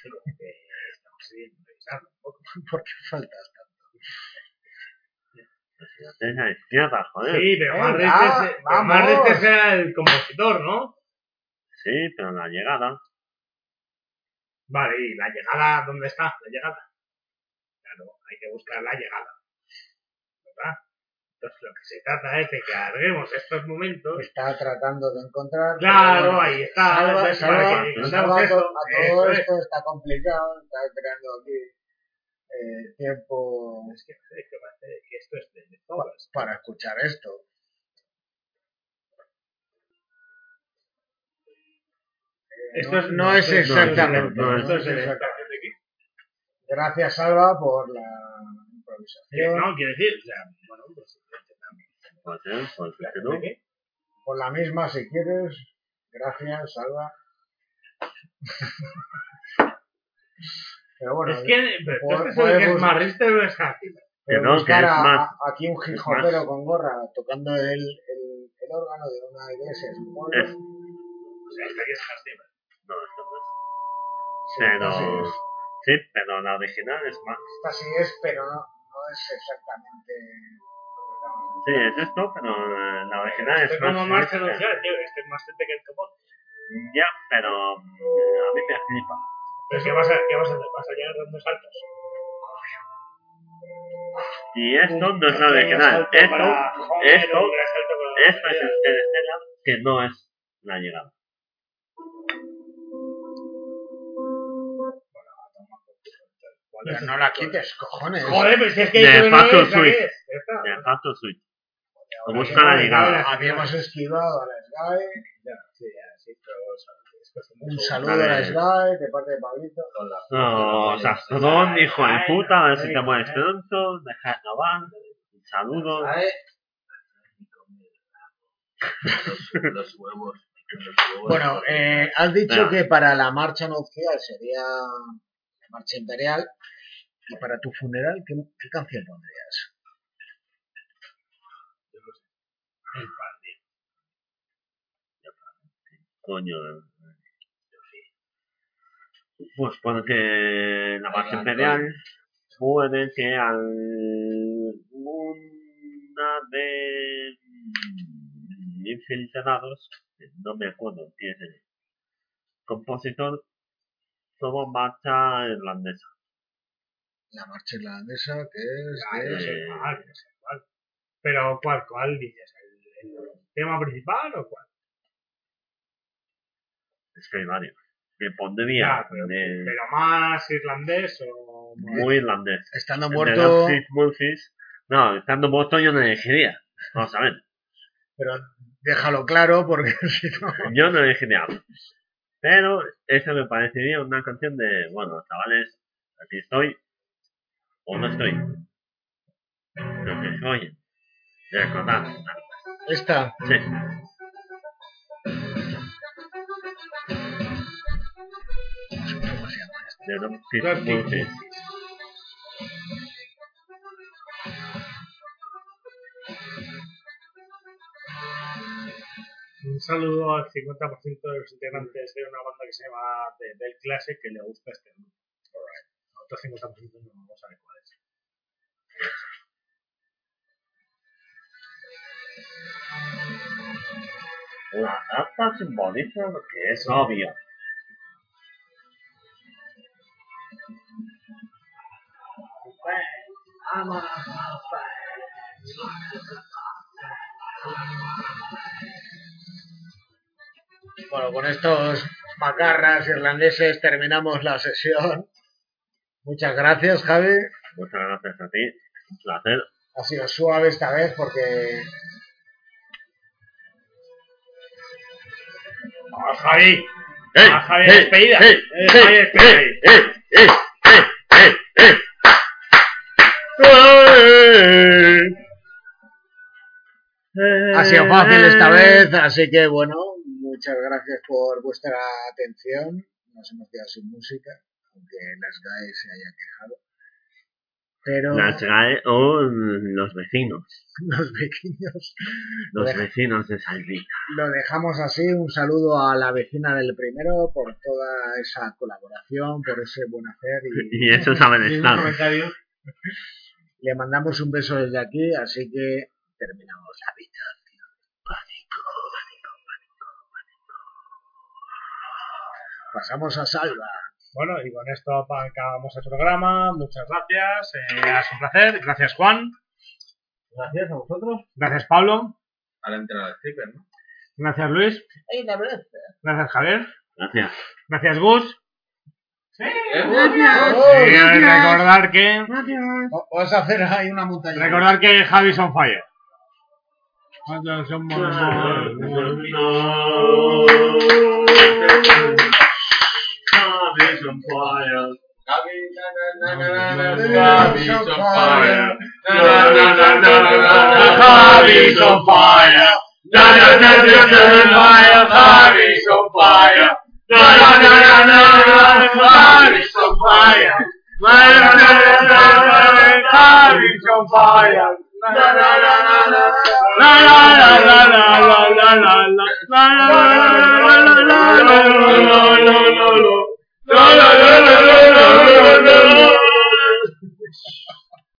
S2: Creo que estamos bien revisando un poco.
S3: ¿Por qué faltas tanto?
S1: La tenga izquierda, joder.
S2: Sí,
S3: Eh,
S2: pero
S1: Venga,
S2: más Richter se- pero
S3: ah,
S2: más eh,
S1: vamos.
S2: Richter será el compositor, ¿no?
S1: Sí, pero la llegada.
S2: Vale, y la llegada, ¿dónde está? La llegada. Claro, hay que buscar la llegada. ¿Verdad? Entonces lo que se trata es de que alarguemos estos momentos.
S3: Está tratando de encontrar...
S2: Claro,
S3: pero
S2: ahí está,
S3: Salva,
S2: entonces, para
S3: salva,
S2: que-
S3: salva
S2: eso,
S3: a to- a todo
S2: eso es.
S3: esto, está complicado, está creando aquí eh, tiempo
S2: Es que, es que parece que esto es de
S3: pa-
S2: todas.
S3: para escuchar esto.
S2: Esto es-
S3: no es
S2: esto es- no,
S3: exactamente.
S2: no, no,
S3: no
S2: esto
S3: es
S2: es
S3: exactamente.
S2: exactamente aquí.
S3: Gracias, Salva, por la improvisación,
S2: No, quiero decir, o sea, bueno, pues intentamos.
S1: Puede ser, puede ser que no.
S3: por la misma si quieres. Gracias, Salva. Pero bueno,
S2: es que, pero tú
S3: puedes-
S2: estás seguro que es
S3: podemos-
S2: más Richter o es Hackett.
S1: Que
S3: pero
S1: no, que
S3: buscar
S1: es
S3: a-
S1: más.
S3: a- aquí un
S1: es más.
S3: gijotero con gorra tocando el, el, el órgano de una iglesia. es un pueblo.
S1: Es-
S2: O sea, esta que es Hackett.
S1: No, esto no es.
S3: Sí,
S1: Pero.
S3: así es.
S1: Sí, pero la original es Max.
S3: Esta sí es, pero no, no es exactamente.
S1: Sí, es esto, pero eh, la original
S2: Esto
S1: es
S2: es como
S1: Max.
S2: marcha
S1: Richter.
S2: anunciada, tío, este es más gente que el copón.
S1: Ya, pero. mm, A mí me flipa.
S2: Pero ¿qué vas a, qué vas a hacer? ¿Vas a llegar dando saltos?
S1: Y esto no es nada original. Esto, esto,
S3: ¿Eh?
S1: esto es el el escena que no es la llegada.
S3: Pero no la quites, cojones.
S4: Joder, pero si es que
S1: De
S4: yo no
S1: facto
S4: es, ¿sabes?
S1: switch.
S4: Ya está.
S1: De facto switch. Como está la llegada.
S34: Habíamos esquivado a la SGAE. Ya, sí, ya, sí, pero, o sea, es cuestión de-
S3: Un
S1: saludo a la Vale.
S34: SGAE de parte de Pablito.
S1: No, Sastrodón, hijo de puta, a ver si te mueres pronto, deja de acabar. Un saludo.
S35: Los huevos.
S3: Bueno, eh, has dicho
S35: Venga.
S3: que para la marcha nupcial sería la marcha imperial y para tu funeral, ¿qué, qué canción pondrías?
S1: Coño. eh. Pues pone que la marcha imperial puede que alguna de mm, infiltrados, que no me acuerdo quién es el compositor, tomó marcha irlandesa.
S3: La marcha irlandesa, que es...
S4: Ah,
S3: de-
S4: no
S1: eh,
S4: sé cuál, no sé cuál. Pero, ¿cuál, cuál dices? ¿El, el tema principal o cuál?
S1: Es que hay varios. Me pondría
S4: Ya, pero,
S1: de-
S4: pero más irlandés o...
S1: muy irlandés.
S3: Estando
S1: El de
S3: muerto-
S1: Danzig Murphys. No, estando muerto yo no elegiría. Vamos a ver.
S3: Pero déjalo claro porque si no...
S1: Yo no dije nada. Pero esa me parecería una canción de, bueno, chavales, aquí estoy. O no estoy. Lo que se oye. Recordad.
S3: Esta.
S1: Sí. De Don Pete Murphy.
S4: Un saludo al 50% de los integrantes de una banda que se llama The Bell Classic que le gusta este grupo. Otro 50% no vamos a ver cuál es.
S1: La carta simboliza lo que es obvio.
S3: Bueno, con estos macarras irlandeses terminamos la sesión. Muchas gracias, Javi.
S1: Muchas gracias a ti. Un placer.
S3: Ha sido suave esta vez porque...
S4: ¡Ah, Javi!
S1: ¡Eh!
S4: ¡Ah, Javi,
S1: ¡Eh!
S4: despedida!
S1: ¡Eh!
S4: ¡Eh, Javi, despedida!
S3: Ha
S1: Eh,
S3: sido fácil esta vez, así que bueno, muchas gracias por vuestra atención. Nos hemos quedado sin música, aunque las GAE se haya quejado. Pero
S1: Las GAE o oh, los vecinos.
S3: los pequeños lo,
S1: Los
S3: dej-
S1: vecinos de Salvina.
S3: lo dejamos así. Un saludo a la vecina del primero por toda esa colaboración, por ese buen hacer. Y,
S1: Y eso saben estar.
S3: Le mandamos un beso desde aquí, así que terminamos la habitación. Pánico, pánico, pánico, pánico. Pasamos a Salva.
S4: Bueno, y con esto acabamos el programa. Muchas gracias. eh, ha sido un placer. Gracias, Juan. Gracias a vosotros. Gracias, Pablo.
S36: Ahora entra la stripper, ¿no?
S4: Gracias, Luis. Gracias, Javier.
S1: Gracias.
S4: Gracias, Gus.
S34: Gracias.
S4: Y recordar que,
S3: O- Vamos a hacer ahí una montaña.
S4: recordar que Javi son fire.
S2: la la la la la